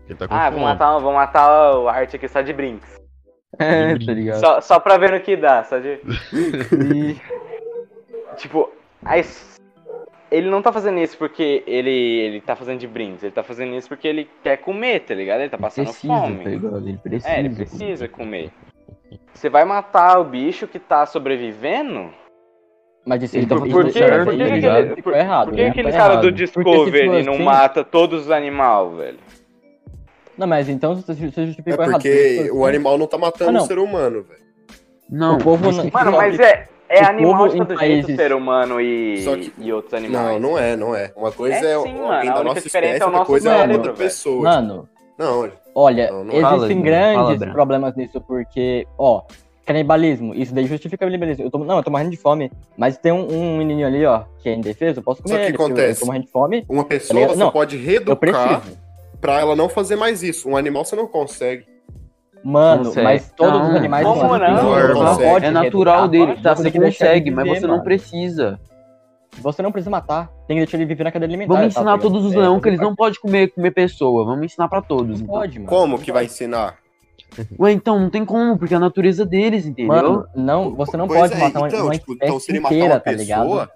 C: Ele tá com
B: Ah, vou
C: fome.
B: matar, vou matar o Art aqui só de brinks.
A: É, tá ligado?
B: Só, só pra ver no que dá, só de.
A: E-
B: Tipo, aí s- ele não tá fazendo isso porque ele, ele tá fazendo de brindes, ele tá fazendo isso porque ele quer comer, tá ligado? Ele tá passando fome.
N: tá ligado? Ele precisa.
B: É, ele precisa comer. Você vai matar o bicho que tá sobrevivendo?
A: Mas isso
N: Ele
A: ele tá
N: tá
B: Por que,
N: certo,
B: por que,
N: tá
B: aquele-
N: ligado?
B: por-
A: Ficou errado,
B: por que
A: né?
B: aquele
A: Tá
B: cara do
A: errado. Porque se for
B: Discovery não
A: assim-
B: mata todos os animais, velho?
A: Não, mas então você você justificou
E: É
A: errado.
E: porque o animal não tá
A: Ah,
E: matando
A: não.
E: o ser humano, velho.
D: Não,
A: O povo
D: mas
A: não-
D: que-
B: Mano,
A: Só
B: mas
A: que-
B: é, é
A: o
B: animal
A: povo
B: de
A: em
B: todo
A: países-
B: jeito, ser humano e,
E: Só que-
B: e outros
E: Não,
B: animais.
E: não é, não é. Uma coisa
B: É
E: é,
B: sim, mano,
E: alguém
B: a
E: da
B: única
E: nossa
B: diferença
E: espécie,
B: é o
E: outra
B: nosso
E: coisa é
B: cérebro,
E: outra
B: velho.
E: pessoa.
A: Mano,
E: Não, olha.
A: olha,
E: Não, não
N: fala,
A: existem
N: Bruno, fala,
A: grandes
N: Bruno.
A: problemas nisso, porque, ó, canibalismo, isso daí justifica o canibalismo. Eu tô, não, eu tô morrendo de fome, mas tem um, um menininho ali, ó, que é indefeso, eu posso comer
E: Só que
A: ele, porque eu-
E: acontece.
A: Eu tô morrendo de fome,
E: Uma
A: Tá
E: pessoa
A: ligado?
E: você
A: Não,
E: pode
A: eu
E: reeducar
A: preciso.
E: pra ela não fazer mais isso. Um animal você não consegue.
A: Mano,
O: Consegue.
A: mas todos os
D: Ah, Não.
A: animais...
B: Como
A: são assim,
B: não?
A: você
E: Não, consegue.
A: pode
D: É
A: reeducar,
D: natural dele,
A: você
D: tá?
A: tem
D: Você
A: que deixar ele
D: consegue, mas
A: viver,
D: você não
A: mano. Tá,
D: precisa.
A: Você não precisa matar, tem que deixar ele viver na cadeia alimentar.
D: Vamos
A: e tal,
D: ensinar
A: tá ligado?
D: todos os
A: É,
D: leões que
A: fazer
D: eles não podem comer, comer pessoa. Vamos ensinar pra todos.
A: parte.
D: Então.
A: Pode, mano.
E: Como que vai ensinar?
D: Ué, então, não tem como, porque é a natureza deles, entendeu?
A: Mano, não, você não
E: Pois
A: pode
E: é,
A: matar uma,
E: então,
A: uma
E: tipo,
A: espécie
E: então, se ele matar
A: inteira,
E: uma
A: tá ligado?
E: pessoa,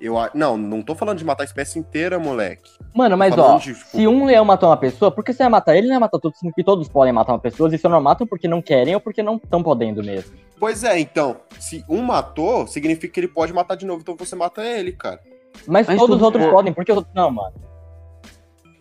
E: eu a- não, não tô falando de matar a espécie inteira, moleque.
A: Mano, mas
E: falando
A: ó,
E: de, tipo-
A: se um leão matou uma pessoa, por que você vai matar ele? Não vai matar todos, sendo que todos podem matar uma pessoa, e só não matam porque não querem ou porque não estão podendo mesmo.
E: Pois é, então, se um matou, significa que ele pode matar de novo, então você mata ele, cara.
A: Mas,
D: Mas
A: todos os
D: tu-
A: outros
D: é.
A: podem, porque os outros não, mano.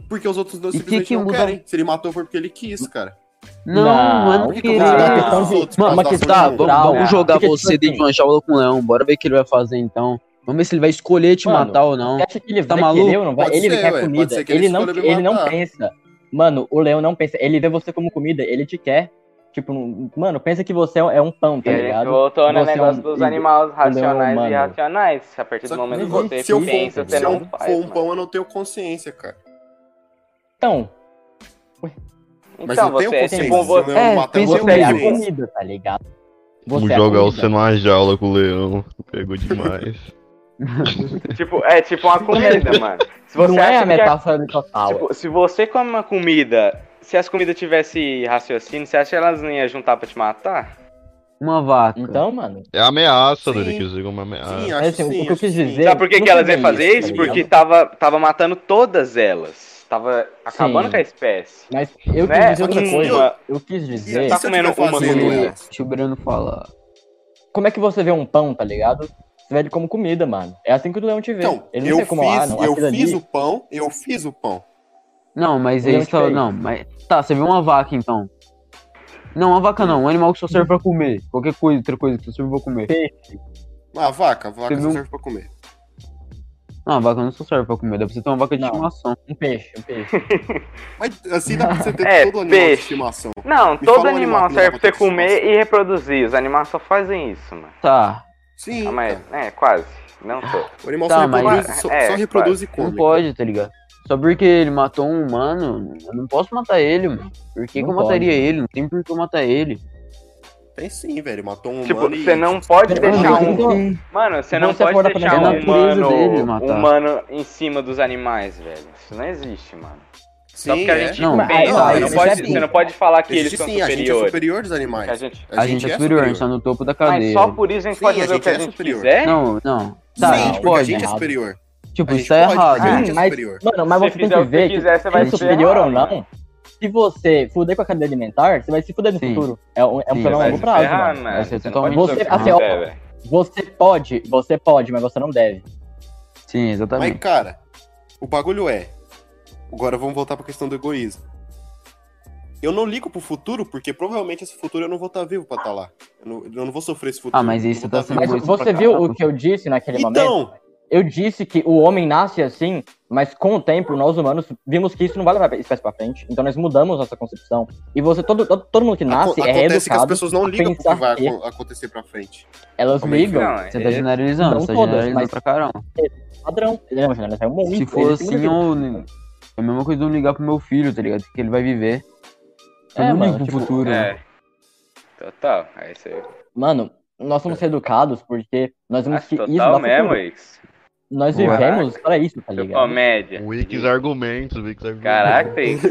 E: Porque os outros dois
D: E que
E: simplesmente
D: que
E: não
D: muda?
E: querem. Se ele matou foi porque ele quis, cara.
D: não,
A: não,
D: não é não
E: Por que, que eu
D: querer.
E: vou
A: Não,
E: jogar
A: questão
E: todos Ah, os
A: de-
E: outros?
D: Mano,
E: pra
A: mas
E: dar
A: questão-
D: Tá, vamos,
E: sorte no outro?
A: moral,
D: vamos
A: né?
D: jogar
A: Porque, tipo
D: você dentro de
A: assim-
D: uma jaula com o leão. Bora ver o que ele vai fazer então. Vamos ver se ele vai escolher te
A: Mano,
D: matar ou não.
A: Você acha que ele
D: Tá
A: vai
D: maluco?
A: querer ou não vai?
E: Pode
A: Ele
E: ser,
A: quer
E: ué, pode
A: comida,
E: ser que
A: ele,
E: ele
A: não,
E: escolha me
A: ele não
E: matar.
A: pensa. Mano, o leão não pensa, ele vê você como comida, ele te quer. Tipo, um- mano, pensa que você é um pão, tá
B: Ele
A: ligado?
B: voltou
A: Você
B: no
A: é um-
B: negócio dos
A: ele-
B: animais racionais
A: humano.
B: e irracionais. A partir
E: Só
B: do
E: que
B: momento que
A: não
B: você
E: Se eu for,
B: pensa, você
E: se eu
B: não
E: for
B: faz.
E: um
B: mano.
E: pão, eu não tenho consciência, cara.
A: Então,
E: Mas
B: Então,
E: eu tenho
B: você
E: né?
B: é
E: consciência.
B: tipo um
E: se eu
B: você.
D: É,
E: matar,
D: pensa
E: eu
A: você
E: tenho
A: é a
E: consciência.
A: comida, tá ligado?
C: Vou
A: é a
C: jogar
B: né?
A: comida.
C: você numa jaula com o leão. Pegou demais.
B: Tipo, é tipo uma comida, mano. Se você
A: Não é
B: acha
A: a
B: que a
A: metáfora do total.
B: Tipo, se você come uma comida, se as comidas tivesse raciocínio, você acha que elas não iam juntar pra te matar?
D: Uma vaca.
A: Então, mano.
C: <laughs> É ameaça,
E: Sim.
C: né? Quer dizer, uma ameaça.
E: Sim,
A: É
E: acho
A: assim, o
E: sim,
A: que eu
E: acho
A: quis
E: sim.
A: dizer-
B: Sabe por que,
A: não
B: que elas
A: tem
B: iam fazer
A: isso,
B: isso?
A: tá
B: Porque tava, tava matando todas elas. Tava acabando
A: Sim.
B: com a espécie.
A: Mas eu quis
B: Né?
A: dizer
E: Só
A: outra
E: que
A: coisa.
B: uma-
A: Eu quis
E: E se eu
A: dizer.
B: Tá
E: tiver
B: comendo uma
E: fazendo
B: comida.
A: né?
E: ela?
D: Deixa o Breno falar.
A: Como é que você vê um pão, tá ligado? Você vê ele como comida, mano. É assim que o leão te vê.
E: Então,
A: ele não
E: eu
A: vê como ah,
E: fiz,
A: não.
E: eu
A: aquilo ali-
E: fiz o pão, eu fiz o pão.
D: Não, mas
A: Leão
D: aí você tá.
A: é diferente.
D: Não, mas. Tá, você viu uma vaca então. Não, uma vaca não, um animal que só serve pra comer. Qualquer coisa, outra coisa que só serve pra comer.
E: Ah, vaca, vaca
D: Teve
E: só
D: um-
E: serve pra comer.
D: Não, a vaca não só serve pra comer, dá pra você ter uma vaca de
A: Não.
D: estimação.
A: Um peixe, um
B: <laughs>
A: peixe.
E: Mas assim dá pra você ter
B: É,
E: todo animal
B: peixe.
E: de estimação.
B: Não,
E: Me
B: todo
E: fala um
B: animal,
E: animal que
B: serve pra
E: não
B: você
E: dá pra ter
B: comer e reproduzir. Os animais só fazem isso, mano.
D: Tá.
E: Sim,
B: Ah, mas,
E: cara.
B: é, quase. Não tô.
E: o animal
D: Tá,
E: só,
D: mas-
E: reproduz, só,
B: é,
E: só reproduz e
D: Não
E: come.
D: pode, tá ligado? Só porque ele matou um humano, eu não posso matar ele, mano. Por que,
A: Não
D: que eu
A: pode.
D: mataria ele? Não tem por que eu matar ele.
E: Tem sim, velho. Matou um
B: Tipo,
E: humano e-
B: você não pode
A: Mas
B: deixar
A: não
B: um.
A: tem-
B: Mano, você não
A: Mas se
B: pode
A: for da
B: deixar
D: pandemia,
B: um
D: é natureza
B: humano,
D: dele matar.
B: humano em cima dos animais, velho. Isso não existe, mano.
E: Sim,
B: Só porque a
E: é.
B: gente
D: Ah, Não,
B: não,
A: mas-
E: não,
B: você, não
E: existe
B: pode,
E: sim.
B: você não pode falar que
E: Existe
B: eles são
E: sim, a gente é
B: superiores.
E: superior dos
B: Que a
E: animais.
B: gente-
D: A, gente, é superior, a gente tá no topo da
B: Mas
D: cadeia.
B: só por isso a gente
E: Sim,
B: pode
E: a
B: fazer o
E: gente
B: que a
E: é
B: gente
E: superior.
B: quiser?
D: Não, não.
E: Tá,
D: Tá,
E: sim,
D: a
E: porque
D: gente pode.
E: a gente é
A: errado.
E: superior.
D: Tipo,
E: a gente
D: isso tá
E: pode,
D: errado.
E: porque a gente é
A: mas-
E: superior.
A: Mano,
B: Se
A: mas você tem
B: fizer
A: que
B: o que
A: ver
B: quiser, você
A: que
B: vai
A: se
D: ser
A: superior ou
B: errado,
A: não. Se você fuder com a cadeia alimentar, você vai se fuder no
D: Sim.
A: futuro. É um, é um
D: Sim,
A: problema a
B: Vai
A: longo
B: se
A: prazo,
B: ferrar,
A: mano.
B: mano.
D: Vai ser
B: Você um não
D: totalmente
B: pode
A: você-
B: fazer o que
A: assim, ó,
B: quiser, velho.
A: Você pode, você pode, mas você não deve.
D: Sim,
E: Mas,
D: exatamente.
E: cara, o bagulho é. Agora vamos voltar pra questão do egoísmo. Eu não ligo pro futuro, porque provavelmente esse futuro eu não vou estar vivo pra estar lá. Eu não, eu não vou sofrer esse futuro.
D: Ah, mas
E: eu não
D: isso
E: vou
D: tá
E: tá
D: sendo um
E: vivo.
A: Mas
D: egoísta
A: você
D: pra
A: viu
D: caralho.
A: o que eu disse naquele momento?
E: Então,
D: né?
A: Eu disse que o homem nasce assim, mas com o tempo, nós humanos vimos que isso não vai levar a espécie pra frente. Então nós mudamos nossa concepção. E você, todo, todo, todo mundo que nasce
E: aco-
A: é
E: acontece que as
A: educado.
E: pessoas não
A: a
E: ligam pro que
A: pensar
E: vai
D: é.
A: que-
E: aco- acontecer pra frente.
A: Elas
E: Como é que
A: ligam.
B: Não,
D: Você tá
B: é-
D: generalizando,
A: Não
D: você tá
A: todas,
D: generalizando
A: mas-
D: pra caramba.
A: Padrão. Não, mas elas saiu muito.
D: Se for
A: eles têm
D: assim,
A: muito-
D: eu... é a mesma coisa de eu ligar pro meu filho, tá ligado? Que ele vai viver. Eu
A: É,
D: não
A: mano,
D: ligo pro
A: tipo,
D: futuro. né?
B: É. Total. É isso aí.
A: Mano, nós somos educados porque nós vemos que isso dá
B: total mesmo, Tipo,
A: futuro.
B: Wix.
A: Nós
B: Caraca.
A: vivemos para isso, tá
B: Seu
A: ligado?
B: comédia.
C: Um Wix argumentos, Wix argumentos.
B: Caraca, Wix.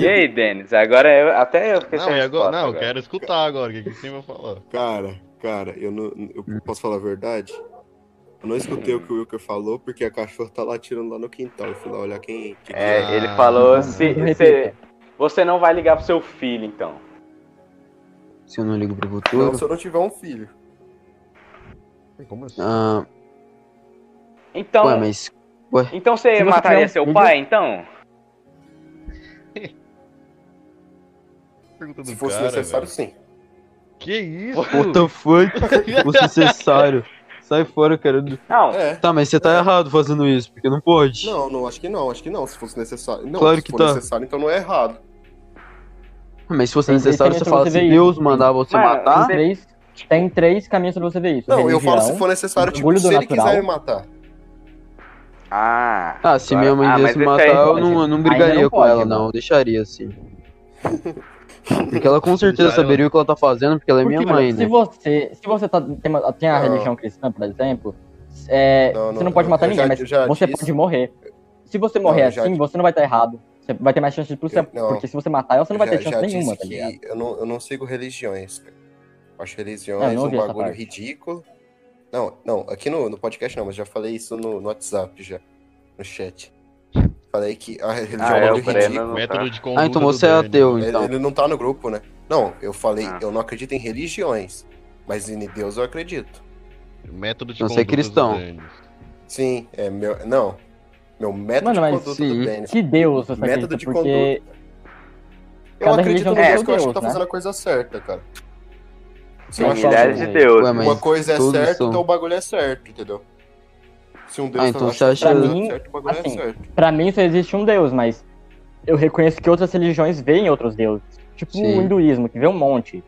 B: E aí, Denis? Agora eu, até eu fiquei
C: Não,
B: sem
C: e agora,
B: resposta
C: não, eu quero escutar agora, o que, que você vai falar?
E: Cara, cara, eu não. Eu posso falar a verdade? Eu não escutei o que o Wilker falou, porque a cachorra tá lá tirando lá no quintal. Eu fui lá olhar quem. que que
B: É,
C: Ah.
B: ele falou se,
A: Repita.
B: se- você não vai ligar pro seu filho, então.
D: Se eu não ligo pro
P: Não,
D: futuro.
P: se eu não tiver um filho.
C: Como assim?
D: Ah,
B: Então,
D: ué, mas.
B: então você
Q: Se você
B: mataria
Q: tiver um
B: seu
Q: filho-
B: pai, então?
C: Pergunta
P: Se
C: do
P: fosse
C: cara,
P: necessário,
C: velho.
P: sim.
C: Que isso?
D: What the <laughs> fuck? Você necessário. Sai fora, cara.
B: Não,
E: É.
D: Tá, mas você tá errado fazendo isso, porque não pode.
P: Não, não, acho que não, acho que não, se fosse necessário. Não,
D: Claro
P: se
D: que
P: for
D: tá.
P: necessário, então não é errado.
D: Ah, Mas se fosse
A: Tem
D: necessário,
A: três caminhos
D: você fala
A: pra você
D: assim,
A: ver
D: Deus
A: isso.
D: mandar você
B: Mano,
D: matar.
A: Tem três, tem três caminhos pra você ver isso.
P: Não, eu falo
A: Religião,
P: se for necessário, tipo,
A: orgulho
P: se
A: do
P: ele
A: natural.
P: quiser me matar.
B: Ah,
D: Ah, se
B: agora-
D: minha mãe
B: Ah,
D: desse
B: mas
D: matar,
B: esse aí-
D: eu não, eu não brigaria
A: Ainda não
D: com
A: pode,
D: ela,
A: mano.
D: não. Eu deixaria assim. Porque ela com certeza
C: Já ela-
D: saberia o que ela tá fazendo, porque ela é
A: Porque,
D: minha
A: mano,
D: mãe,
A: Se
D: né?
A: você, se você tá, tem, uma- tem a
P: Não.
A: religião cristã, por exemplo, é,
P: Não,
A: você
P: não,
A: não pode
P: eu-
A: matar
P: eu já-
A: ninguém,
P: eu
A: mas
P: já
A: você
P: disse.
A: pode morrer. Se você
P: Não,
A: morrer
P: eu já
A: assim,
P: disse.
A: você não vai estar errado. Você vai ter mais chance de expulsão,
P: Eu- não.
A: porque se você matar ela, você não vai
P: Já-
A: ter
P: já
A: chance
P: disse
A: nenhuma, tá
P: que
A: ligado?
P: eu não, eu não sigo religiões, cara. Eu acho
A: Não,
P: religiões
A: Ah, eu não
P: um
A: ouvi essa
P: bagulho
A: parte.
P: ridículo. Não, não, aqui no, no podcast não, mas já falei isso no, no WhatsApp já, no chat. Falei que a religião
B: Ah,
P: é um
B: é, o
P: bagulho
B: Breno
P: ridículo.
B: não tá.
C: Método de conduta
D: Ah, então
C: do
D: você é
C: Dani.
D: ateu,
P: Ele,
D: então.
P: ele não tá no grupo, né? Não, eu falei,
B: Ah.
P: eu não acredito em religiões, mas em Deus eu acredito.
C: Método de
D: Então você é
C: conduta do
D: cristão.
C: Dani.
P: Sim, é meu. Não. Meu método
A: Mano,
P: de
A: mas
P: conduta
D: sim.
P: do Denis.
A: Que Deus você
P: Método
A: acredita,
P: de
A: porque...
P: Eu
A: cada
P: acredito
A: religião
P: no
A: tem
P: Deus
A: seu
P: que eu acho que
A: Deus,
P: tá
A: né?
P: fazendo a coisa certa, cara. Se eu
A: Mas
P: acho
A: ele
B: Milhares
A: é
P: que
B: de deuses.
D: Ué, mas
P: uma coisa é
D: todos
P: certa,
D: são.
P: então o bagulho é certo, entendeu? Se um Deus
D: Ah,
P: tá
D: então
P: lá
D: você
P: achando
D: acha-
P: que tá certo,
A: Pra mim,
P: o bagulho
A: assim,
P: é certo.
A: Pra mim só existe um Deus, mas eu reconheço que outras religiões veem outros deuses. Tipo
D: Sim.
A: o hinduísmo, que vê um monte.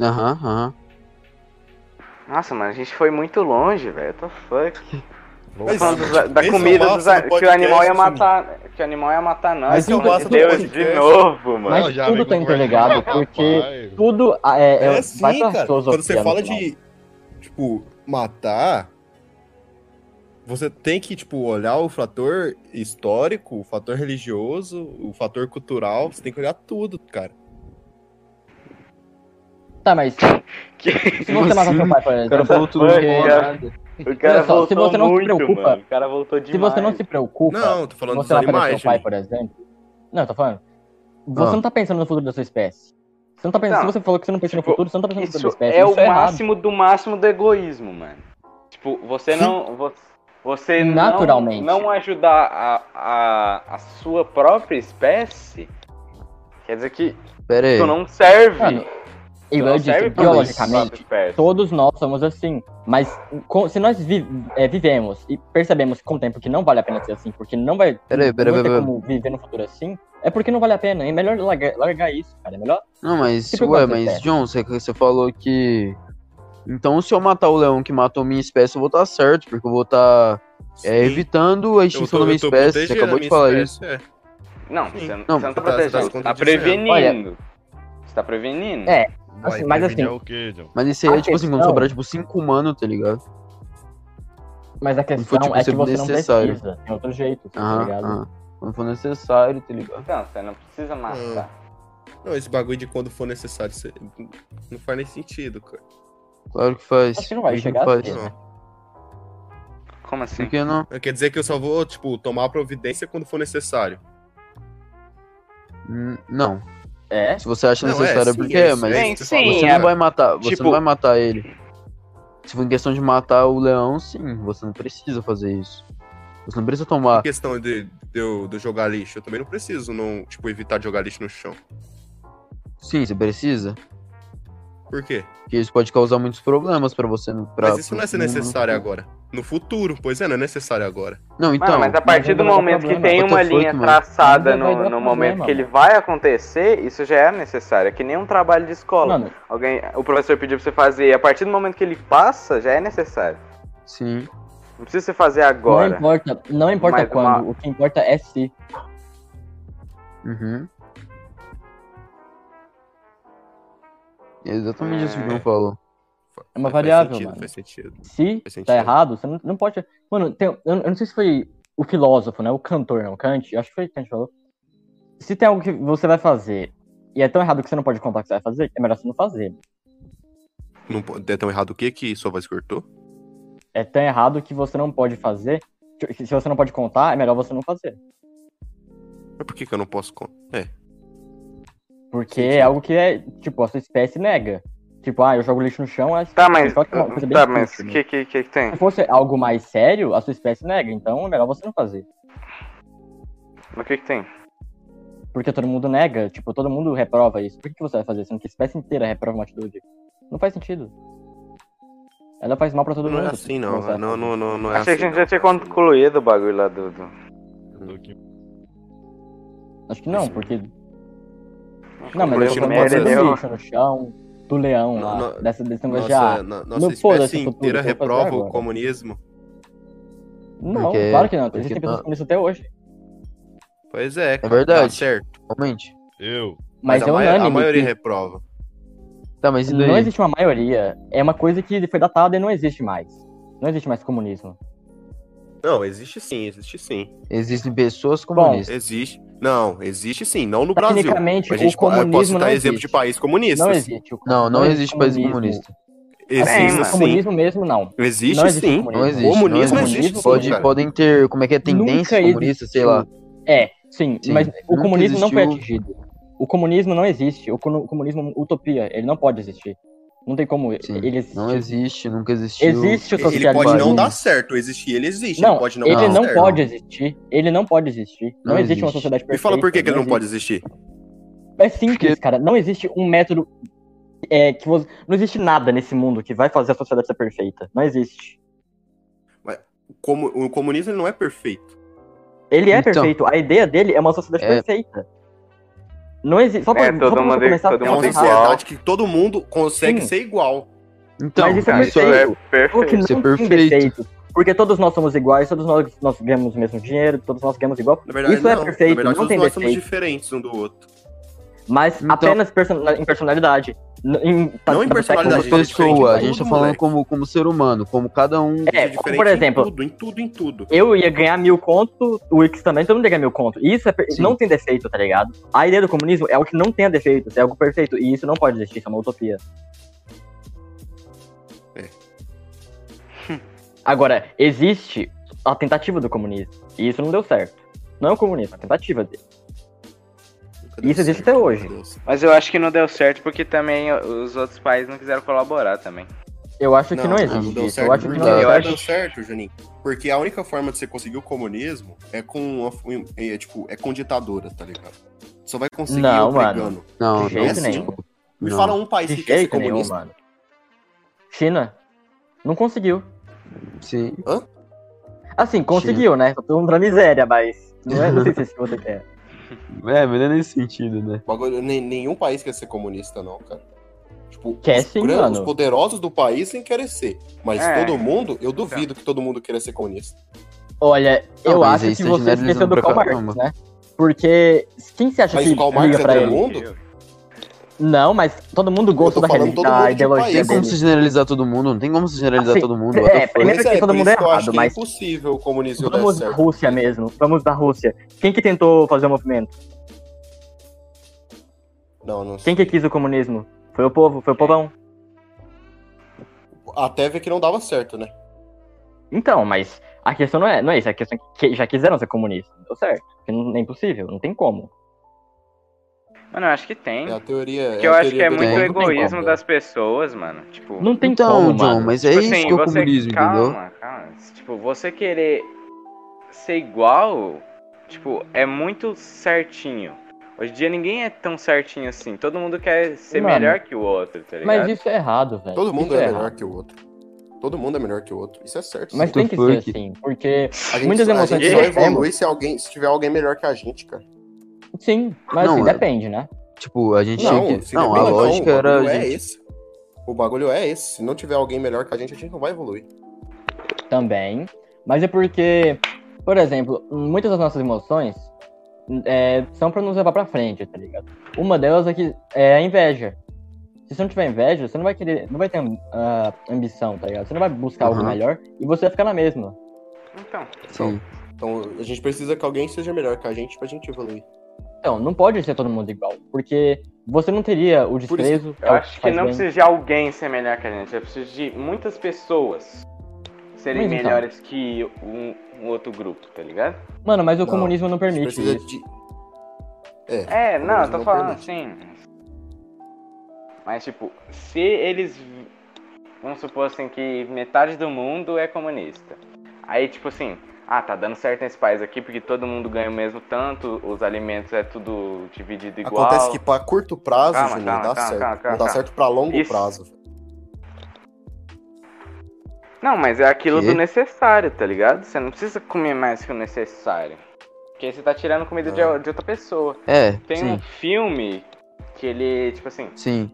D: Aham, aham.
B: Nossa, mano, a gente foi muito longe, velho. What the fuck? Tá
E: Mas
B: falando
E: esse-
B: dos- da
E: esse é o
B: comida
E: ápice
B: dos,
E: do
B: a- que o
E: podcast,
B: animal ia
E: mano.
B: matar. Que o animal ia matar, não.
E: Mas
B: pelo
E: eu gosto
B: amor
E: do
B: de um Deus, de
E: podcast.
B: novo, mano.
A: Mas
C: Não,
A: tudo
C: vem com
A: tá
C: conversa.
A: interligado,
C: Ah,
A: porque
C: rapaz.
A: Tudo ah, é,
E: É
A: é,
P: assim,
E: sim,
A: vai pra
E: cara.
A: filosofia
E: Quando
A: no
E: você fala
A: final.
E: de, tipo, matar, você tem que, tipo, olhar o fator histórico, o fator religioso, o fator cultural, você tem que olhar tudo, cara.
A: Tá,
D: <laughs>
A: mas se você matar seu pai, por
D: O cara
A: exemplo,
D: falou tudo
B: Ai,
D: Tá bom,
B: cara.
D: né?
B: O cara
A: Olha só, se
B: voltou
A: você não se
B: muito,
A: preocupa-
B: mano. O cara voltou demais.
A: se você não se preocupa,
E: Não, tô
A: se
E: falando dos
A: você matar
E: animais,
A: é seu pai,
E: gente.
A: por exemplo. Não, eu tô falando. Você
D: Ah.
A: não tá pensando no futuro da sua espécie. Você não tá pensando,
B: Não.
A: se você falou que você não pensa no
B: Tipo,
A: futuro, você não tá pensando no
B: Isso
A: futuro da espécie.
B: é
A: isso
B: o
A: errado.
B: máximo do máximo do egoísmo, mano. Tipo, você não. vo- Você não-
A: Naturalmente.
B: não, ajudar a, a, a sua própria espécie. Quer dizer que
D: Pera aí.
B: tu não serve.
A: É. Mano,
B: tu
A: eu
B: não
A: disse,
B: serve pra
A: biologicamente,
B: própria espécie.
A: todos nós somos assim. Mas co- se nós vi- é, vivemos e percebemos com o tempo que não vale a pena ser assim, porque não vai
D: Peraí, peraí,
A: não vai ter
D: peraí.
A: como viver no futuro assim, é porque não vale a pena. É melhor largar, largar isso, cara. É melhor.
D: Não, mas,
A: Tipo,
D: ué,
A: quanto você
D: mas,
A: quer?
D: John, você, você falou que. Então, se eu matar o leão que matou minha espécie, eu vou estar certo, porque eu vou estar é, evitando a
E: Eu
D: extinção
E: tô-
D: da minha
E: eu tô
D: espécie. Você
E: protegendo
D: acabou de
E: a minha
D: falar isso.
E: espécie, é.
B: Não,
E: Sim.
B: você não,
D: Não,
B: você não tá
E: você tá- você tá
B: protegendo.
E: se
B: Você tá
E: contradizendo.
B: prevenindo.
A: Olha-
B: Você tá prevenindo.
A: É,
C: Vai,
A: Assim, mas
C: prevenir
A: assim-
C: é o quê, John?
D: Mas isso aí
A: A
D: é tipo assim, quando
A: questão-
D: sobrar tipo 5 humanos, tá ligado?
A: Mas a
D: for,
A: questão
D: tipo,
A: é que
D: sempre
A: você não
D: necessário.
A: precisa. Tem outro jeito, tá
D: Aham,
A: ligado?
D: aham. Quando for necessário, tá ligado?
B: Então, você não precisa matar.
E: Não, esse bagulho de quando for necessário, você- não faz nem sentido, cara.
D: Claro que faz.
A: Acho que não vai
D: Por
A: chegar
D: faz.
A: assim.
E: Não.
B: Como assim?
D: Por que não?
E: Quer dizer que eu só vou, tipo, tomar a providência quando for necessário.
D: Hum, Não.
A: É?
D: Se você acha
E: Não, é,
D: necessário,
E: sim,
D: porque
E: é
D: é,
E: isso,
D: mas
E: é
B: Bem,
E: isso que eu
B: sim,
E: tô falando,
D: você
B: é-
D: não vai matar. Você
B: tipo-
D: não vai matar ele. Se for em questão de matar o leão, sim, você não precisa fazer isso. Você não precisa
E: Em
D: tomar.
E: questão de, de, eu, de eu jogar lixo, eu também não preciso, não, tipo, evitar de jogar lixo no chão.
D: Sim, você precisa.
E: Por quê?
D: Porque isso pode causar muitos problemas pra você. Pra, uhum.
E: Mas isso não é ser necessário agora. No futuro, pois é, não é necessário agora.
D: Não, então.
B: Mano, mas a partir
A: mas
B: do
A: vai dar
B: momento que
A: problema.
B: tem
D: What
B: uma
D: the fuck,
B: linha
D: mano?
B: traçada
A: Mas vai
B: no,
A: dar
B: no momento
A: problema,
B: que ele vai acontecer, isso já é necessário. É que nem um trabalho de escola.
A: Mano,
B: Alguém, o professor pediu pra você fazer, e a partir do momento que ele passa, já é necessário.
D: Sim.
B: Não precisa você fazer
A: não
B: agora.
A: importa, não importa
B: Mas
A: quando,
B: uma-
A: o que importa é se.
D: Uhum. É exatamente isso que o João falou.
A: É uma
E: Faz
A: variável,
E: sentido,
A: mano.
E: Faz sentido.
A: Se
E: Faz sentido.
A: tá errado, você não, não pode. Mano, tem- eu, eu não sei se foi o filósofo, né? O cantor, não, Kant. Acho que foi Kant que falou. Se tem algo que você vai fazer e é tão errado que você não pode contar que você vai fazer, é melhor você não fazer.
E: Não pode- é tão errado o que que sua voz cortou?
A: É tão errado que você não pode fazer. que- Se você não pode contar, é melhor você não fazer.
E: Mas por que que eu não posso contar? É.
A: Porque é algo que é, tipo, a sua espécie nega. Tipo, ah, eu jogo lixo no chão, acho
B: Tá, mas.
A: Só que é uma coisa bem
B: Tá, mas.
A: fútil,
B: O
A: né?
B: que, que, que que tem?
A: Se fosse algo mais sério, a sua espécie nega. Então é melhor você não fazer.
B: O que, que tem?
A: Porque todo mundo nega, tipo, todo mundo reprova isso. Por que que você vai fazer? Sendo que a espécie inteira reprova uma atitude. Não faz sentido. Ela faz mal pra todo
E: Não
A: mundo. tipo,
E: é assim,
A: se
E: não.
A: você vai
E: Não, não, não, não é
B: Achei que
E: assim.
B: a gente já tinha concluído o bagulho lá do. do...
A: fazer. Acho que não,
E: Isso.
A: porque. Não, mas
E: Complete
A: eu é tô
E: não
A: falando
E: pode
A: do
E: ser.
A: lixo no chão, do leão
E: Não,
A: lá,
E: não.
A: dessa, desse negócio de
E: Nossa,
A: ah.
E: na-
A: não
E: nossa
A: foda-se
E: espécie
A: o futuro,
E: inteira
A: eu vou fazer
E: reprova o
A: agora.
E: comunismo.
A: Não,
D: Porque-
A: claro que não.
D: porque
A: Existem pessoas
D: tá-
A: com isso até hoje.
E: Pois é.
D: É verdade.
E: Tá certo.
D: Realmente.
C: Eu.
A: Mas,
E: a,
A: é
E: maio-
A: unânime.
E: a maioria
A: que
E: reprova.
D: Tá, mas e daí?
A: Não existe uma maioria. É uma coisa que foi datada e não existe mais. Não existe mais comunismo.
E: Não, existe sim, existe sim.
D: Existem pessoas comunistas.
E: Existe. Não, existe sim, não no Brasil.
A: Tecnicamente,
E: A gente
A: o
E: po- eu posso
A: comunismo não
E: citar exemplo
A: existe.
E: de país comunistas.
A: Não existe. o-
D: Não, não existe país comunista.
B: Tem,
E: Existe
B: mano.
E: sim.
A: Comunismo mesmo, não.
E: Existe
A: não
E: sim.
D: Não existe.
E: Comunismo
D: não
E: existe sim,
D: Pode,
E: cara.
D: podem ter, como é que é, tendência
A: Nunca
D: comunista, sei lá.
A: É, sim,
D: Sim,
A: mas o
D: nunca
A: comunismo não foi
D: existiu.
A: atingido. O comunismo não existe. O cono- comunismo é uma utopia, ele não pode existir. Não tem como
D: Sim,
A: ele existir.
D: Não existe, nunca existiu.
A: Existe o socialismo.
E: Ele pode não dar certo, existe, ele existe.
A: Não,
E: ele pode não
A: ele
E: dar
A: não
E: certo.
A: pode existir. Ele não pode existir. Não,
D: Não
A: existe, uma
D: existe.
A: sociedade
E: Me
A: perfeita.
E: fala por que, que ele não
A: existe-
E: pode existir.
A: É simples, cara. Não existe um método é, que você... Não existe nada nesse mundo que vai fazer a sociedade ser perfeita. Não existe.
E: Como, o comunismo ele não é perfeito.
A: Ele é
D: Então.
A: perfeito. A ideia dele é uma sociedade
D: É.
A: perfeita. Não existe. Só pra,
B: É,
A: só
B: todo
A: pra você
B: mundo-
A: começar um
B: todo
A: a
E: É
B: Não,
E: uma
B: mundo tem
A: pensar-
E: sociedade que todo mundo consegue
A: Sim.
E: ser igual.
D: Então,
A: Mas isso é
D: cara,
A: perfeito.
B: é
A: Algo que
B: perfeito.
A: não
D: Isso é
A: tem
D: perfeito.
A: defeito. Porque todos nós somos iguais, todos nós, nós ganhamos o mesmo dinheiro, todos nós ganhamos igual.
E: Na verdade,
A: Isso
E: não.
A: é perfeito,
E: Na verdade,
A: não
E: todos
A: tem
E: nós somos
A: defeito.
E: diferentes um do outro.
A: Mas
D: Então-
A: apenas persona- em personalidade. n- Em,
E: Não em
A: tá-
E: personalidade,
A: tá-
E: gente. é
D: pessoa, a
E: Tudo,
D: gente tá falando
E: moleque.
D: como, como ser humano, como cada um.
A: É,
E: Diferente
A: como por exemplo,
E: Em tudo, em tudo, em tudo.
A: eu ia ganhar mil conto, o Wix também, todo mundo ia ganhar mil conto. Isso é per-
D: Sim.
A: não tem defeito, tá ligado? A ideia do comunismo é o que não tenha defeitos, é algo perfeito. E isso não pode existir, isso é uma utopia.
E: É.
A: <laughs> Agora, existe a tentativa do comunismo. E isso não deu certo. Não é o comunismo, é a tentativa dele.
E: Nunca deu
A: Isso existe
E: certo,
A: até
E: nunca
A: hoje.
E: deu certo.
B: Mas eu acho que não deu certo porque também os outros países não quiseram colaborar também.
A: Eu acho que não
E: Não
A: existe
E: deu
A: isso.
E: certo,
A: Eu acho que
E: porque
A: não deu
E: não
A: certo.
E: deu certo, Juninho. Porque a única forma de você conseguir o comunismo é com, uma- é, tipo, é com ditadura, tá ligado? Só vai conseguir
A: Não,
E: obrigando.
D: Não,
A: De jeito
D: não,
A: nenhum.
D: tipo,
E: Me
D: não.
E: fala um país
A: De
E: que quer ser
A: jeito nenhum,
E: comunista.
A: mano. China. Não conseguiu.
D: Sim.
A: Assim, conseguiu, né? Tô falando pra miséria, mas. Não, é, não sei se é isso que você quer.
D: É, mas não é nesse sentido, né?
E: Bagulho, nem- nenhum país quer ser comunista, não, cara. Tipo,
A: Quer
E: os,
A: sim,
E: gran-
A: mano.
E: os poderosos do país sem querer ser. Mas
B: É.
E: todo mundo,
A: Tá.
E: eu duvido que todo mundo queira ser comunista.
A: <laughs> Olha,
D: Não,
A: eu
D: mas
A: acho
D: aí
A: que
D: você
A: você
D: generalizando
A: esqueceu do
D: pra
A: Karl
D: caramba.
A: Marx, né? Porque quem se acha
E: Mas
A: que
E: o Karl Marx
A: liga
E: é
A: pra
E: todo
A: ele?
E: mundo?
A: Não, mas todo mundo gosta
E: tô
A: da,
E: falando
A: relig-
E: todo
A: da
E: mundo de
A: ideologia
E: país.
D: Tem como
A: dele.
D: se generalizar todo mundo, não tem como se generalizar
A: Assim,
D: todo mundo.
A: é,
D: what the fuck.
A: primeiro
E: Pois
A: que todo
E: por
A: mundo
E: isso
A: é
E: que eu acho
A: errado,
E: que
A: mas-
E: é impossível o comunismo dar
A: Vamos da
E: certo.
A: Rússia mesmo. Vamos da Rússia. Quem que tentou fazer o movimento?
E: Não, não
A: Quem que quis o comunismo? Foi o povo, foi o povão.
E: Até ver que não dava certo, né?
A: Então, mas a questão não é, não é isso. A questão é que já quiseram ser comunistas. Não deu certo. Porque não é impossível, não tem como.
B: Mano, eu acho que tem.
E: É a teoria.
B: Porque eu acho que é
E: do
B: muito
E: mundo.
B: egoísmo
E: como.
B: das pessoas, mano. Tipo.
A: Não tem
D: então,
A: como,
D: John,
A: mano.
D: mas é
B: Tipo
D: isso
B: assim,
D: que é o
B: você-
D: comunismo, entendeu?
B: calma, Calma, Tipo, você querer ser igual, tipo, é muito certinho. Hoje em dia ninguém é tão certinho assim. Todo mundo quer ser
A: Mano,
B: melhor que o outro, tá ligado?
A: Mas isso é errado, velho.
E: Todo mundo
A: Isso
E: é,
A: errado.
E: melhor que o outro. Todo mundo é melhor que o outro. Isso é certo.
A: Mas
E: sim.
A: tem que
D: What the
A: ser
D: fuck?
A: assim, porque
E: a gente,
A: muitas
E: só-
A: emoções
E: a gente
B: que
E: só
A: nós temos-
E: evolui se, alguém, se tiver alguém melhor que a gente, cara.
A: sim, mas
D: Não,
A: assim,
D: é-
A: depende, né?
D: Tipo, a gente tinha que.
E: se
D: Não, a
E: depende,
D: lógica
E: o
D: era. a
E: bagulho é
D: gente-
E: esse. O bagulho é esse. Se não tiver alguém melhor que a gente, a gente não vai evoluir.
A: Também. Mas é porque, por exemplo, muitas das nossas emoções é, são pra nos levar pra frente, tá ligado? Uma delas é que é a inveja. Se você não tiver inveja, você não vai querer. Não vai ter ah, ambição, tá ligado? Você não vai buscar algo
E: Uhum.
A: melhor e você vai ficar na mesma.
B: Então,
E: Então, então a gente precisa que alguém seja melhor que a gente pra gente evoluir.
A: Então, não pode ser todo mundo igual, porque você não teria o
E: isso,
A: desprezo.
B: eu acho que não precisa de alguém ser melhor que a gente, eu preciso de muitas pessoas serem
A: Mas então.
B: melhores que um, um outro grupo, tá ligado?
A: Mano, mas o
E: Não,
A: comunismo não
E: A gente
A: permite
E: precisa
A: isso.
E: de. É,
B: É, não, eu
E: Mas
B: tô
E: não
B: falando
E: permite.
B: assim. Mas, tipo, se eles. vi- Vamos supor assim que metade do mundo é comunista. Aí, tipo assim, ah, tá dando certo nesse país aqui porque todo mundo ganha o mesmo tanto, os alimentos é tudo dividido igual.
E: acontece que pra curto prazo,
B: Calma,
E: Juninho,
B: calma,
E: dá
B: calma,
E: certo.
B: calma, calma,
E: não dá
B: calma.
E: certo pra longo
B: Isso.
E: prazo.
B: Não, mas é aquilo
D: Quê?
B: do necessário, tá ligado? Você não precisa comer mais que o necessário. Porque você tá tirando comida de,
E: Ah.
B: de outra pessoa.
D: É,
B: Tem um
D: sim,
B: filme que ele, tipo assim,
D: sim.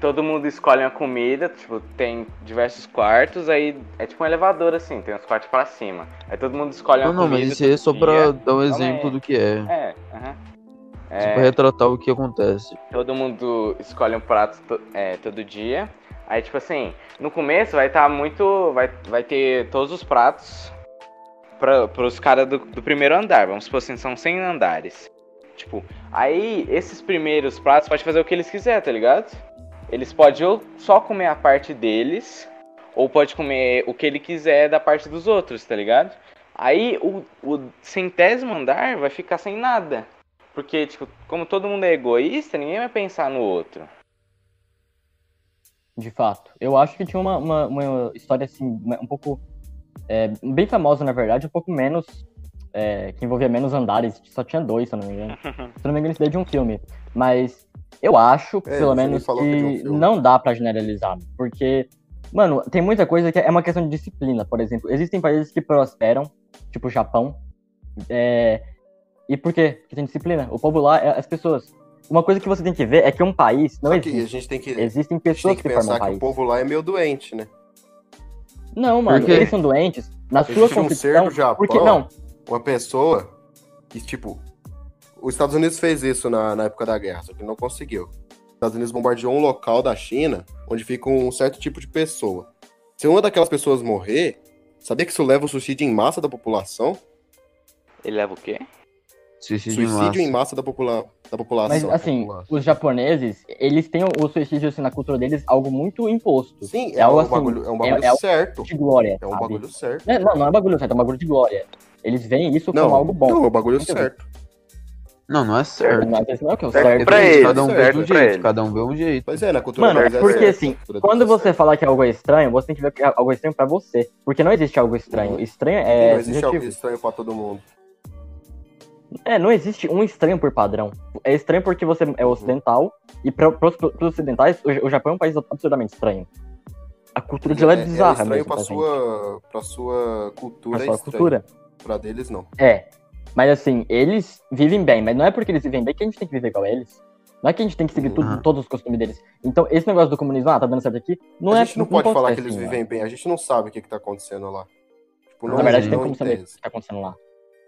B: todo mundo escolhe uma comida, tipo, tem diversos quartos, aí é tipo um elevador assim, tem uns quartos pra cima. Aí todo mundo escolhe
D: Não,
B: uma
D: não,
B: comida.
D: mas isso aí é só
B: todo
D: pra
B: dia.
D: dar um exemplo
B: é.
D: do que é.
B: É, aham.
D: Só
B: É,
D: pra retratar o que acontece.
B: todo mundo escolhe um prato to- é, todo dia. Aí, tipo assim, no começo vai estar muito. Vai, vai ter todos os pratos pra, pros caras do, do primeiro andar. Vamos supor assim, são 100 andares. Tipo, aí esses primeiros pratos pode fazer o que eles quiser, tá ligado? Eles podem ou só comer a parte deles, ou pode comer o que ele quiser da parte dos outros, tá ligado? Aí o, o centésimo andar vai ficar sem nada. Porque, tipo, como todo mundo é egoísta, ninguém vai pensar no outro.
A: De fato. Eu acho que tinha uma, uma, uma história assim, uma- um pouco. é, bem famosa, na verdade, um pouco menos. é, que envolvia menos andares, só tinha dois, se eu não me engano. se eu não me engano, isso daí é de um filme. Mas eu acho,
E: É,
A: pelo
E: você me
A: menos,
E: falou que é de um
A: que
E: filme.
A: não dá pra generalizar. Porque, mano, tem muita coisa que é uma questão de disciplina, por exemplo. Existem países que prosperam, tipo o Japão. é, e por quê? Porque tem disciplina. O povo lá é as pessoas. Uma coisa que você tem que ver é que um país não
E: Só que a
A: existe.
E: gente tem que, a
A: Existem
E: gente tem
A: pessoas
E: que
A: que, formam
E: pensar
A: um
E: que
A: país.
E: o povo lá é meio doente, né?
A: Não, mano,
D: Por quê?
A: eles são doentes. Na sua
E: Existe um ser
A: concepção.
E: do Japão,
A: porque não,
E: uma pessoa que, tipo, os Estados Unidos fez isso na, na época da guerra, só que não conseguiu. Os Estados Unidos bombardeou um local da China onde fica um certo tipo de pessoa. Se uma daquelas pessoas morrer, sabia que isso leva o suicídio em massa da população?
B: Ele leva o quê?
D: Suicídio, em massa.
E: suicídio em massa da, popula da
A: mas
E: população.
A: assim, os japoneses, eles têm o suicídio assim, na cultura deles algo muito imposto.
E: Sim, é,
A: é algo
E: um
A: assim,
E: bagulho, é um bagulho
A: é- é algo
E: certo.
A: De glória.
E: É um
A: sabe?
E: bagulho certo.
A: Não, não, não é bagulho certo, é um bagulho de glória. Eles veem isso
E: Não,
A: como algo bom.
E: não, é um bagulho
A: Muito
E: certo.
D: Não, não é certo.
A: Mas isso não é o que é o
B: Certo
A: certo.
B: pra
D: É
B: eles,
D: cada um vê de
B: certo
D: um
B: pra
D: jeito,
B: eles.
D: cada um vê um jeito.
E: Mas é, na cultura
A: Mano,
E: deles é
A: porque,
E: certo,
A: assim,
E: na cultura
A: Quando
E: deles é
A: você falar que algo é estranho, você tem que ver que é algo estranho pra você. Porque não existe algo estranho. Estranho
E: certo.
A: é.
E: não existe algo
A: subjetivo.
E: estranho pra todo mundo.
A: É, não existe um estranho por padrão. É estranho porque você é ocidental, e para os ocidentais, o, Ja- o Japão é um país absurdamente estranho. A cultura de lá é
E: É- é
A: bizarra
E: estranho
A: mesmo.
E: pra,
A: pra gente,
E: sua, pra sua cultura.
A: pra
E: é
A: sua
E: estranho.
A: cultura.
E: Pra deles, não.
A: É. Mas assim, eles vivem bem, mas não é porque eles vivem bem que a gente tem que viver igual a eles. Não é que a gente tem que seguir tudo-
D: Uhum.
A: todos os costumes deles. Então, esse negócio do comunismo, ah, tá dando certo aqui, não
E: a
A: é.
E: gente não pode falar
A: ser
E: que eles
A: assim,
E: vivem bem, a gente não sabe o que, que tá acontecendo lá. Tipo,
A: Na verdade, tem
E: não
A: como saber o
E: entende.
A: que tá acontecendo lá.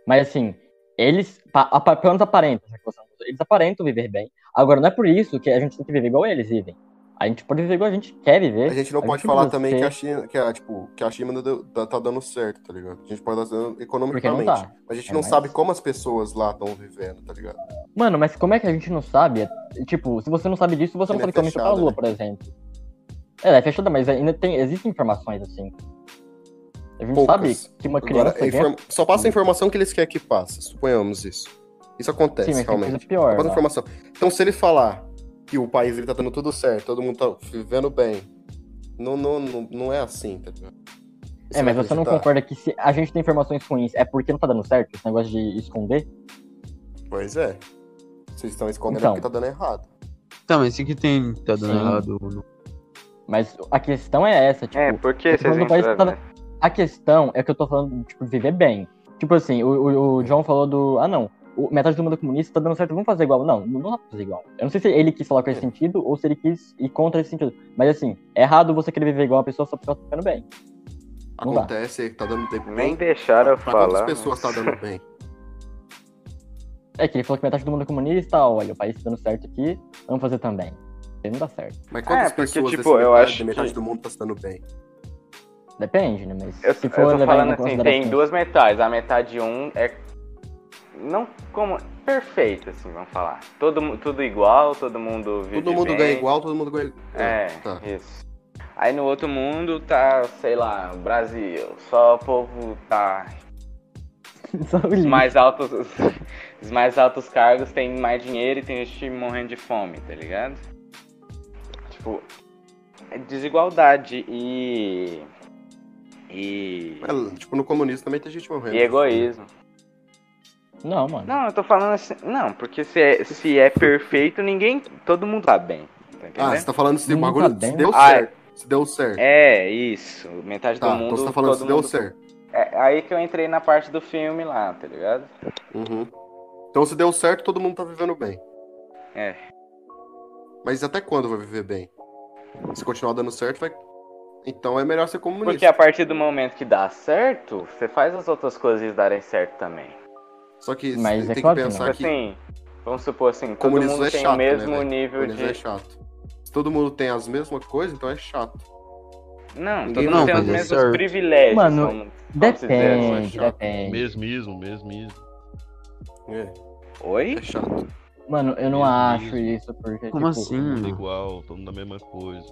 A: Mas assim, eles, pa- apa- pelo menos aparentam, já que você não usou, eles aparentam viver bem. Agora, não é por isso que a gente tem que viver igual eles vivem. A gente pode viver igual a gente quer viver.
E: A gente não
A: A
E: pode
A: gente
E: falar
A: não
E: também
A: tem.
E: que a China, que a, tipo, que a China não deu- tá, tá dando certo, tá ligado? A gente pode estar dando
A: Porque não
E: economicamente.
A: tá.
E: Mas a gente
A: É,
E: não
A: mas-
E: sabe como as pessoas lá estão vivendo, tá ligado?
A: Mano, mas como é que a gente não sabe? É, Tipo, se você não sabe disso, você não
E: Ela
A: sabe
E: é
A: como ir pra
E: fechada,
A: lua,
E: né?
A: por exemplo. É, ela é fechada, mas ainda tem. Existem informações assim. A gente
E: Poucas.
A: sabe que uma criança.
E: Agora, é
A: ganha-
E: inform- só passa a informação que eles querem que passe, suponhamos isso. Isso acontece,
A: Sim, mas tem
E: é, realmente.
A: coisa pior.
E: Passa a
A: né?
E: informação. Então, se ele falar que o país ele tá dando tudo certo, todo mundo tá vivendo bem, não, não, não, não é assim, tá ligado?
A: É, mas
E: vai
A: você não
E: acreditar.
A: concorda que se a gente tem informações ruins é porque não tá dando certo? Esse negócio de esconder?
E: Pois é. Vocês estão escondendo
A: Então.
E: porque tá dando errado.
D: Tá, mas isso que tem que tá dando
A: Sim.
D: errado. não.
A: Mas a questão é essa, tipo.
B: É, porque
A: todo
B: vocês né?
A: mundo
B: não
A: vai
B: sabem.
A: A questão é que eu tô falando, tipo, de viver bem. Tipo assim, o, o, o John falou do. Ah, não. O, metade do mundo é comunista tá dando certo, vamos fazer igual. Não, não dá pra fazer igual. Eu não sei se ele quis falar com
B: É.
A: esse sentido ou se ele quis ir contra esse sentido. Mas assim, é errado você querer viver igual a pessoa só porque ela tá ficando bem. Não dá.
E: Acontece é que tá dando tempo
B: Nem
E: bem.
B: deixaram eu
E: pra
B: falar. né?
E: quantas pessoas tá dando bem?
A: É que ele falou que metade do mundo é comunista, olha, o país tá dando certo aqui, vamos fazer também. Não dá certo.
B: <laughs>
E: Mas quantas
B: É, porque,
E: pessoas
B: tipo,
E: dessa
B: eu
E: metade,
B: acho
E: metade
B: que-
E: do mundo tá se dando bem?
A: Depende, né? Mas
E: tá-
B: Eu,
A: se
B: eu
A: for
B: tô
A: levar
B: falando
A: em
B: assim,
A: consideração-
B: tem duas metades. A metade de um é não como perfeita, assim, vamos falar. Todo mu- tudo igual, todo mundo vive
E: Todo mundo
B: bem.
E: ganha igual, todo mundo ganha.
B: É,
E: Tá.
B: isso. Aí no outro mundo tá, sei lá, Brasil. Só o povo tá.
A: <laughs> Só o
B: Os
A: lixo.
B: mais altos. Os mais altos cargos tem mais dinheiro e tem gente morrendo de fome, tá ligado? Tipo. é Desigualdade e. E.
E: Mas, tipo, no comunismo também tem gente morrendo.
B: E é egoísmo.
A: Não, mano.
B: Não, eu tô falando assim. Não, porque se é, se é perfeito, ninguém. Todo mundo tá bem. Tá
E: Ah,
B: entendendo?
E: você tá falando se o
A: Não tá
E: bagulho
A: bem.
E: se deu
B: Ah, é.
E: certo. Se deu certo.
B: É, isso. Metade do
E: tá,
B: mundo.
E: então você tá falando
B: todo
E: se deu
B: mundo-
E: certo.
B: É aí que eu entrei na parte do filme lá, tá ligado?
E: Uhum. Então se deu certo, todo mundo tá vivendo bem.
B: É.
E: Mas até quando vai viver bem? Se continuar dando certo, vai. Então é melhor ser comunista.
B: Porque a partir do momento que dá certo, você faz as outras coisas darem certo também.
E: Só que
A: Mas
E: você
A: é
E: tem
A: claro
E: que
A: que não.
E: pensar que
B: Assim, vamos supor assim, todo
E: Comunismo
B: mundo
E: é
B: tem
E: chato,
B: o mesmo
E: né, velho?
B: nível
E: comunismo é
B: de.
E: chato. Se todo mundo tem as mesmas coisas, então é chato.
B: Não, todo
E: Ninguém
B: mundo
E: não
B: tem os
D: faz
B: mesmos
D: certo.
B: privilégios.
A: Mano,
B: vamos- vamos dizer assim.
A: Depende,
E: chato.
A: depende.
C: Mesmismo, mesmismo.
E: É,
B: Oi?
E: é chato.
A: Mano, eu não
C: Mesmo
A: acho
C: isso.
A: isso, porque.
D: Como
A: tipo,
D: assim,
C: Tudo
D: mano?
C: igual, todo mundo da mesma coisa.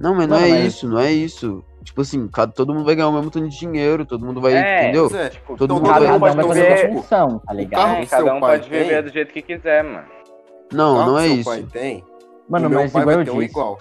D: Não, mas não,
A: Mano,
D: é
A: mas-
D: isso, não é isso. Tipo assim, cada, todo mundo vai ganhar o mesmo tanto de dinheiro, todo mundo vai.
B: É,
D: entendeu?
E: Pois é,
B: Tipo,
D: Todo
E: então
D: mundo
E: cada
D: vai-
A: Cada um vai
E: Mas,
A: fazer
E: tipo,
A: sua função, tá ligado?
E: carro
B: é,
E: que
B: cada
E: seu
B: um
E: pai
B: pode viver
E: tem-
B: do jeito que quiser, mano.
E: o
D: Não,
E: carro
D: não é
E: que seu
D: isso.
E: pai tem,
A: Mano,
E: o meu
A: mas
E: pai
A: igual
E: vai
A: eu
E: ter um
A: disse.
E: igual.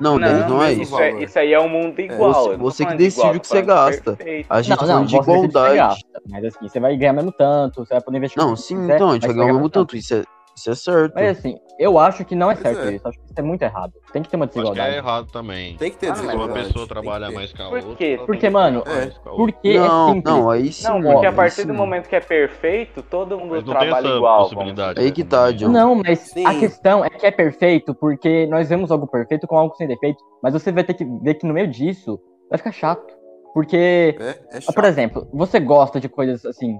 D: não,
B: Não,
D: não, não é
E: mesmo
D: isso.
B: Isso, é,
E: valor.
B: isso aí é um mundo igual.
D: você-
B: eu não tô
D: você que
B: falando de igual,
D: decide o
B: tô falando
D: que você
B: de
D: gasta.
B: perfeito.
D: A gente
A: Não,
D: tá
A: não,
D: falando de
A: você decide o que você
D: igualdade.
A: gasta, Mas assim, você vai ganhar mesmo tanto, você vai poder investir.
D: Não,
A: no que
D: sim,
A: quiser,
D: então, a
A: mas
D: gente vai
A: você
D: ganhar o
A: ganhar
D: mesmo tanto. Isso é, isso é certo.
A: Mas assim, eu acho que não é
E: Pois
A: certo
E: é.
A: isso. Acho que isso é muito errado. Tem que ter uma
C: Acho que é
A: desigualdade.
C: errado também.
E: Tem que ter
B: Ah, mas
C: Se uma
E: desigualdade.
C: pessoa
E: tem que
C: trabalha
E: ter.
C: mais é, que a
B: Por
C: outra.
B: quê?
C: ela tem
A: Porque,
C: que
A: mano,
C: trabalhar mais que a outra.
A: Porque é
D: não,
A: simples.
D: não, aí sim.
B: Não, porque a
D: aí
B: partir do
D: sim.
B: momento que é perfeito, todo mundo
C: Mas não tem
B: trabalha
C: essa
B: igual. vamos
C: possibilidade.
D: Aí
C: né,
D: que
C: no
D: tá,
C: mundo.
D: John.
A: Não, mas
E: Sim.
A: a questão é que é perfeito, porque nós vemos algo perfeito com algo sem defeito, mas você vai ter que ver que no meio disso vai ficar chato. Porque,
E: É, é chato.
A: por exemplo, você gosta de coisas assim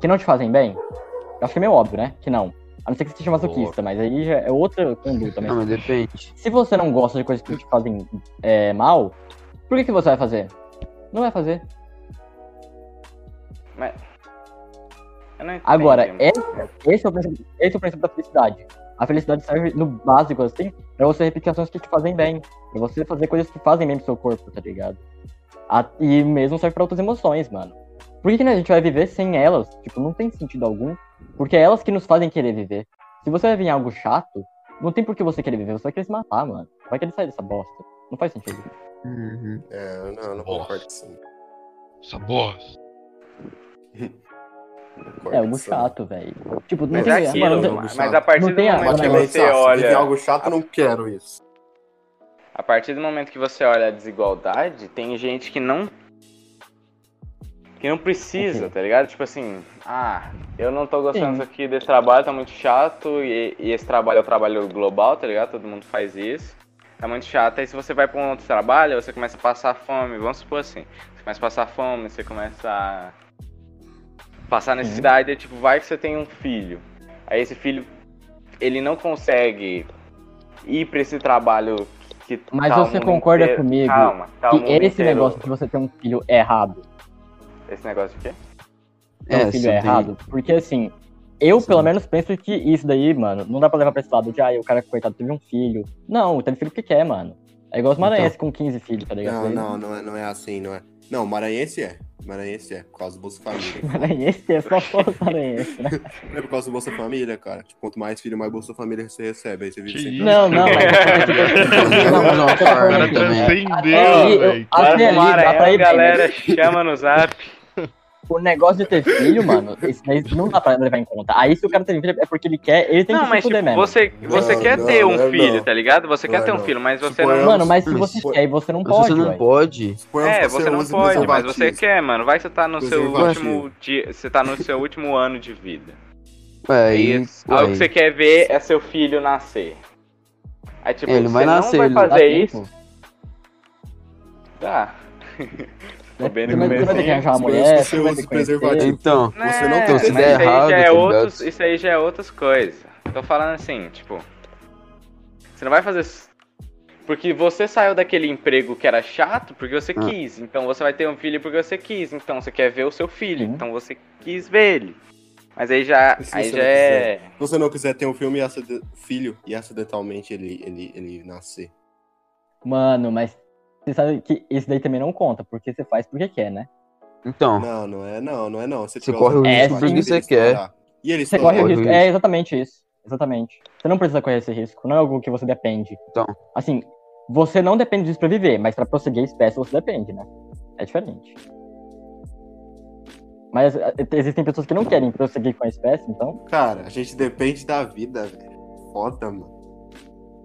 A: que não te fazem bem? Eu acho que é meio óbvio, né? Que não. A não ser que você seja masoquista, mas aí já é outra conduta mesmo.
D: Não, mas depende.
A: Se você não gosta de coisas que te fazem é, mal, por que, que você vai fazer? Não vai fazer.
B: Eu não entendo.
A: Agora, esse, esse, é o princípio, esse é o princípio da felicidade. A felicidade serve no básico, assim, pra você repetir ações que te fazem bem. Pra você fazer coisas que fazem bem pro seu corpo, tá ligado? A- e mesmo serve pra outras emoções, mano. Por que, que a gente vai viver sem elas? Tipo, não tem sentido algum. Porque é elas que nos fazem querer viver. Se você vai vir em algo chato, não tem por que você querer viver, você vai querer se matar, mano. Vai querer sair dessa bosta. Não faz sentido.
D: Uhum.
E: É, eu não, eu não
C: Nossa.
E: concordo com isso. não
C: Essa bosta.
E: concordo
A: É algo
E: com isso,
A: chato, velho. Tipo, não
E: Mas
A: tem.
E: é aquilo,
A: mano, não tem-
E: não-
B: mas, mas a partir
A: não
B: do
A: tem a-
B: momento que
A: Basicamente,
B: você olha.
E: Viver algo chato, eu não quero isso.
A: Tá
B: A partir do momento que você olha a desigualdade, tem gente que não. que não precisa, tá ligado? Tipo assim, ah, eu não tô gostando
A: Sim.
B: disso aqui desse trabalho, tá muito chato, e, e esse trabalho é o trabalho global, tá ligado? Todo mundo faz isso. Tá muito chato. Aí se você vai pra um outro trabalho, você começa a passar fome, vamos supor assim. Você começa a passar fome, você começa a passar necessidade, é tipo, vai que você tem um filho. Aí esse filho, ele não consegue ir pra esse trabalho que
A: Mas
B: tá o
A: você
B: mundo
A: concorda
B: inteiro-
A: comigo
B: Calma,
E: é
B: tá o
A: E
B: mundo
A: esse
B: inteiro-
A: negócio de você ter um filho é errado.
B: Esse negócio de quê?
A: é um
D: É,
A: filho
D: você
A: é
D: tem-
A: errado. Porque assim, eu
D: Sim.
A: pelo menos penso que isso daí, mano, não dá pra levar pra esse lado de, ah, o cara, coitado, teve um filho. Não, teve filho porque quer, mano. É igual os
D: Então.
A: maranhenses com 15 filhos, tá ligado?
E: Não,
A: Ele-
E: não, não é, não é assim, não é. Não, maranhense é. Maranhense é, por causa do Bolsa
B: <laughs>
E: Família.
A: Maranhense é só só os maranhenses, né?
D: <laughs>
E: Não é por causa do Bolsa Família, cara. Tipo, quanto mais filho, mais Bolsa Família você recebe. Aí você vive
C: Que
E: sem
C: isso?
A: Não, não, mas eu tô falando que- não, mas eu tô falando
C: O cara
A: que- Aí,
C: transcendeu,
A: eu-
C: velho.
A: até ali dá pra ir bem,
B: galera, chama no zap.
A: O negócio de ter filho, mano, isso daí não dá pra levar em conta. Aí se o cara teve filho é porque ele quer, ele tem
B: Não,
A: que se
B: mas
A: fuder
B: tipo,
A: mesmo.
B: você, você
E: Não,
B: quer
E: não,
B: ter um
E: não,
B: filho,
E: não.
B: tá ligado? Você quer
E: Não,
B: ter um
E: não.
B: filho, mas você
E: Suponhamos-
B: não.
A: Mano, mas se
D: Mas
A: você
E: foi-
A: quer e você não
D: Se você
A: pode,
D: não
A: velho.
D: pode,
E: Suponhamos que
B: É, você não
E: use
B: pode, mas
E: preservativo.
B: você quer, mano. Vai que você tá no seu
E: Preservativo.
B: último dia. Você tá no seu último ano de vida.
D: ué,
E: é
B: Aí,
D: É aí.
B: algo
D: ué,
B: que você quer ver é seu filho nascer. Aí, tipo,
D: Ele
B: você
D: vai
B: não
D: nascer,
B: vai
D: ele não
A: Dá
B: fazer
A: tempo,
B: É isso. Tá.
E: Ah.
B: Tô bem no
A: Você vai- você vai ter que
B: comecinho.
A: arranjar uma
E: Suponhamos
A: mulher, você
E: que você
A: vai
E: use
A: ter que
E: preservativo.
A: conhecer.
D: Então,
E: Você não
B: É,
E: tem-
B: mas
E: se
B: isso
D: der
B: aí já
D: errado,
B: é
D: tá
B: outros,
D: ligado?
B: Isso aí já é outras coisas. Tô falando assim, tipo. Você não vai fazer. s- Porque você saiu daquele emprego que era chato porque você quis. Então você vai ter um filho porque você quis. Então você quer ver o seu filho. Então você quis ver ele. Mas aí já.
E: E se
B: Aí
E: você
B: já
E: não
B: é.
E: Se você não quiser ter um filme e acide- filho e acidentalmente ele, ele, ele nascer.
A: Mano, mas você sabe que isso daí também não conta, porque você faz porque quer, né?
R: Então,
E: Não, não é não, não é não. Você,
D: Você corre o
A: É,
D: risco
A: risco
D: porque
A: sim.
D: você
E: você
D: quer.
E: E ele
A: Você corre o
D: corre
A: risco.
D: o
A: É exatamente isso. Exatamente. Você não precisa correr esse risco. Não é algo que você depende.
R: Então.
A: Assim, você não depende disso pra viver, mas pra prosseguir a espécie você depende, né? É diferente. Mas eh, existem pessoas que não querem prosseguir com a espécie, então.
E: Cara, a gente depende da vida, velho. Foda, mano.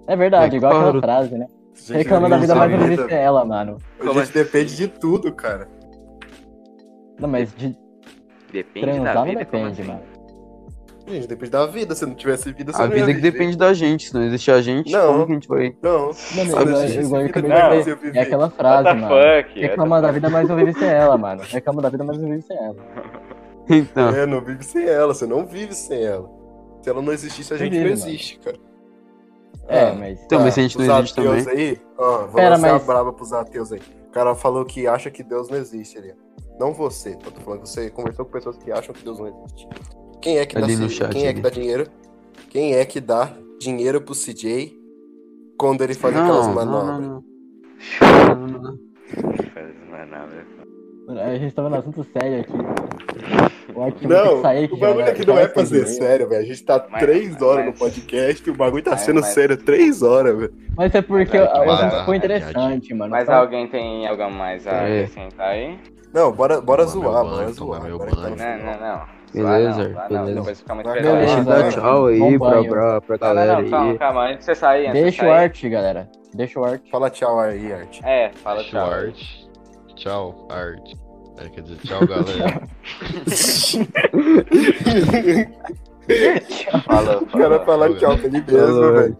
A: É verdade,
D: É
A: igual
D: claro.
A: aquela frase, né?
E: A gente
A: Reclama da
E: depende
A: vida mais ou
E: vida,
A: menos é ela, mano.
E: A gente depende de tudo, cara.
A: Não, mas de
B: Depende da
A: transar não
B: vida. como
A: depende,
B: assim?
A: mano.
E: A gente depende da vida. Se não tivesse vida, você
D: A
E: não ia
D: vida é que
E: viver.
D: depende da gente. Se não existir a gente,
E: Não.
D: como que a gente vai. <laughs>
E: Não.
A: Não, mas
E: Sabe,
A: igual-
E: se
A: é igual eu
E: vida
A: acabei
B: não
A: de
B: é
A: dizer,
E: eu viver.
A: É aquela
B: What
A: frase,
B: the
A: mano.
B: fuck?
E: é
A: Reclama da vida, mas não vive sem ela, mano. Reclama da vida, mas não vive sem ela.
D: Então.
E: É, não vive sem ela. Você não vive sem ela. Se ela não existisse, a
A: Não
E: gente
A: vive,
E: não
A: mano.
E: existe, cara.
A: É,
E: Ah,
A: mas.
D: Então, mas se a gente
E: os
D: não existe
E: ateus Aí, ó, vou
A: Pera,
E: lançar
A: mas-
E: a braba pros ateus aí. O cara falou que acha que Deus não existe ali. Não você, eu tô falando que você conversou com pessoas que acham que Deus não existe. Quem é que, dá,
D: Ali
E: ci-
D: no chat,
E: quem é
D: ali.
E: que dá dinheiro? Quem é que dá dinheiro pro CJ quando ele faz aquelas
D: Não, não, não,
E: manobras?
D: não. Não, não, não, não.
B: Faz manobra.
A: Mano, A gente tava no assunto sério aqui. O Arthur vai ter
E: Não,
A: que sair
E: o
A: já
E: bagulho aqui não
A: já
E: é
A: vai
E: pra ser
A: sair.
E: sério, velho. A gente tá
B: Mas-
E: três
B: mas- mas-
E: horas no podcast e o bagulho tá
B: mas-
E: sendo
B: mas-
E: sério três horas, velho.
A: Mas é porque
B: Mas-
A: o
B: mas-
A: assunto ficou
C: mas-
A: interessante, mano.
B: Mas
A: Então,
B: alguém tem algo mais a
D: É.
B: acrescentar aí?
E: Não, bora, bora
C: Tomar meu
E: zoar,
C: banho,
E: bora
C: tomar
E: zoar.
C: meu
E: bora que tá
C: banho.
E: no
B: Não,
E: final.
B: não, Né, não.
D: Beleza,
B: Zoar não, zoar não.
D: beleza.
B: Depois fica muito
E: Vai,
B: pesado.
D: Deixa eu dar
E: não.
D: tchau aí
A: Bom
D: pra,
A: banho.
D: pra, pra
B: Não,
D: galera
B: não, não, calma,
D: aí.
B: calma. Antes de você sair, antes de
A: Deixa
B: você
A: o
B: sair.
A: arte, galera. Deixa o arte.
E: Fala tchau aí, Art.
B: É, fala
C: Tchau,
B: tchau.
C: arte. Tchau, arte. É, quer dizer, tchau, galera.
A: <laughs>
B: Falou,
E: O cara
A: tá
B: falou.
E: fala tchau pra ele mesmo, velho.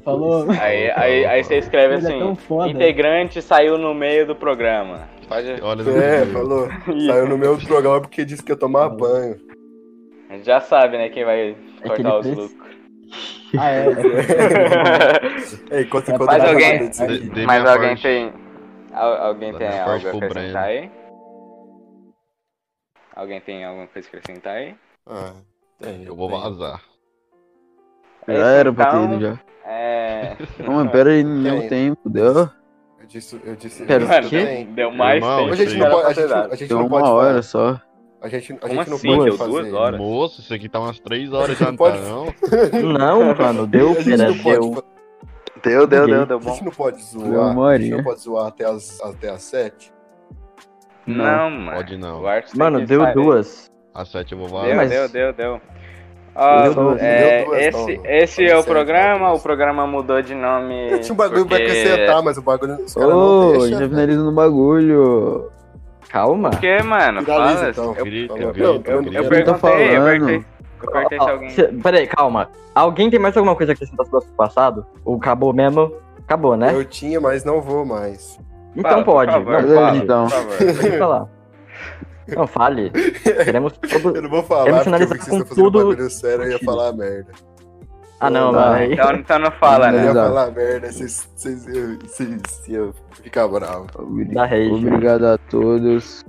A: Falou.
B: Aí, aí, aí você escreve
A: Ele é tão
B: assim:
A: foda.
B: integrante saiu no meio do programa. Pode.
C: Olha no
E: É,
C: meio.
E: falou. Saiu no meu programa porque disse que ia tomar
B: Uhum.
E: banho.
B: <laughs> A gente já sabe, né? Quem vai
A: É que
B: cortar
A: ele
B: os
A: fez- <laughs>
B: lucros.
A: Ah,
E: <laughs>
A: é. é.
E: É, enquanto
A: Mas
E: enquanto ele
B: alguém-
E: fala disso
C: De-
A: é
E: aqui.
C: de
B: Mas
C: minha
B: alguém
C: parte.
B: tem. al- alguém
C: Da
B: tem
C: minha
B: algo
C: parte
B: a
C: pro Breno.
B: acrescentar aí? Alguém tem alguma coisa a acrescentar aí?
E: Ah, tem,
C: Eu vou
E: tem.
C: vazar.
D: Já era pra ter ido já.
B: É.
D: Não,
B: <laughs>
D: mas pera aí, não
E: Pera
D: deu
E: aí.
D: tempo, deu?
E: Eu disse. Eu disse
D: Pera,
E: eu
B: Mano,
E: disse
D: quê?
E: também.
B: deu mais
C: Irmão,
B: tempo.
E: A
C: Não,
E: gente
C: isso
E: não
C: aí.
E: pode, a gente,
B: falar.
E: a gente
D: Deu
E: não
D: uma
E: pode
D: hora
E: falar.
D: só.
E: A gente, a
B: Como
E: gente não
B: assim?
E: pode
B: Deu
E: fazer.
B: duas horas.
C: Moço, isso aqui tá umas três horas já, não
E: Pode-
C: tá, não?
D: Não, mano, deu,
E: A gente
D: pera,
E: não pode,
D: deu.
E: fa-
B: Deu, deu,
D: deu,
B: deu
E: a gente não pode
D: Deu
E: zoar.
D: uma
E: A gente
D: horinha.
E: não pode zoar até as, até as sete.
B: Não, mano.
C: Pode não.
B: O Arthur tem
D: Mano,
B: que
D: deu
B: sair.
D: duas.
C: Às sete eu vou
B: Deu,
C: vazar.
D: Mas-
B: deu, deu, deu. Ó,
D: Deu duas,
B: é,
E: deu duas,
B: esse
E: não.
B: esse é
E: Fala
B: o
E: sério,
B: programa,
E: fala
B: o programa mudou de
E: <laughs>
B: nome.
E: Tinha um bagulho pra
B: porque-
E: acrescentar, mas o bagulho. Os caras
D: É,
E: não né?
D: Ô, a gente
E: deixam.
D: tá finalizando o bagulho.
S: Calma.
B: Por quê, mano? Fala.
E: Finaliza então.
C: Eu queria- eu
E: Falou.
C: queria- eu
E: Não,
C: queria-
B: Eu
D: Não
B: perguntei,
D: tá
B: eu
D: falando.
B: perguntei. Eu
E: Ah,
B: perguntei se alguém.
S: Cê- Peraí, calma. Alguém tem mais alguma coisa a acrescentar sobre o assunto passado? Ou acabou mesmo? Acabou, né?
E: Eu tinha, mas não vou mais.
S: Então
B: Fala, por
S: pode.
B: favor,
S: Não,
D: fala.
S: pode.
D: Então.
B: Por favor.
S: Deixa eu falar. Não, fale. Queremos todo...
E: Eu não vou
S: Eu
E: falar,
S: vou
E: porque eu vi
S: finalizar
E: que vocês
S: com
E: estão fazendo
S: tudo-
E: bagulho sério, eu ia falar merda.
S: Ah, não,
D: Não.
S: mano. aí-
B: Então, então não fala,
E: Eu
B: né?
E: ia
D: Exato.
E: falar merda, vocês vocês- eu- vocês- vocês iam ficar bravo.
S: Da rage.
D: então. Obrigado a todos.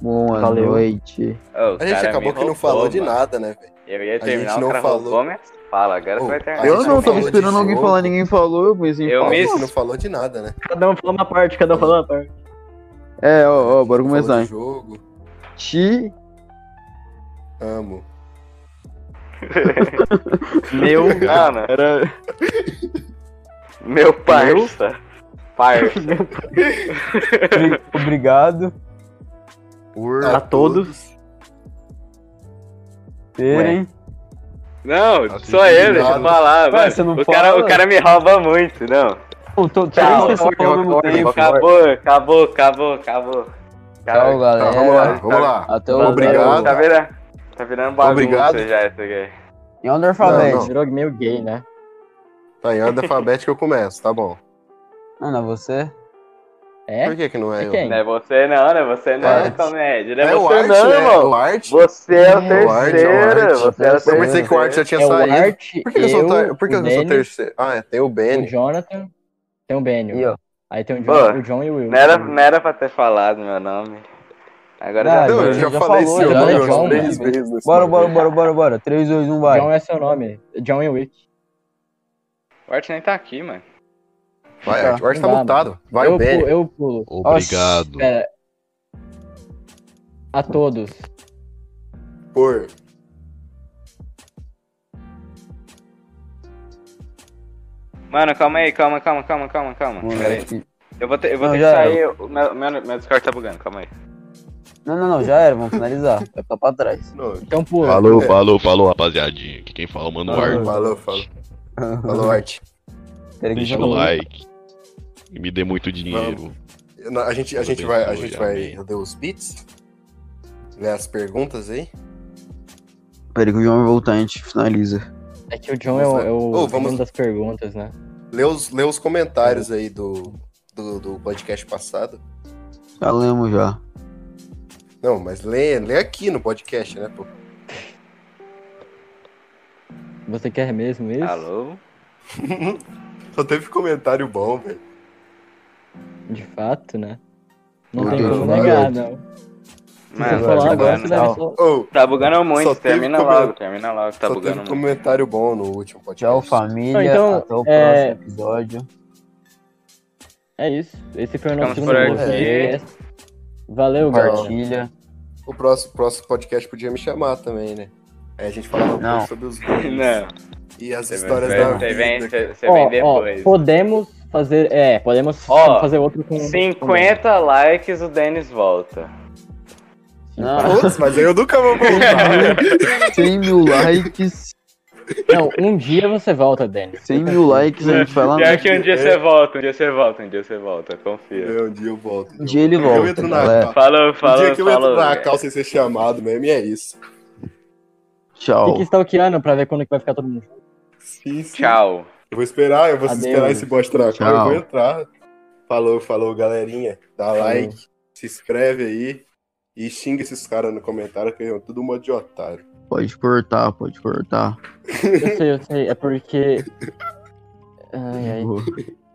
D: Boa
S: Valeu.
D: noite.
B: Ô, o
E: A gente
B: cara me
E: acabou que não
B: roubou,
E: falou de
B: mano. Então,
E: nada, né, velho?
B: Eu ia
E: gente
B: terminar,
E: não
B: o cara
E: falou.
B: roubou minhas falas. Agora
E: Ô,
B: você vai
E: a
B: terminar.
D: Eu
E: gente
D: não
E: não
D: tava
E: falou
D: esperando
E: de
D: alguém
E: jogo.
D: falar, ninguém falou, eu pensei em
B: Eu
D: falar.
E: A gente
B: mesmo.
E: não falou de nada, né?
S: Cada um falou uma parte, cada um falou uma parte.
D: É, ó, ó, bora
E: Não falou de
D: começar, hein.
E: jogo,
D: Ti,
E: amo. <laughs>
S: Meu.
B: Mano,
D: era...
B: meu parça. Parça.
S: Obrigado
C: Por...
E: Tá
S: a todos. Terem.
B: Não,
C: Assim,
B: só eu,
E: nada.
B: deixa eu falar,
S: Ué,
B: mano.
S: você não
B: o,
S: fala?
B: cara, o cara me rouba muito, não.
S: Tchau.
B: Acabou, acabou, acabou, acabou.
D: Tchau, galera.
E: Tá, vamos lá, vamos lá.
D: Até o
B: Tá-
E: Obrigado.
B: Tá virando, tá virando bagunça
E: Obrigado.
B: já isso aqui.
R: em Under Alphabet.
E: Não, não.
A: Virou meio gay, né?
E: Tá, em ordem alfabética eu começo, tá bom.
R: Ana, você?
A: É?
E: Por que que não é,
A: É
E: eu?
A: quem?
B: Não é você não, não é você não,
E: Arte.
B: comédia. Não é,
E: É o
B: você
E: Art,
B: não,
E: né? É
B: irmão.
E: o Art.
B: Você é o terceiro.
E: o Art, é o Art.
B: Você é o
E: Eu
B: terceiro.
E: pensei que o Art já tinha
A: É o
E: saído.
A: Art,
E: Por que, que eu sou, ter...
A: eu,
E: Por que
A: o
E: eu sou
A: Denis,
E: terceiro? Ah, é, tem o
A: O
E: Benny.
A: Jonathan, tem o Benio.
T: E, ó.
A: Aí tem o
B: Pô,
A: John, o John e o Will.
B: Não era, não era pra ter falado meu nome. Agora
T: Não,
B: já
E: Não,
B: foi.
E: eu
T: já
E: já, falei
T: falou,
E: seu
A: já
E: nome
A: é
E: umas
A: John,
E: três
A: mano.
E: vezes. nesse
T: Bora, bora,
E: podcast.
T: bora, bora, bora. 3, 2, 1, vai.
A: John é seu nome. John e Wick.
B: O Art nem tá aqui, mano.
E: Vai, Art. O Art tá
A: Não dá,
E: mutado. Vai,
A: eu,
E: o Benny.
A: pulo, eu pulo.
C: Obrigado.
A: Pera. A todos.
E: Por.
B: Mano, calma aí, calma, calma, calma, calma, calma. Pera aí. Eu vou ter, eu vou
T: Não,
B: ter que
T: já era.
B: sair. o Meu, meu, meu Discord tá bugando, calma aí.
T: Não, não, não, já era, vamos
D: <laughs>
T: finalizar. Vai ficar pra trás.
E: Não,
A: Então pula.
C: Falou, falou, falou, rapaziadinha. Aqui quem fala, um mano, o
E: Falou,
C: Art.
E: falou. Falou, Art.
T: Peraí que
C: Deixa
T: já
C: o
T: vou-
C: like. E me dê muito dinheiro.
E: Não, A gente, a gente vai. A gente vai. Eu dei os beats. Vê as perguntas aí.
D: Peraí que o João vai voltar, a gente finaliza.
A: É que o John é o, é o
E: Ô, vamos-
A: dono das perguntas, né?
E: Lê os, lê os comentários aí do, do, do podcast passado.
D: Já lemos já.
E: Não, mas lê, lê aqui no podcast, né, pô?
A: Você quer mesmo isso?
B: Alô?
E: Só teve comentário bom, velho.
A: De fato, né? Não
D: Meu
A: tem
D: Deus,
A: como
D: vai,
A: negar, não. Se você
B: Mano,
A: falar
B: tá
A: agora, você
B: bugando.
A: deve só...
E: Ô,
B: Tá bugando muito,
E: Só teve
B: termina
E: comentário.
B: logo, termina logo, tá
E: só
B: bugando
E: teve
B: muito.
E: comentário bom no último
D: Tchau,
E: podcast.
D: família.
A: Então,
D: até o
A: é-
D: próximo episódio.
A: É isso. Esse foi o nosso
B: Ficamos por
A: segundo
B: aqui.
A: podcast. Valeu, galera.
D: Compartilha.
E: o próximo, próximo podcast podia me chamar também, né? Aí a gente falava um
D: Não.
E: pouco sobre
B: <laughs>
E: os games
B: Não,
E: e as
B: você
E: histórias
B: vem-
E: da
B: você vem,
E: vida.
B: você, você vem
A: Ó, ó,
B: depois.
A: podemos fazer... É, podemos
B: Ó,
A: fazer outro com...
B: 50 likes, o Denis volta.
D: Não,
E: Putz, mas aí eu nunca
B: <laughs>
E: vou voltar.
D: 100 mil likes.
A: com- Não, um dia você volta, Denis.
D: 100 mil likes a gente vai
A: Ah,
B: <laughs>
D: lá.
B: Pior que um dia você volta, um dia você volta, um dia você volta, confia.
E: É, um dia eu volto.
D: Um dia ele volta,
E: Eu entro na
D: galera.
E: calça.
B: Falou,
E: Um
B: falou,
E: dia que eu entro
B: falou.
E: na calça sem ser chamado mesmo, e é isso.
D: Tchau.
A: Fique stalkeando pra ver quando que vai ficar todo mundo junto.
E: Sim, sim.
B: Tchau.
E: Eu vou esperar, eu vou
A: Adeus.
E: esperar esse bosta entrar.
D: Tchau.
E: Eu vou entrar. Falou, falou, galerinha. Dá like, se inscreve aí e xinga esses caras no comentário que é tudo uma de otário.
D: Pode cortar, pode cortar.
A: Eu sei, eu sei. É porque... Ai, ai.
D: Boa.